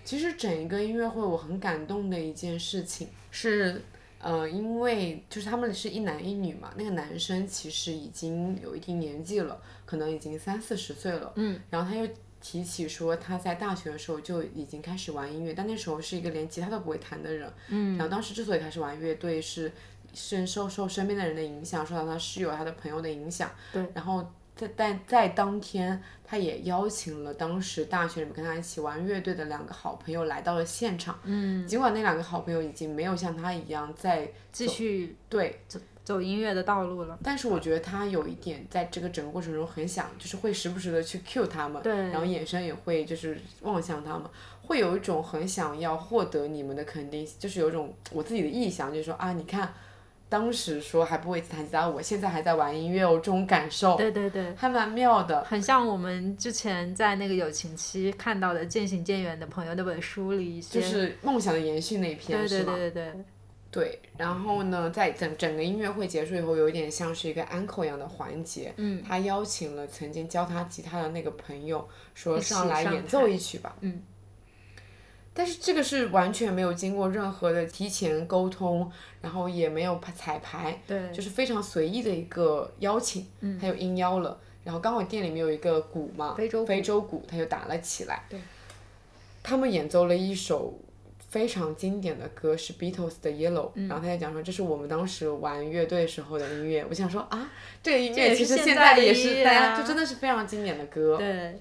Speaker 2: 其实整一个音乐会，我很感动的一件事情是，呃，因为就是他们是一男一女嘛，那个男生其实已经有一定年纪了，可能已经三四十岁了，
Speaker 3: 嗯，
Speaker 2: 然后他又提起说他在大学的时候就已经开始玩音乐，但那时候是一个连吉他都不会弹的人，
Speaker 3: 嗯
Speaker 2: 然后当时之所以开始玩乐队是，是受受身边的人的影响，受到他室友、他的朋友的影响，
Speaker 3: 对
Speaker 2: 然后在但在当天，他也邀请了当时大学里面跟他一起玩乐队的两个好朋友来到了现场。
Speaker 3: 嗯
Speaker 2: 尽管那两个好朋友已经没有像他一样在
Speaker 3: 继续
Speaker 2: 对
Speaker 3: 走走音乐的道路了，
Speaker 2: 但是我觉得他有一点在这个整个过程中很想，就是会时不时的去 cue 他们，
Speaker 3: 对
Speaker 2: 然后眼神也会就是望向他们，会有一种很想要获得你们的肯定，就是有一种我自己的臆想，就是说啊，你看。当时说还不会弹吉他，我现在还在玩音乐哦，这种感受，
Speaker 3: 对对对，
Speaker 2: 还蛮妙的，
Speaker 3: 很像我们之前在那个友情期看到的《渐行渐远的朋友》那本书里一些，
Speaker 2: 就是梦想的延续那一篇，
Speaker 3: 对对
Speaker 2: 是吗
Speaker 3: 对对对，
Speaker 2: 对，然后呢，在整整个音乐会结束以后，有一点像是一个 uncle 一样的环节。
Speaker 3: 嗯
Speaker 2: 他邀请了曾经教他吉他的那个朋友，说
Speaker 3: 一起
Speaker 2: 上来
Speaker 3: 上
Speaker 2: 演
Speaker 3: 台
Speaker 2: 奏一曲吧。
Speaker 3: 嗯，
Speaker 2: 但是这个是完全没有经过任何的提前沟通，然后也没有排彩排，
Speaker 3: 对
Speaker 2: 就是非常随意的一个邀请，
Speaker 3: 嗯
Speaker 2: 他就应邀了。然后刚好店里面有一个鼓嘛，非洲非洲鼓，他就打了起来。
Speaker 3: 对，
Speaker 2: 他们演奏了一首非常经典的歌，是 Beatles 的 Yellow，、
Speaker 3: 嗯
Speaker 2: 然后他就讲说这是我们当时玩乐队时候的音乐。我想说啊，这个音
Speaker 3: 这也
Speaker 2: 乐
Speaker 3: 是
Speaker 2: 其实
Speaker 3: 现
Speaker 2: 现
Speaker 3: 在
Speaker 2: 在
Speaker 3: 的音
Speaker 2: 也是
Speaker 3: 乐
Speaker 2: 大
Speaker 3: 啊
Speaker 2: 家就真的是非常经典的歌。
Speaker 3: 对，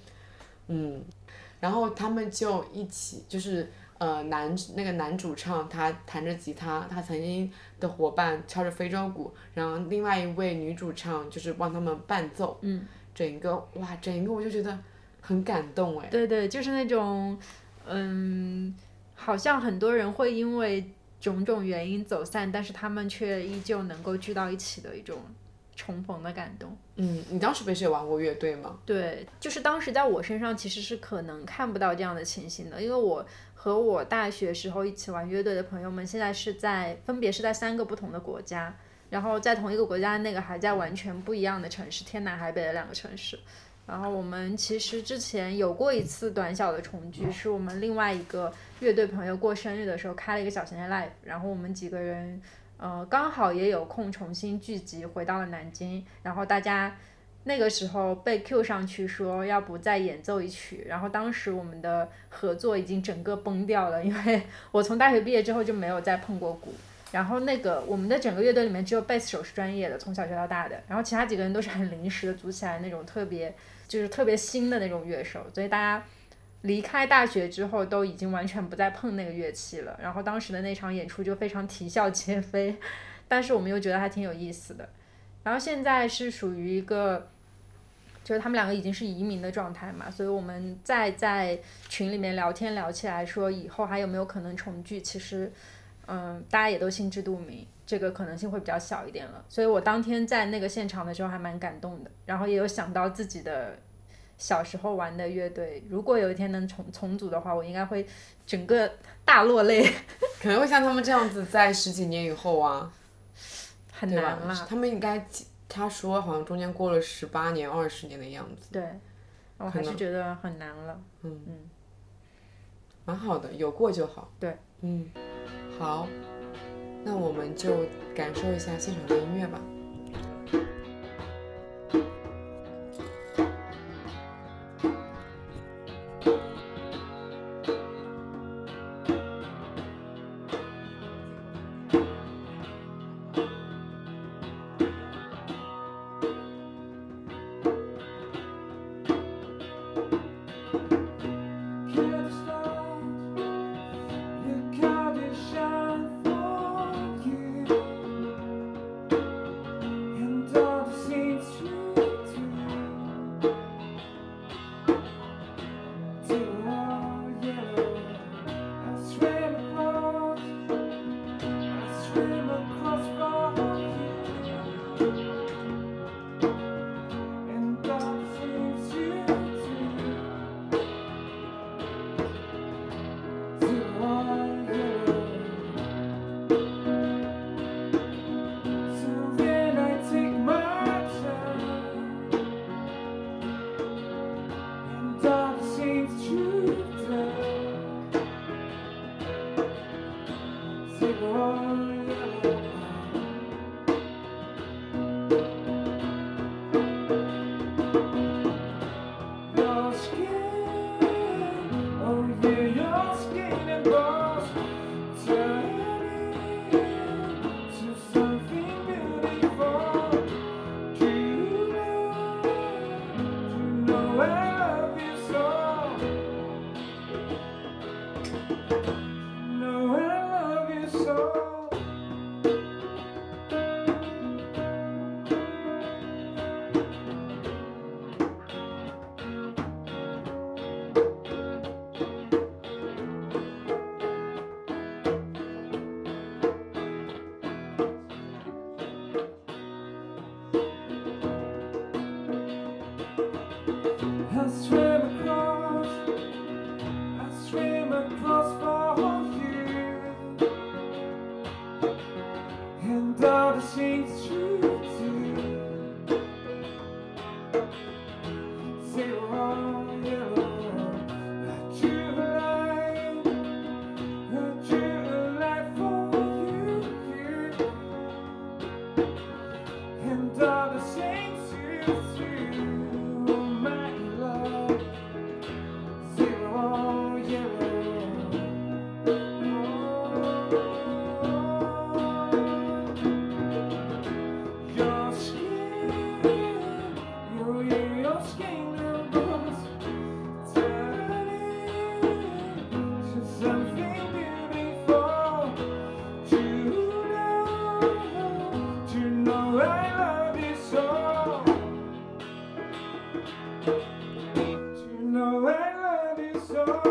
Speaker 2: 嗯，然后他们就一起就是。呃，男那个男主唱他弹着吉他，他曾经的伙伴敲着非洲鼓，然后另外一位女主唱就是帮他们伴奏，
Speaker 3: 嗯，
Speaker 2: 整个哇，整个我就觉得很感动哎，
Speaker 3: 对对，就是那种，嗯，好像很多人会因为种种原因走散，但是他们却依旧能够聚到一起的一种重逢的感动。
Speaker 2: 嗯，你当时不是也玩过乐队吗？
Speaker 3: 对，就是当时在我身上其实是可能看不到这样的情形的，因为我和我大学时候一起玩乐队的朋友们，现在是在分别是在三个不同的国家，然后在同一个国家那个还在完全不一样的城市，天南海北的两个城市。然后我们其实之前有过一次短小的重聚，是我们另外一个乐队朋友过生日的时候开了一个小型的 live，然后我们几个人，呃，刚好也有空重新聚集，回到了南京，然后大家那个时候被 Q 上去说要不再演奏一曲，然后当时我们的合作已经整个崩掉了，因为 我从大学毕业之后就没有再碰过鼓。然后那个我们的整个乐队里面只有贝斯手是专业的，从小学到大的，然后其他几个人都是很临时的组起来那种特别就是特别新的那种乐手，所以大家离开大学之后都已经完全不再碰那个乐器了。然后当时的那场演出就非常啼笑皆非， 但是我们又觉得还挺有意思的。然后现在是属于一个，就是他们两个已经是移民的状态嘛，所以我们再在群里面聊天聊起来说以后还有没有可能重聚，其实，嗯，大家也都心知肚明，这个可能性会比较小一点了。所以我当天在那个现场的时候还蛮感动的，然后也有想到自己的小时候玩的乐队，如果有一天能重重组的话，我应该会整个大落泪。
Speaker 2: 可能会像他们这样子，在十几年以后啊，
Speaker 3: 很
Speaker 2: 对
Speaker 3: 难
Speaker 2: 吧
Speaker 3: 啦
Speaker 2: 他们应该，他说好像中间过了十八年、二十年的样子，
Speaker 3: 对，我
Speaker 2: 可
Speaker 3: 还是
Speaker 2: 能
Speaker 3: 觉得很难了。
Speaker 2: 嗯
Speaker 3: 嗯。
Speaker 2: 蛮好的，有过就好。
Speaker 3: 对，
Speaker 2: 嗯，好，那我们就感受一下现场的音乐吧。
Speaker 15: 嗯
Speaker 7: Oh, machines shoot you. Zero, zero, I drew a line. I drew a line for you, you. And all the shades you threw, my love. Zero, zero. Your skin, your your skin was turning to something beautiful. To know, to know I love you so. To know I love you so.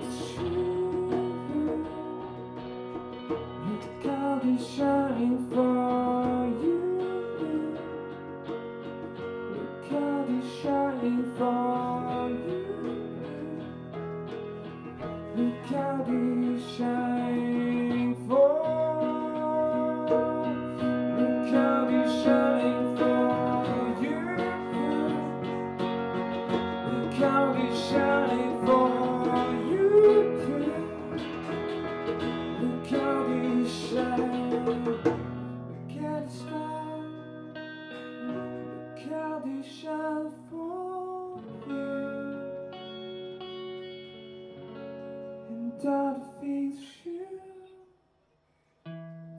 Speaker 7: It's true. Let God is shining for you. Let God is shining for you. Let God is shining for. Let God is shining for you. Look how we shining for you. Look how we shine. Look at the sky. Look how we shine for you. And all the things you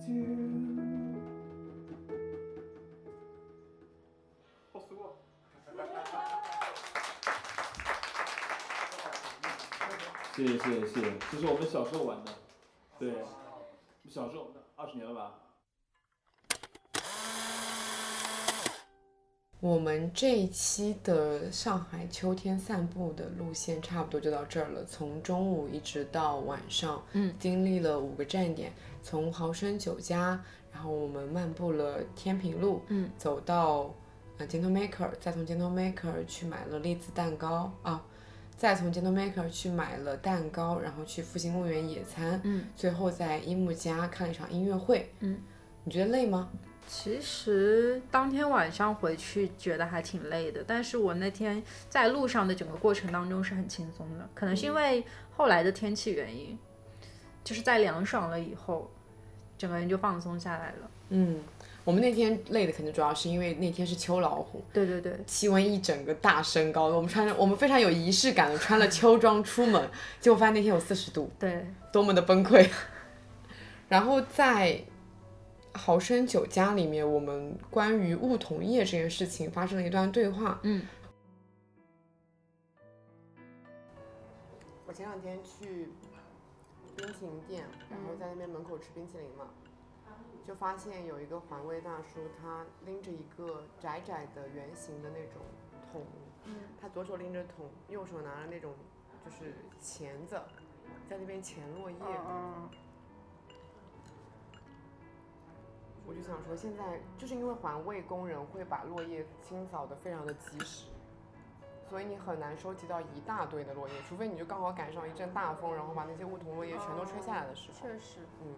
Speaker 7: do.
Speaker 11: 好俗啊！
Speaker 14: 谢谢谢谢谢谢，这是我们小时候玩的，对，小时候二十年了吧？
Speaker 2: 我们这一期的上海秋天散步的路线差不多就到这儿了，从中午一直到晚上，
Speaker 3: 嗯，
Speaker 2: 经历了五个站点，从豪生酒家，然后我们漫步了天平路，
Speaker 3: 嗯
Speaker 2: 走到呃 Gentle Maker，再从 Gentle Maker 去买了栗子蛋糕啊，再从 Gentle Maker 去买了蛋糕，然后去复兴公园野餐，
Speaker 3: 嗯
Speaker 2: 最后在樱木家看了一场音乐会，
Speaker 3: 嗯，
Speaker 2: 你觉得累吗？
Speaker 3: 其实当天晚上回去觉得还挺累的，但是我那天在路上的整个过程当中是很轻松的，可能是因为后来的天气原因，就是在凉爽了以后，整个人就放松下来了。
Speaker 2: 嗯，我们那天累的可能主要是因为那天是秋老虎，
Speaker 3: 对对对，
Speaker 2: 气温一整个大升高，我们穿着我们非常有仪式感的穿了秋装 出门，结果发现那天有四十度，
Speaker 3: 对，
Speaker 2: 多么的崩溃。 然后在豪生酒家里面，我们关于梧桐叶这件事情发生了一段对话，
Speaker 3: 嗯，
Speaker 5: 我前两天去冰淇淋店，然后在那边门口吃冰淇淋嘛，就发现有一个环卫大叔，他拎着一个窄窄的圆形的那种桶，
Speaker 3: 嗯
Speaker 5: 他左手拎着桶，右手拿着那种就是钳子，在那边钳
Speaker 3: 嗯
Speaker 5: 落叶。我就想说，现在就是因为环卫工人会把落叶清扫的非常的及时，所以你很难收集到一大堆的落叶，除非你就刚好赶上一阵大风，然后把那些梧桐落叶全都吹下来的时候。
Speaker 3: 确实，
Speaker 5: 嗯，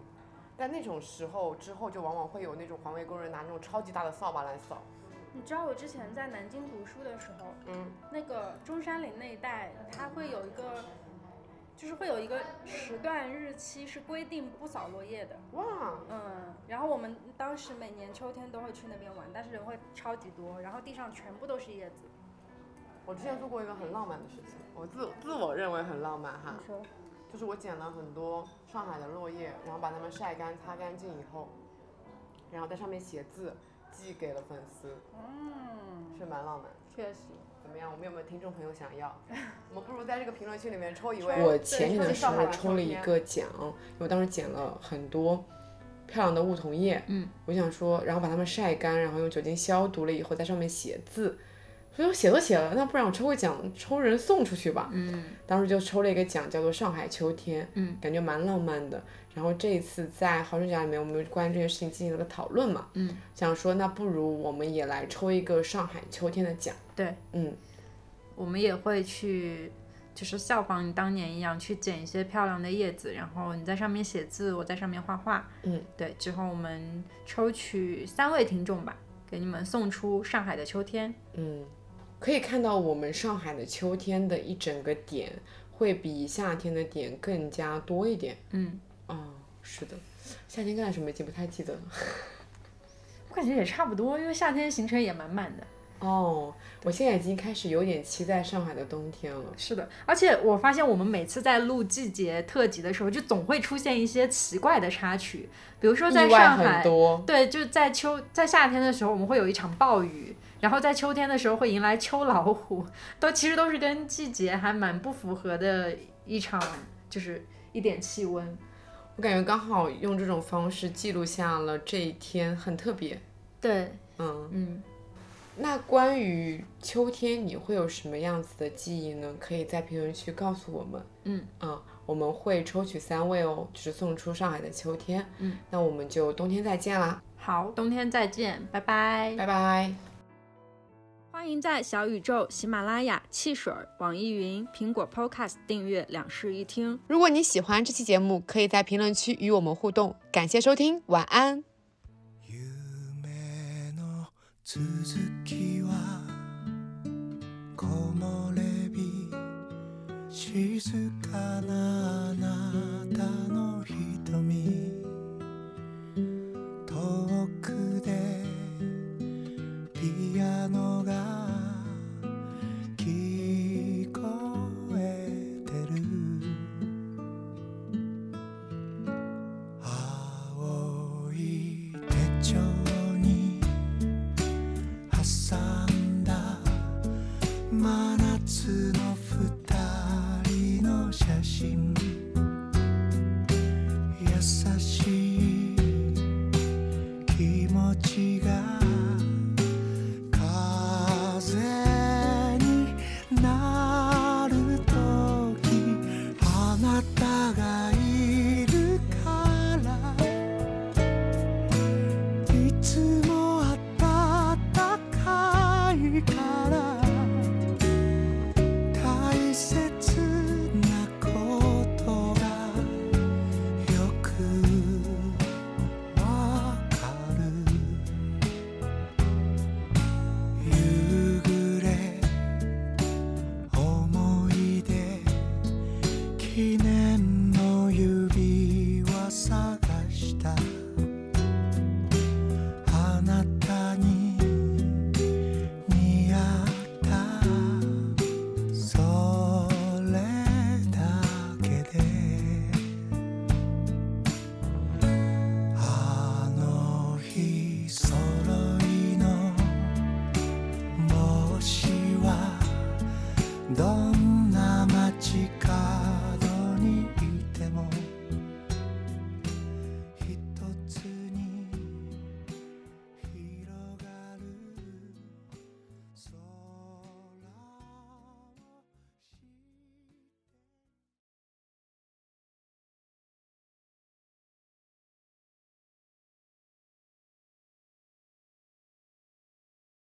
Speaker 5: 但那种时候之后，就往往会有那种环卫工人拿那种超级大的扫把来扫。
Speaker 4: 你知道我之前在南京读书的时候，
Speaker 5: 嗯，
Speaker 4: 那个中山陵那一带，它会有一个，就是会有一个时段日期是规定不扫落叶的。
Speaker 5: 哇，
Speaker 4: 嗯，然后我们当时每年秋天都会去那边玩，但是人会超级多，然后地上全部都是叶子。
Speaker 5: 我之前做过一个很浪漫的事情，我自自我认为很浪漫哈。就是我捡了很多上海的落叶，然后把它们晒干、擦干净以后，然后在上面写字，寄给了粉丝，
Speaker 4: 嗯，
Speaker 5: 是蛮浪漫。
Speaker 4: 确实。
Speaker 5: 怎么样？我们有没有听众朋友想要？我们不如在这个评论区里面抽一位。
Speaker 2: 我前年
Speaker 5: 对
Speaker 2: 的时候
Speaker 5: 抽
Speaker 2: 抽了一个
Speaker 5: 上海的照片
Speaker 2: 奖，因为我当时捡了很多漂亮的梧桐叶，
Speaker 3: 嗯，
Speaker 2: 我想说，然后把它们晒干，然后用酒精消毒了以后，在上面写字，所以我写都写了，那不然我抽个奖，抽人送出去吧。
Speaker 10: 嗯，
Speaker 2: 当时就抽了一个奖，叫做上海秋天，
Speaker 10: 嗯，
Speaker 2: 感觉蛮浪漫的。然后这一次在好生奖里面，我们关于这件事情进行了个讨论嘛，
Speaker 10: 嗯，
Speaker 2: 想说那不如我们也来抽一个上海秋天的奖，
Speaker 3: 对，
Speaker 2: 嗯，
Speaker 3: 我们也会去，就是效仿你当年一样，去捡一些漂亮的叶子，然后你在上面写字，我在上面画画。
Speaker 2: 嗯，
Speaker 3: 对，之后我们抽取三位听众吧，给你们送出上海的秋天。
Speaker 2: 嗯，可以看到我们上海的秋天的一整个点会比夏天的点更加多一点。
Speaker 3: 嗯，
Speaker 2: 哦，是的，夏天干什么已经不太记得了。
Speaker 3: 我感觉也差不多，因为夏天行程也满满的。
Speaker 2: 哦，我现在已经开始有点期待上海的冬天了。
Speaker 3: 是的，而且我发现我们每次在录季节特辑的时候，就总会出现一些奇怪的插曲，比如说在
Speaker 2: 意外
Speaker 3: 上
Speaker 2: 很
Speaker 3: 海，
Speaker 2: 多
Speaker 3: 对，就在秋在夏天的时候，我们会有一场暴雨，然后在秋天的时候会迎来秋老虎，都其实都是跟季节还蛮不符合的一场，就是一点气温。
Speaker 2: 我感觉刚好用这种方式记录下了这一天，很特别。
Speaker 3: 对，
Speaker 2: 嗯
Speaker 3: 嗯。
Speaker 2: 那关于秋天，你会有什么样子的记忆呢？可以在评论区告诉我们。
Speaker 3: 嗯
Speaker 2: 嗯，我们会抽取三位哦，就是送出上海的秋天。
Speaker 3: 嗯，
Speaker 2: 那我们就冬天再见啦，
Speaker 3: 好，冬天再见，拜拜，
Speaker 2: 拜拜。
Speaker 3: 欢迎在小宇宙、喜马拉雅、汽水、网易云、苹果 Podcast 订阅“两室一厅”。
Speaker 2: 如果你喜欢这期节目，可以在评论区与我们互动。感谢收听，晚安。
Speaker 16: 続きは木漏れ日静かなあなたの瞳